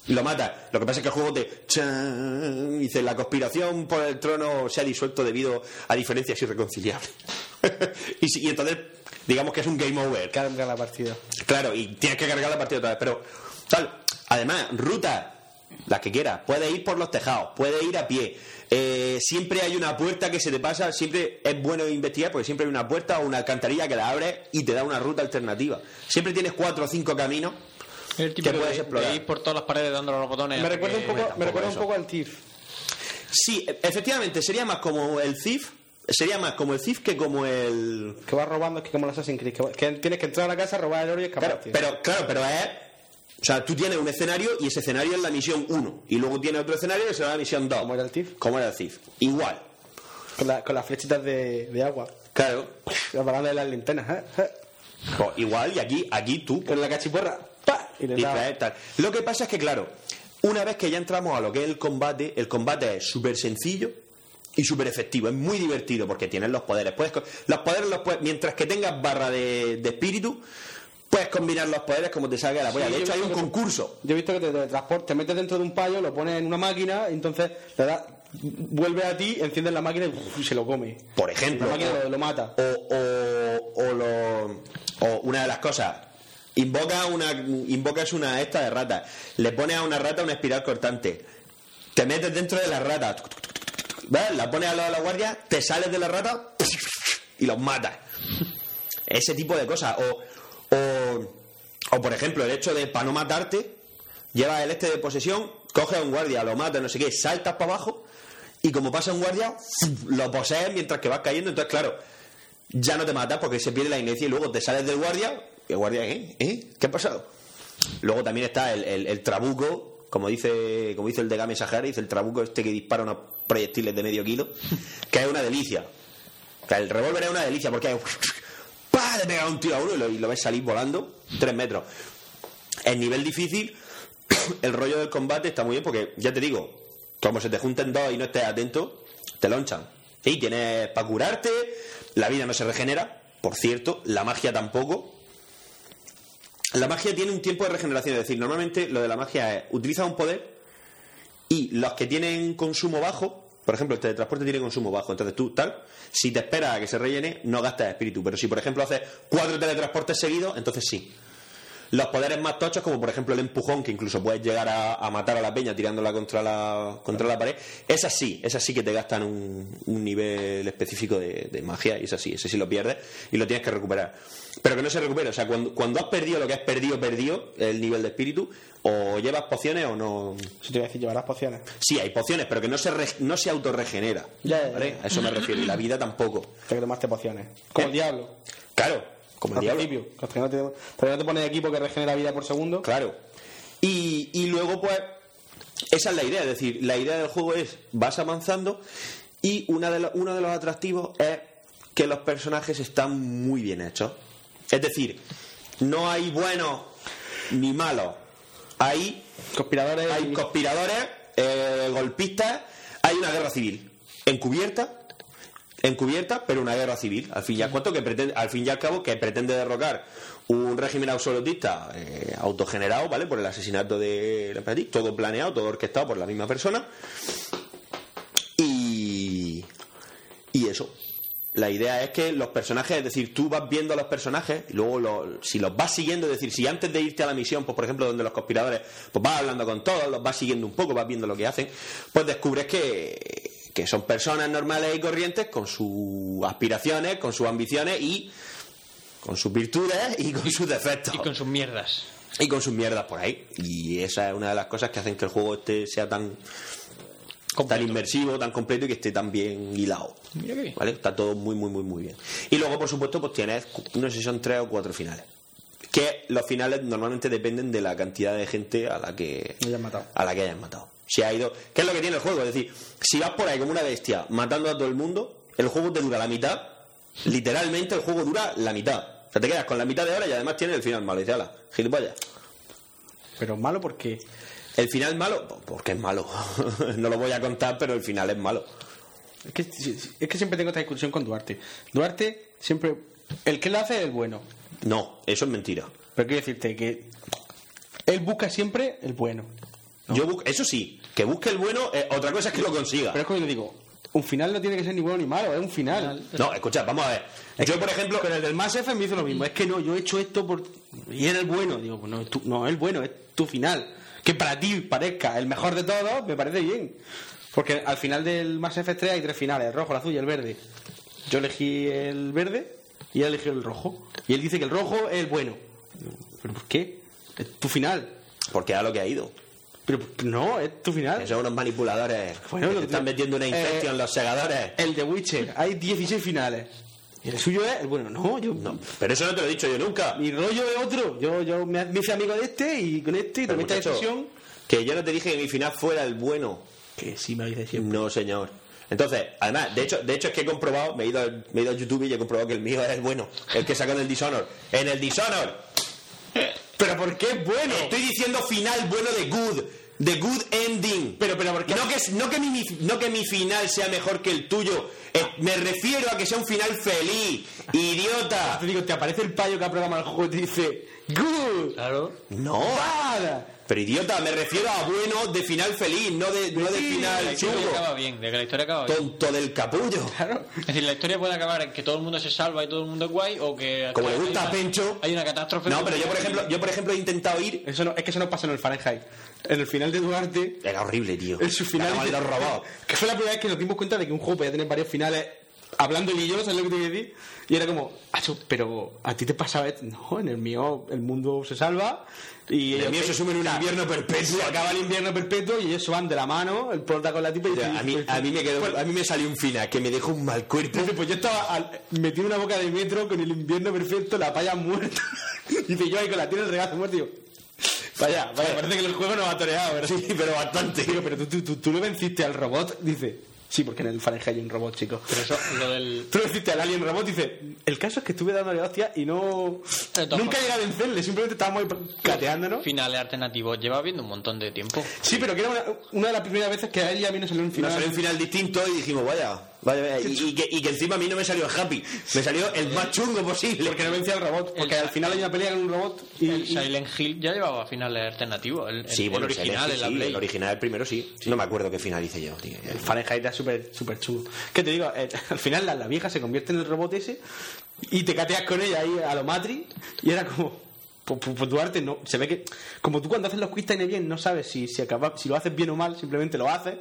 Y lo mata. Lo que pasa es que el juego te. chan, Dice, la conspiración por el trono se ha disuelto debido a diferencias irreconciliables. y, si- y entonces, digamos que es un game over.
Carga la partida.
Ah, Claro, y tienes que cargar la partida otra vez. Pero, tal, además, ruta, la que quieras. Puedes ir por los tejados, puedes ir a pie. Eh, siempre hay una puerta que se te pasa, siempre es bueno investigar porque siempre hay una puerta o una alcantarilla que la abres y te da una ruta alternativa. Siempre tienes cuatro o cinco caminos
El
que puedes explorar.
ir por todas las paredes dándole a los botones.
Me recuerda un poco- me
Tampoco
recuerda un
eso.
poco
al TIF.
Sí, e- efectivamente, sería más como el CIF, sería más como el CIF que como el...
Que vas robando, es que como el Assassin's Creed, que, va- que tienes que entrar a la casa, robar el oro y
Claro,
escaparte.
pero, claro, pero es... O sea, tú tienes un escenario y ese escenario es la misión 1. Y luego tienes otro escenario que será la misión 2. ¿Cómo era el CIF? Como era el CIF. Igual.
Con, la- con las flechitas de, de agua.
Claro.
Apagando las linternas. ¿eh? ¿eh?
Pues igual, y aquí, aquí tú.
Con la cachiporra. ¡pa! Y le
Y
das.
traer tal. Lo que pasa es que, claro, una vez que ya entramos a lo que es el combate, el combate es súper sencillo y súper efectivo. Es muy divertido porque tienes los poderes. Puedes, co- los poderes los puedes- mientras que tengas barra de, de espíritu, Puedes combinar los poderes como te salga de la polla. de hecho, hay un concurso.
Yo he visto que te teletransportas, te metes dentro de un payo, lo pones en una máquina, entonces le das- vuelve a ti, enciendes la máquina y uf, se lo come.
Por ejemplo.
La máquina lo, lo mata.
O, o, o lo- o una de las cosas. Invoca una, invocas una esta de rata. Le pones a una rata una espiral cortante. Te metes dentro de la rata. Tuc, tuc, tuc, tuc, tuc, tuc. ¿Ves? La pones al lado de la guardia, te sales de la rata y los matas. Ese tipo de cosas. O, o, o, por ejemplo, el hecho de para no matarte, llevas el este de posesión, coges a un guardia, lo matas, no sé qué, saltas para abajo y como pasa un guardia, lo posees mientras que vas cayendo. Entonces, claro, ya no te matas porque se pierde la inercia y luego te sales del guardia. Y el guardia, ¿eh? ¿Eh? ¿Qué ha pasado? Luego también está el, el- el trabuco, como dice, como dice el de Game Sahara, dice el trabuco este que dispara unos proyectiles de medio kilo, que es una delicia. O sea, el revólver es una delicia porque hay... ¡Pah! Le pega un tiro a uno y lo, y lo ves salir volando tres metros. El nivel difícil, el rollo del combate está muy bien porque, ya te digo, como se te junten dos y no estés atento, te lonchan. Y tienes para curarte, la vida no se regenera, por cierto, la magia tampoco. La magia tiene un tiempo de regeneración, es decir, normalmente lo de la magia es utiliza un poder y los que tienen consumo bajo, por ejemplo, el teletransporte tiene consumo bajo, entonces tú tal, si te esperas a que se rellene, no gastas espíritu, pero si por ejemplo haces cuatro teletransportes seguidos, entonces sí. Los poderes más tochos, como por ejemplo el empujón, que incluso puedes llegar a, a matar a la peña tirándola contra la, contra la pared, es así, es así que te gastan un, un nivel específico de, de magia, y es así, ese sí lo pierdes y lo tienes que recuperar. Pero que no se recupere, o sea, cuando, cuando has perdido lo que has perdido, perdido el nivel de espíritu, o llevas pociones o no.
Eso te iba a decir, llevarás pociones.
Sí, hay pociones, pero que no se, re- no se autorregenera.
Ya, ya, ya.
¿vale? A eso me refiero, y la vida tampoco.
Hasta que tomaste pociones. Como el diablo.
Claro, como el
Al
diablo.
principio. Hasta que no te, hasta que no te pones equipo que regenera vida por segundo.
Claro. Y, y luego, pues, esa es la idea. Es decir, la idea del juego es, vas avanzando y una de lo- uno de los atractivos es que los personajes están muy bien hechos. Es decir, no hay buenos ni malos. Hay
conspiradores,
hay conspiradores eh, golpistas. Hay una guerra civil encubierta encubierta, pero una guerra civil, al fin y al, cuanto que pretende, al fin y al cabo, que pretende derrocar un régimen absolutista eh, autogenerado, ¿vale? Por el asesinato de la emperatriz, todo planeado, todo orquestado por la misma persona. Y. Y eso. La idea es que los personajes, es decir, tú vas viendo a los personajes, y luego lo- si los vas siguiendo, es decir, si antes de irte a la misión, pues por ejemplo, donde los conspiradores, pues vas hablando con todos, los vas siguiendo un poco, vas viendo lo que hacen, pues descubres que, que son personas normales y corrientes con sus aspiraciones, con sus ambiciones y con sus virtudes y con sus defectos.
Y con sus mierdas.
Y con sus mierdas por ahí. Y esa es una de las cosas que hacen que el juego este sea tan, tan inmersivo, tan completo y que esté tan bien hilado.
Mira qué bien.
¿Vale? Está todo muy, muy, muy, muy bien. Y luego, por supuesto, pues tienes, cu- no sé si son tres o cuatro finales. Que los finales normalmente dependen de la cantidad de gente a la que
Me hayan matado.
a la que hayas matado. Si ha ido, ¿qué es lo que tiene el juego? Es decir, si vas por ahí como una bestia matando a todo el mundo, el juego te dura la mitad. Literalmente el juego dura la mitad. O sea, te quedas con la mitad de hora y además tienes el final malo. Y dices, "Ala, gilipollas.
Pero malo porque.
El final malo, Pues porque es malo. no lo voy a contar, pero el final es malo.
Es que, es que siempre tengo esta discusión con Duarte. Duarte siempre. El que lo hace es el bueno.
No, eso es mentira.
Pero quiero decirte que. Él busca siempre el bueno.
Yo bus- eso sí, que busque el bueno, eh, otra cosa es que lo consiga.
Pero es como yo digo. Un final no tiene que ser ni bueno ni malo, es un final.
No, escucha, vamos a ver. Yo, por ejemplo,
Pero el del Mass Effect me hizo lo mismo. Es que no, yo he hecho esto por... y era el bueno. Digo, pues no, es tu- no, el bueno, es tu final. Que para ti parezca el mejor de todos, me parece bien. Porque al final del Mass Effect 3 hay tres finales, el rojo, el azul y el verde. Yo elegí el verde y él eligió el rojo. Y él dice que el rojo es el bueno. Digo, ¿Pero por qué? Es tu final.
porque a lo que ha ido.
Pero p- no, es tu final.
Esos son unos manipuladores.
Bueno,
que
lo- eh,
te están metiendo una infección en los segadores.
El de Witcher, hay 16 finales. Y el suyo es el bueno. No, yo no.
Pero eso no te lo he dicho yo nunca.
Mi rollo es otro. Yo, yo me, me hice amigo de este y con este y
Pero,
tomé esta
muchacho,
decisión.
Que yo no te dije que mi final fuera el bueno.
Que sí me habéis decidido.
No, señor. Entonces, además, de hecho, de hecho es que he comprobado, me he, ido, al- me he ido a YouTube y he comprobado que el mío era el bueno. El que sacó en el Dishonor. ¡En el Dishonor!
Pero ¿por qué es bueno?
Estoy diciendo final bueno de good. De good ending.
Pero, pero, ¿por qué?
No que, no, que mi, no que mi final sea mejor que el tuyo. Eh, me refiero a que sea un final feliz. Idiota.
Te digo, te aparece el payo que ha programado el juego y te dice,
Good.
Claro.
No. Pero idiota, me refiero a bueno de final feliz, no de, no de
la
final
historia
chungo.
acaba bien, de que la historia acaba bien.
Tonto del capullo.
Es decir, la historia puede acabar en que todo el mundo se salva y todo el mundo es guay o que...
Como le gusta
hay una-
a Pencho.
Hay una catástrofe.
No, pero yo por ejemplo, yo por ejemplo he intentado ir.
Eso no- es que eso nos pasó en el Fahrenheit. En el final de Duarte,
Era horrible, tío.
en su final.
Ganaba el dos robados.
Que fue la primera vez que nos dimos cuenta de que un juego podía tener varios finales. Hablando él y yo, ¿sabes lo que te quiero decir? Y era como, "Acho, pero a ti te pasaba esto. No, en el mío el mundo se salva. Y
El
ellos
mío se sume en un invierno perpetuo.
se acaba el invierno perpetuo y ellos se van de la mano, el prota con la tipa y pues,
O sea, a mí, a mí me quedó, a mí me salió un final que me dejó un mal cuerpo.
Dice, pues yo estaba al- metido en una boca de metro con el invierno perfecto, la paya muerta. Dice, yo ahí con la tira el regazo muerto, digo, vaya, vaya, parece que el juego nos ha toreado, ¿verdad?
Sí, pero bastante.
Digo, pero tú, tú, tú, tú lo venciste al robot, dice, sí, porque en el Fahrenheit hay un robot, chicos.
Pero eso, lo del...
Tú lo venciste al alien robot, dice, el caso es que estuve dándole hostias y no...
De todas
Nunca
formas.
llegué a vencerle, simplemente estábamos ahí cateándonos.
Finales alternativos lleva viendo un montón de tiempo.
Sí, pero que era una, una de las primeras veces que a él y a mí nos salió un
Nos
final.
salió un final distinto y dijimos, vaya, vaya, vaya. Y, y que, y que encima a mí no me salió el happy, me salió el más chungo posible.
Porque no vencía al robot, porque
El-
al final hay una pelea con un robot y...
El
y-
Silent Hill ya llevaba finales alternativos. El, el-
Sí,
el
bueno,
original,
el,
en la Play.
el original, el primero sí. No me acuerdo qué final hice yo, tío.
El Fahrenheit era súper súper chulo. ¿Qué te digo? Eh, al final la, la vieja se convierte en el robot ese y te cateas con ella ahí a lo Matrix y era como... pues, Por, por- por tu arte no... Se ve que... Como tú cuando haces los quiz time bien no sabes si, si, acaba, si lo haces bien o mal, simplemente lo haces.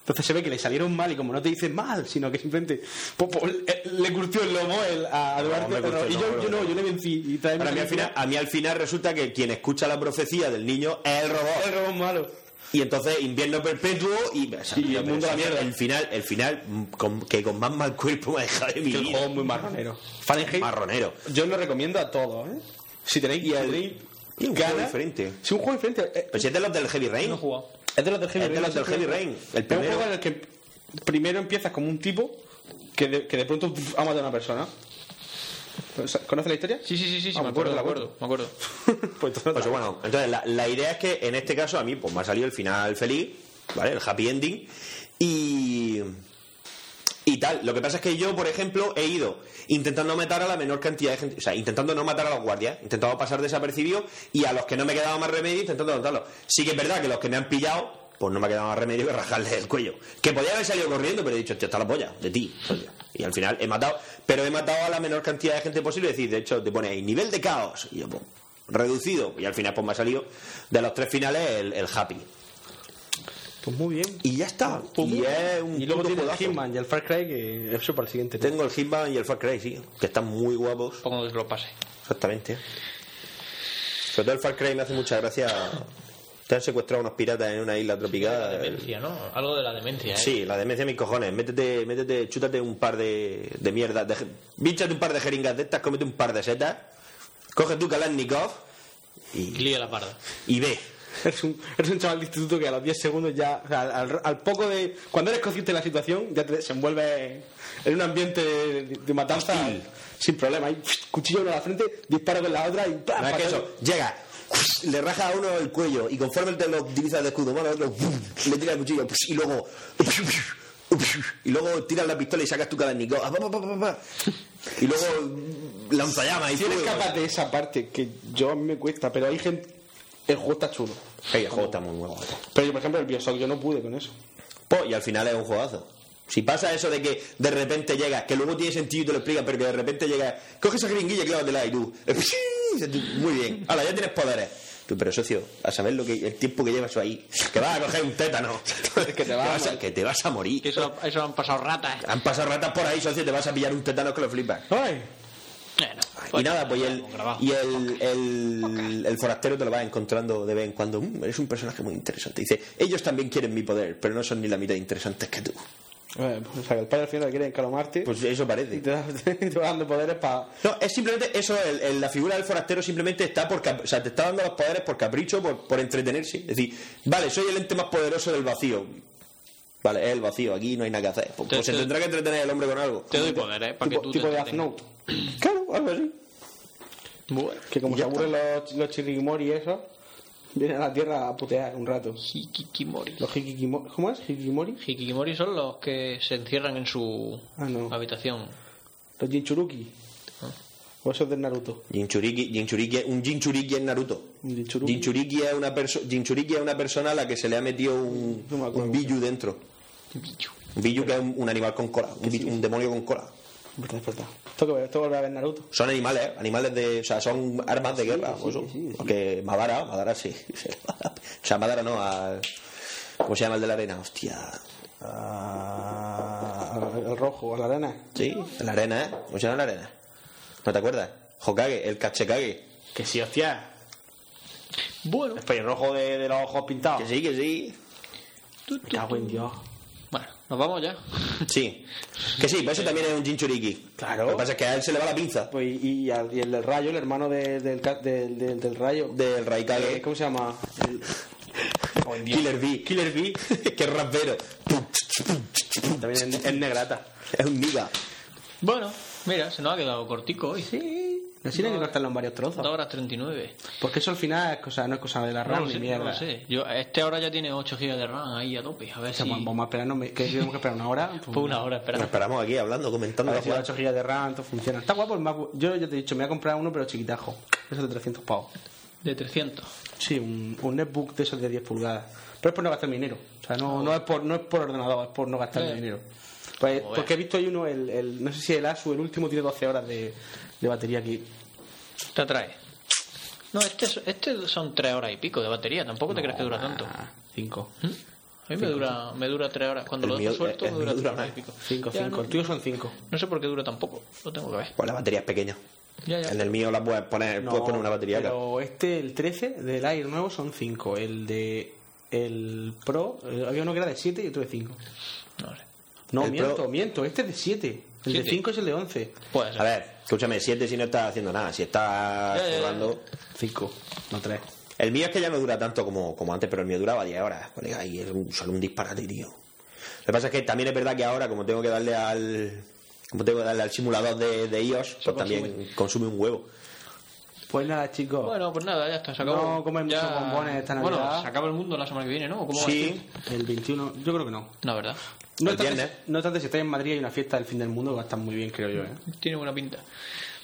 Entonces se ve que le salieron mal y como no te dicen mal, sino que simplemente po- po- le, le curtió el lomo el- a a Duarte.
me curtió
pero-
el
y yo,
lomo,
yo no,
pero-
yo le vencí. Y también
Ahora, a,
me
mí al
vencí.
final, a mí al final resulta que quien escucha la profecía del niño es el robot.
El robot malo.
Y entonces invierno perpetuo y, o sea,
Y el
pero
mundo a la
ese-
mierda.
El final, el final mm, con- que con más mal cuerpo me ha dejado de mi
Que el
vida.
juego es muy marronero. Fahrenheit.
Marronero.
Yo lo recomiendo a todos, ¿eh? Si tenéis
Y el- y un
ganas-
juego diferente.
Sí, un juego diferente. Eh,
Pues si es de los del Heavy Rain.
No he jugado.
es de los del Heavy
es de
Rain.
los del Heavy Rain, el
Es un
primero.
juego en el que primero empiezas como un tipo que de, que de pronto pf, ha matado a una persona. Pues, ¿Conoces la historia?
Sí, sí, sí, sí, sí,
Ah,
me
pues
acuerdo, me
la
acuerdo, me acuerdo.
pues entonces,
Pues bueno, entonces la, la idea es que en este caso a mí pues me ha salido el final feliz, ¿vale? El happy ending. Y. Y tal. Lo que pasa es que yo, por ejemplo, he ido intentando matar a la menor cantidad de gente. O sea, intentando no matar a los guardias. Intentado pasar desapercibido. Y a los que no me quedaba más remedio, intentando matarlos. Sí que es verdad que los que me han pillado, pues no me ha quedado más remedio que rajarles el cuello. Que podía haber salido corriendo, pero he dicho, tío, está la polla, de ti. Y al final he matado. Pero he matado a la menor cantidad de gente posible. Es decir, de hecho, te pone ahí nivel de caos. Y yo, pues, reducido. Y al final, pues me ha salido de los tres finales el, el happy.
pues muy bien.
Y ya está.
Pues muy
y
bien.
es un
Y luego
puto
tiene el
juegazo.
Hitman y el Far Cry, que eso para el siguiente. ¿no?
Tengo el Hitman y el Far Cry, sí, que están muy guapos.
Pongo que lo pase.
Exactamente. Sobre todo el Far Cry me hace mucha gracia. Te han secuestrado unos piratas en una isla tropical.
Demencia, ¿no? Algo de la demencia, ¿eh?
Sí, la demencia de mis cojones. Métete, métete, chútate un par de, de mierdas. De, bínchate un par de jeringas de estas, cómete un par de setas. Coge tu Kalashnikov
Y
y,
liga la parda.
y ve.
Eres un, eres un chaval de instituto que a los 10 segundos ya, o sea, al, al poco de. Cuando eres consciente de la situación, ya te desenvuelves en un ambiente de, de matanza
Hostil.
sin problema. Ahí, cuchillo uno a la frente, disparo con la otra y ¡pam!
No es que
Fatal.
eso, llega, le raja a uno el cuello y conforme te lo utilizas de escudo humano, otro, le tira el cuchillo y luego. Y luego tiras la pistola y sacas tu Kalashnikov. pa, pa, pa, pa, pa. Y luego lanzallamas y
Si eres
fuego.
capaz de esa parte, que yo a mí me cuesta, pero hay gente. El juego está chulo.
Ey, el juego está muy guapo.
Pero yo, por ejemplo, el Bioshock, yo no pude con eso.
Po, y al final es un juegazo. Si pasa eso de que de repente llegas, que luego tiene sentido y te lo explican, pero que de repente llegas, coge esa jeringuilla y clávatela y tú. Muy bien, ahora ya tienes poderes. Tú, pero socio, a saber lo que el tiempo que llevas tú ahí, que vas a coger un tétano,
Que te vas a
que te vas a morir.
Que eso, eso han pasado ratas.
Han pasado ratas por ahí, socio, te vas a pillar un tétano que lo flipas.
¡Ay!
Bueno,
Y nada, pues y el,
grabado.
y el, el, el forastero te lo vas encontrando de vez en cuando. "Mm, eres un personaje muy interesante. Dice, ellos también quieren mi poder, pero no son ni la mitad interesantes que tú.
Bueno, Eh, pues, o sea, que el padre al final quiere encalomarte
Pues eso
y
parece.
te, da- te va dando poderes para.
No, es simplemente eso, el- el- la figura del forastero simplemente está por cap- o sea, te está dando los poderes por capricho, por, por entretenerse. Es decir, vale, soy el ente más poderoso del vacío. Vale, es el vacío, aquí no hay nada que hacer. Pues,
Te-
pues se
te-
tendrá que entretener el hombre con algo.
te doy poder, ¿eh? Para que
tipo,
tú
tipo
te
de
entretengas.
Aznout. Claro, algo así.
Bueno.
Que como
Y ya
se aburren los, los chirrigimori y eso, vienen a la tierra a putear un rato.
Hikikimori.
Los hikikimori. ¿Cómo es? ¿Hikikimori?
Hikikimori son los que se encierran en su
Ah, no.
habitación.
Los jinchuruki. O eso es de Naruto.
Jinchuriki, Jinchuriki- un Jinchuriki en Naruto.
Jinchuriki.
Jinchuriki es, una perso- Jinchuriki es una persona a la que se le ha metido un,
No me acuerdo.
un Biju dentro. Un Biju que es un, un animal con cola, un, bi- un demonio con cola.
Verdad, es verdad. Tengo que ver, tengo que volver a ver Naruto.
Son animales, ¿eh? animales de. O sea, son armas de guerra. o eso. Porque Madara, Madara sí. o sea, Madara no, al. ¿Cómo se llama el de la arena? Hostia. Ah,
Al- al rojo, a la arena.
sí, la arena, ¿eh? ¿Cómo se llama la arena? ¿No te acuerdas? Hokage, el Kachekage.
Que sí, hostia.
Bueno,
El pelirrojo de, de los ojos pintados.
Que sí, que sí.
Me cago en Dios.
bueno, nos vamos ya.
Sí. Que sí, pero eso también es un Jinchuriki.
Claro.
Lo que pasa es que a él se le va la pinza.
Pues, y, y al- y el del rayo, el hermano de- del, ca- del, del, del rayo.
Del
Eh,
Raikage.
¿Cómo se llama? El-
Killer B.
Killer Bee.
que rapero.
También es, es negrata.
Es un niga.
Bueno, mira, se nos ha quedado cortico hoy.
Sí. Así tiene que cortarlo en varios trozos.
2 horas 39.
Porque eso al final es cosa, no es cosa de la
No
RAM
lo
ni
sé,
mierda.
no lo sé. Yo, este ahora ya tiene 8 GB de RAM ahí a tope. A ver
O sea,
si...
Este vamos a esperar, no me- que tenemos que esperar una hora. Pues,
Pues una hora
Nos
esperando.
esperamos aquí hablando,
A
comentando.
ver
la
si las
jugada.
8 gigas de RAM, todo funciona. Está guapo el MacBook. Yo ya te he dicho, me voy a comprar uno, pero chiquitajo. Eso de 300 pavos.
De 300.
Sí, un, un netbook de esos de 10 pulgadas. Pero es por no gastar mi dinero. O sea, no, no, es, por, no es por ordenador, es por no gastar mi
Eh.
dinero. Pues,
Joder.
porque he visto ahí uno, el, el- no sé si el ASUS, el último tiene 12 horas de, de batería aquí.
Te atrae. No, este, es- este son 3 horas y pico de batería. Tampoco te crees que dura tanto.
Ah,
A
5.
mí me dura, me dura 3 horas. Cuando
El
lo dejo
mío-
suelto,
el
me dura
mío
3
dura
horas y
más.
pico.
5,
Ya,
5. El
No,
tuyo son 5.
no sé por qué dura tampoco. Lo tengo que ver.
Pues la batería es pequeña.
Ya, ya.
En el mío la puedes poner, puedes poner una batería.
pero
claro.
este, el 13 del Air nuevo son 5. El de. El Pro, eh, había uno que era de 7 y otro de 5.
No sé.
No,
El
miento,
Pro-
miento, este es de 7. El de
Siete.
5 es el de 11.
Puede ser.
A ver, escúchame, 7 si no estás haciendo nada, si estás
Ya, ya, ya.
jugando.
5, no 3.
El mío es que ya no dura tanto como, como antes, pero el mío duraba 10 horas, colega, y es un- solo un disparate, tío. Lo que pasa es que también es verdad que ahora, como tengo que darle al. Como tengo que darle al simulador de, de iOS, pues también consume un huevo.
Pues nada, chicos.
Bueno, pues nada, ya está, se acabó.
No comen
Ya-
muchos bombones esta
Bueno,
Navidad.
se acaba el mundo la semana que viene, ¿no? ¿Cómo va a
Sí,
decir?
El 21, yo creo que no.
No, ¿verdad?
No
El
obstante,
viernes.
no obstante, si estáis en Madrid hay una fiesta del fin del mundo que va a estar muy bien, creo yo. ¿eh?
Tiene buena pinta.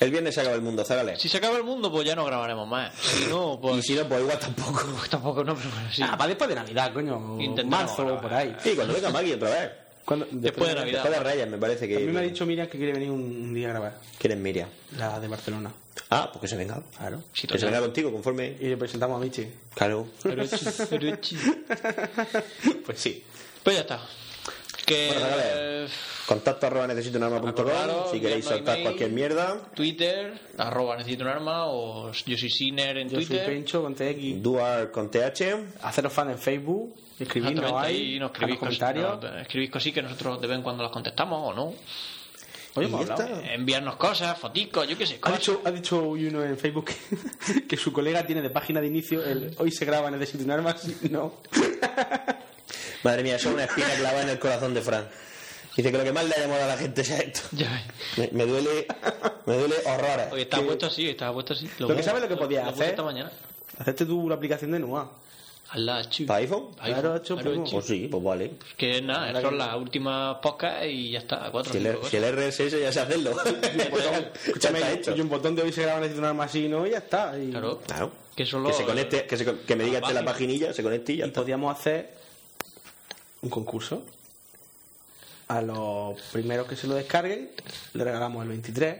el viernes se acaba el mundo, zágale.
Si se acaba el mundo, pues ya no grabaremos más. Si no,
Y
pues
si no, pues igual tampoco.
tampoco no, pero sí.
Ah, va después de Navidad, coño.
Intentamos
marzo
grabar.
o por ahí.
Sí, cuando venga Maggie otra vez.
¿Cuándo?
Después de Navidad.
Después de Reyes, me parece que.
A mí me ha dicho Miriam que quiere venir un- un día a grabar.
¿Quién es Miriam?
La de Barcelona.
Ah, pues que se venga.
Claro.
Sí,
que se
total.
venga contigo, conforme.
Y le presentamos a Michi.
Claro.
Pero chi- pero chi-
pues sí.
Pues ya está. Que
Bueno, dale.
eh,
Contacto arroba necesito un arma punto com,
Acordaros,
si queréis
enviadnos
soltar
email.
cualquier mierda.
Twitter, arroba necesito un arma, o yo soy Siner en
Yo soy
Twitter.
Pencho con TX.
Duar con TH.
Haceros fan en Facebook. Escribirnos
Exactamente,
ahí.
y nos
dejadnos
escribís cosas,
comentarios.
no, escribís cosas que nosotros de vez en cuando las contestamos o no.
Oye,
Y
hemos
ya
hablado.
está.
Eh, Enviarnos cosas, foticos, yo qué sé.
Ha
cosas.
dicho, ha dicho hoy uno en Facebook que, que su colega tiene de página de inicio el hoy se graba necesito un arma. sí, No.
Madre mía, eso es una espina clavada en el corazón de Fran. Dice que lo que más le ha llamado a la gente sea esto.
Ya ves.
Me, me duele, me duele horrores.
Oye, estaba puesto así, estaba puesto así.
Lo que sabes lo que podías
puse
hacer.
esta mañana.
Hacerte tú la aplicación de NUA.
Hazla, chu.
¿Para iPhone?
Ahí
Claro,
fue,
hecho,
ahí lo he
primo.
hecho.
Pues sí, pues vale.
Que nada, son las últimas podcasts y ya está. Cuatro,
Si el,
cinco
si el RSS ya sé hacerlo. Ya
Escúchame,
está
y-
hecho.
y un botón de hoy se graba necesito un arma así, ¿no? Y ya está. Y,
Claro.
Claro.
Que
Que,
solo-
se conecte, que, se con- que me diga
la
este la
página.
paginilla, se conecte y ya
y
está.
podíamos hacer un concurso. A los primeros que se lo descarguen, le regalamos el 23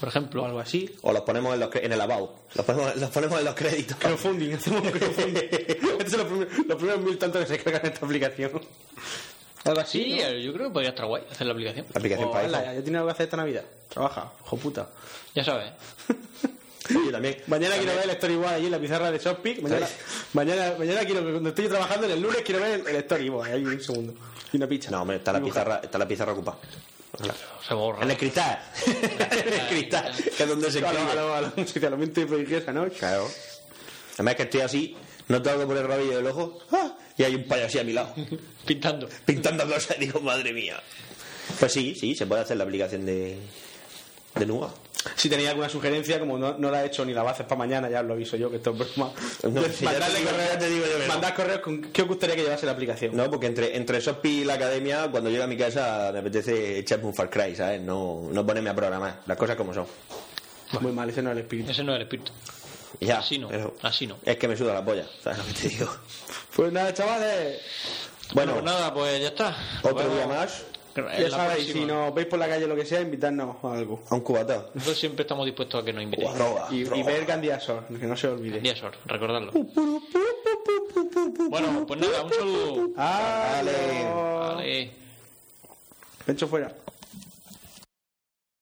Por
o
ejemplo,
algo así.
O los ponemos en, los, cre- en el abao. Los ponemos, los ponemos en los créditos.
Crowdfunding, hacemos un crowdfunding.
Este
Estos son los primeros, los primeros mil tantos que se cargan esta aplicación. Algo así.
sí,
¿no?
eh, yo creo que podría estar guay hacer la aplicación.
La aplicación
Oh,
para
ala,
iPhone.
ya tiene algo que hacer esta Navidad. Trabaja, hijo puta.
Ya sabes. ¿eh?
Yo también.
Mañana quiero
también-
ver el storyboard allí en la pizarra de Shopee. Mañana,
Sí.
mañana, mañana quiero, cuando estoy trabajando en el lunes, quiero ver el, el storyboard. Ahí un segundo. Y una picha.
No, hombre, está la
Dibujar.
pizarra, está la pizarra ocupada.
Pues Se borra.
En el cristal. en el cristal. Que es donde se
A lo, a
escribe.
lo, a lo, sí, a lo mente prodigiosa, ¿no?
Claro. Además que estoy así, no tengo que poner el rabillo del ojo. ¡ah! Y hay un payo así a mi lado,
Pintando.
pintando cosas. Y digo, madre mía. Pues sí, sí, se puede hacer la aplicación de, de Nuga.
Si tenéis alguna sugerencia, como no, no la he hecho ni la va a hacer para mañana, ya os lo aviso yo que esto es broma.
No, si ya te digo- ya te digo yo que no.
mandad correos con qué os gustaría que llevase la aplicación.
No, porque entre, entre Sopi y la academia, cuando llego a mi casa, me apetece echarme un Far Cry, ¿sabes? No, no ponerme a programar, las cosas como son.
Muy mal, ese no es el espíritu.
Ese no es el espíritu.
Ya,
Así no,
Ah, pero
así no.
es que me suda la polla, ¿sabes lo que te digo?
Pues nada, chavales.
Bueno,
pues nada, pues ya está.
otro
Bueno,
día más,
en
Ya
la
sabéis,
próxima.
si nos veis por la calle o lo que sea, invitadnos a algo.
a un cubata.
Nosotros siempre estamos dispuestos a que nos invitéis.
O a droga,
Y, y
droga.
ver Gandhiasor, que no se olvide.
Díazor, recordadlo. Bueno, pues nada, un saludo.
¡Ale!
Vale.
Pecho fuera.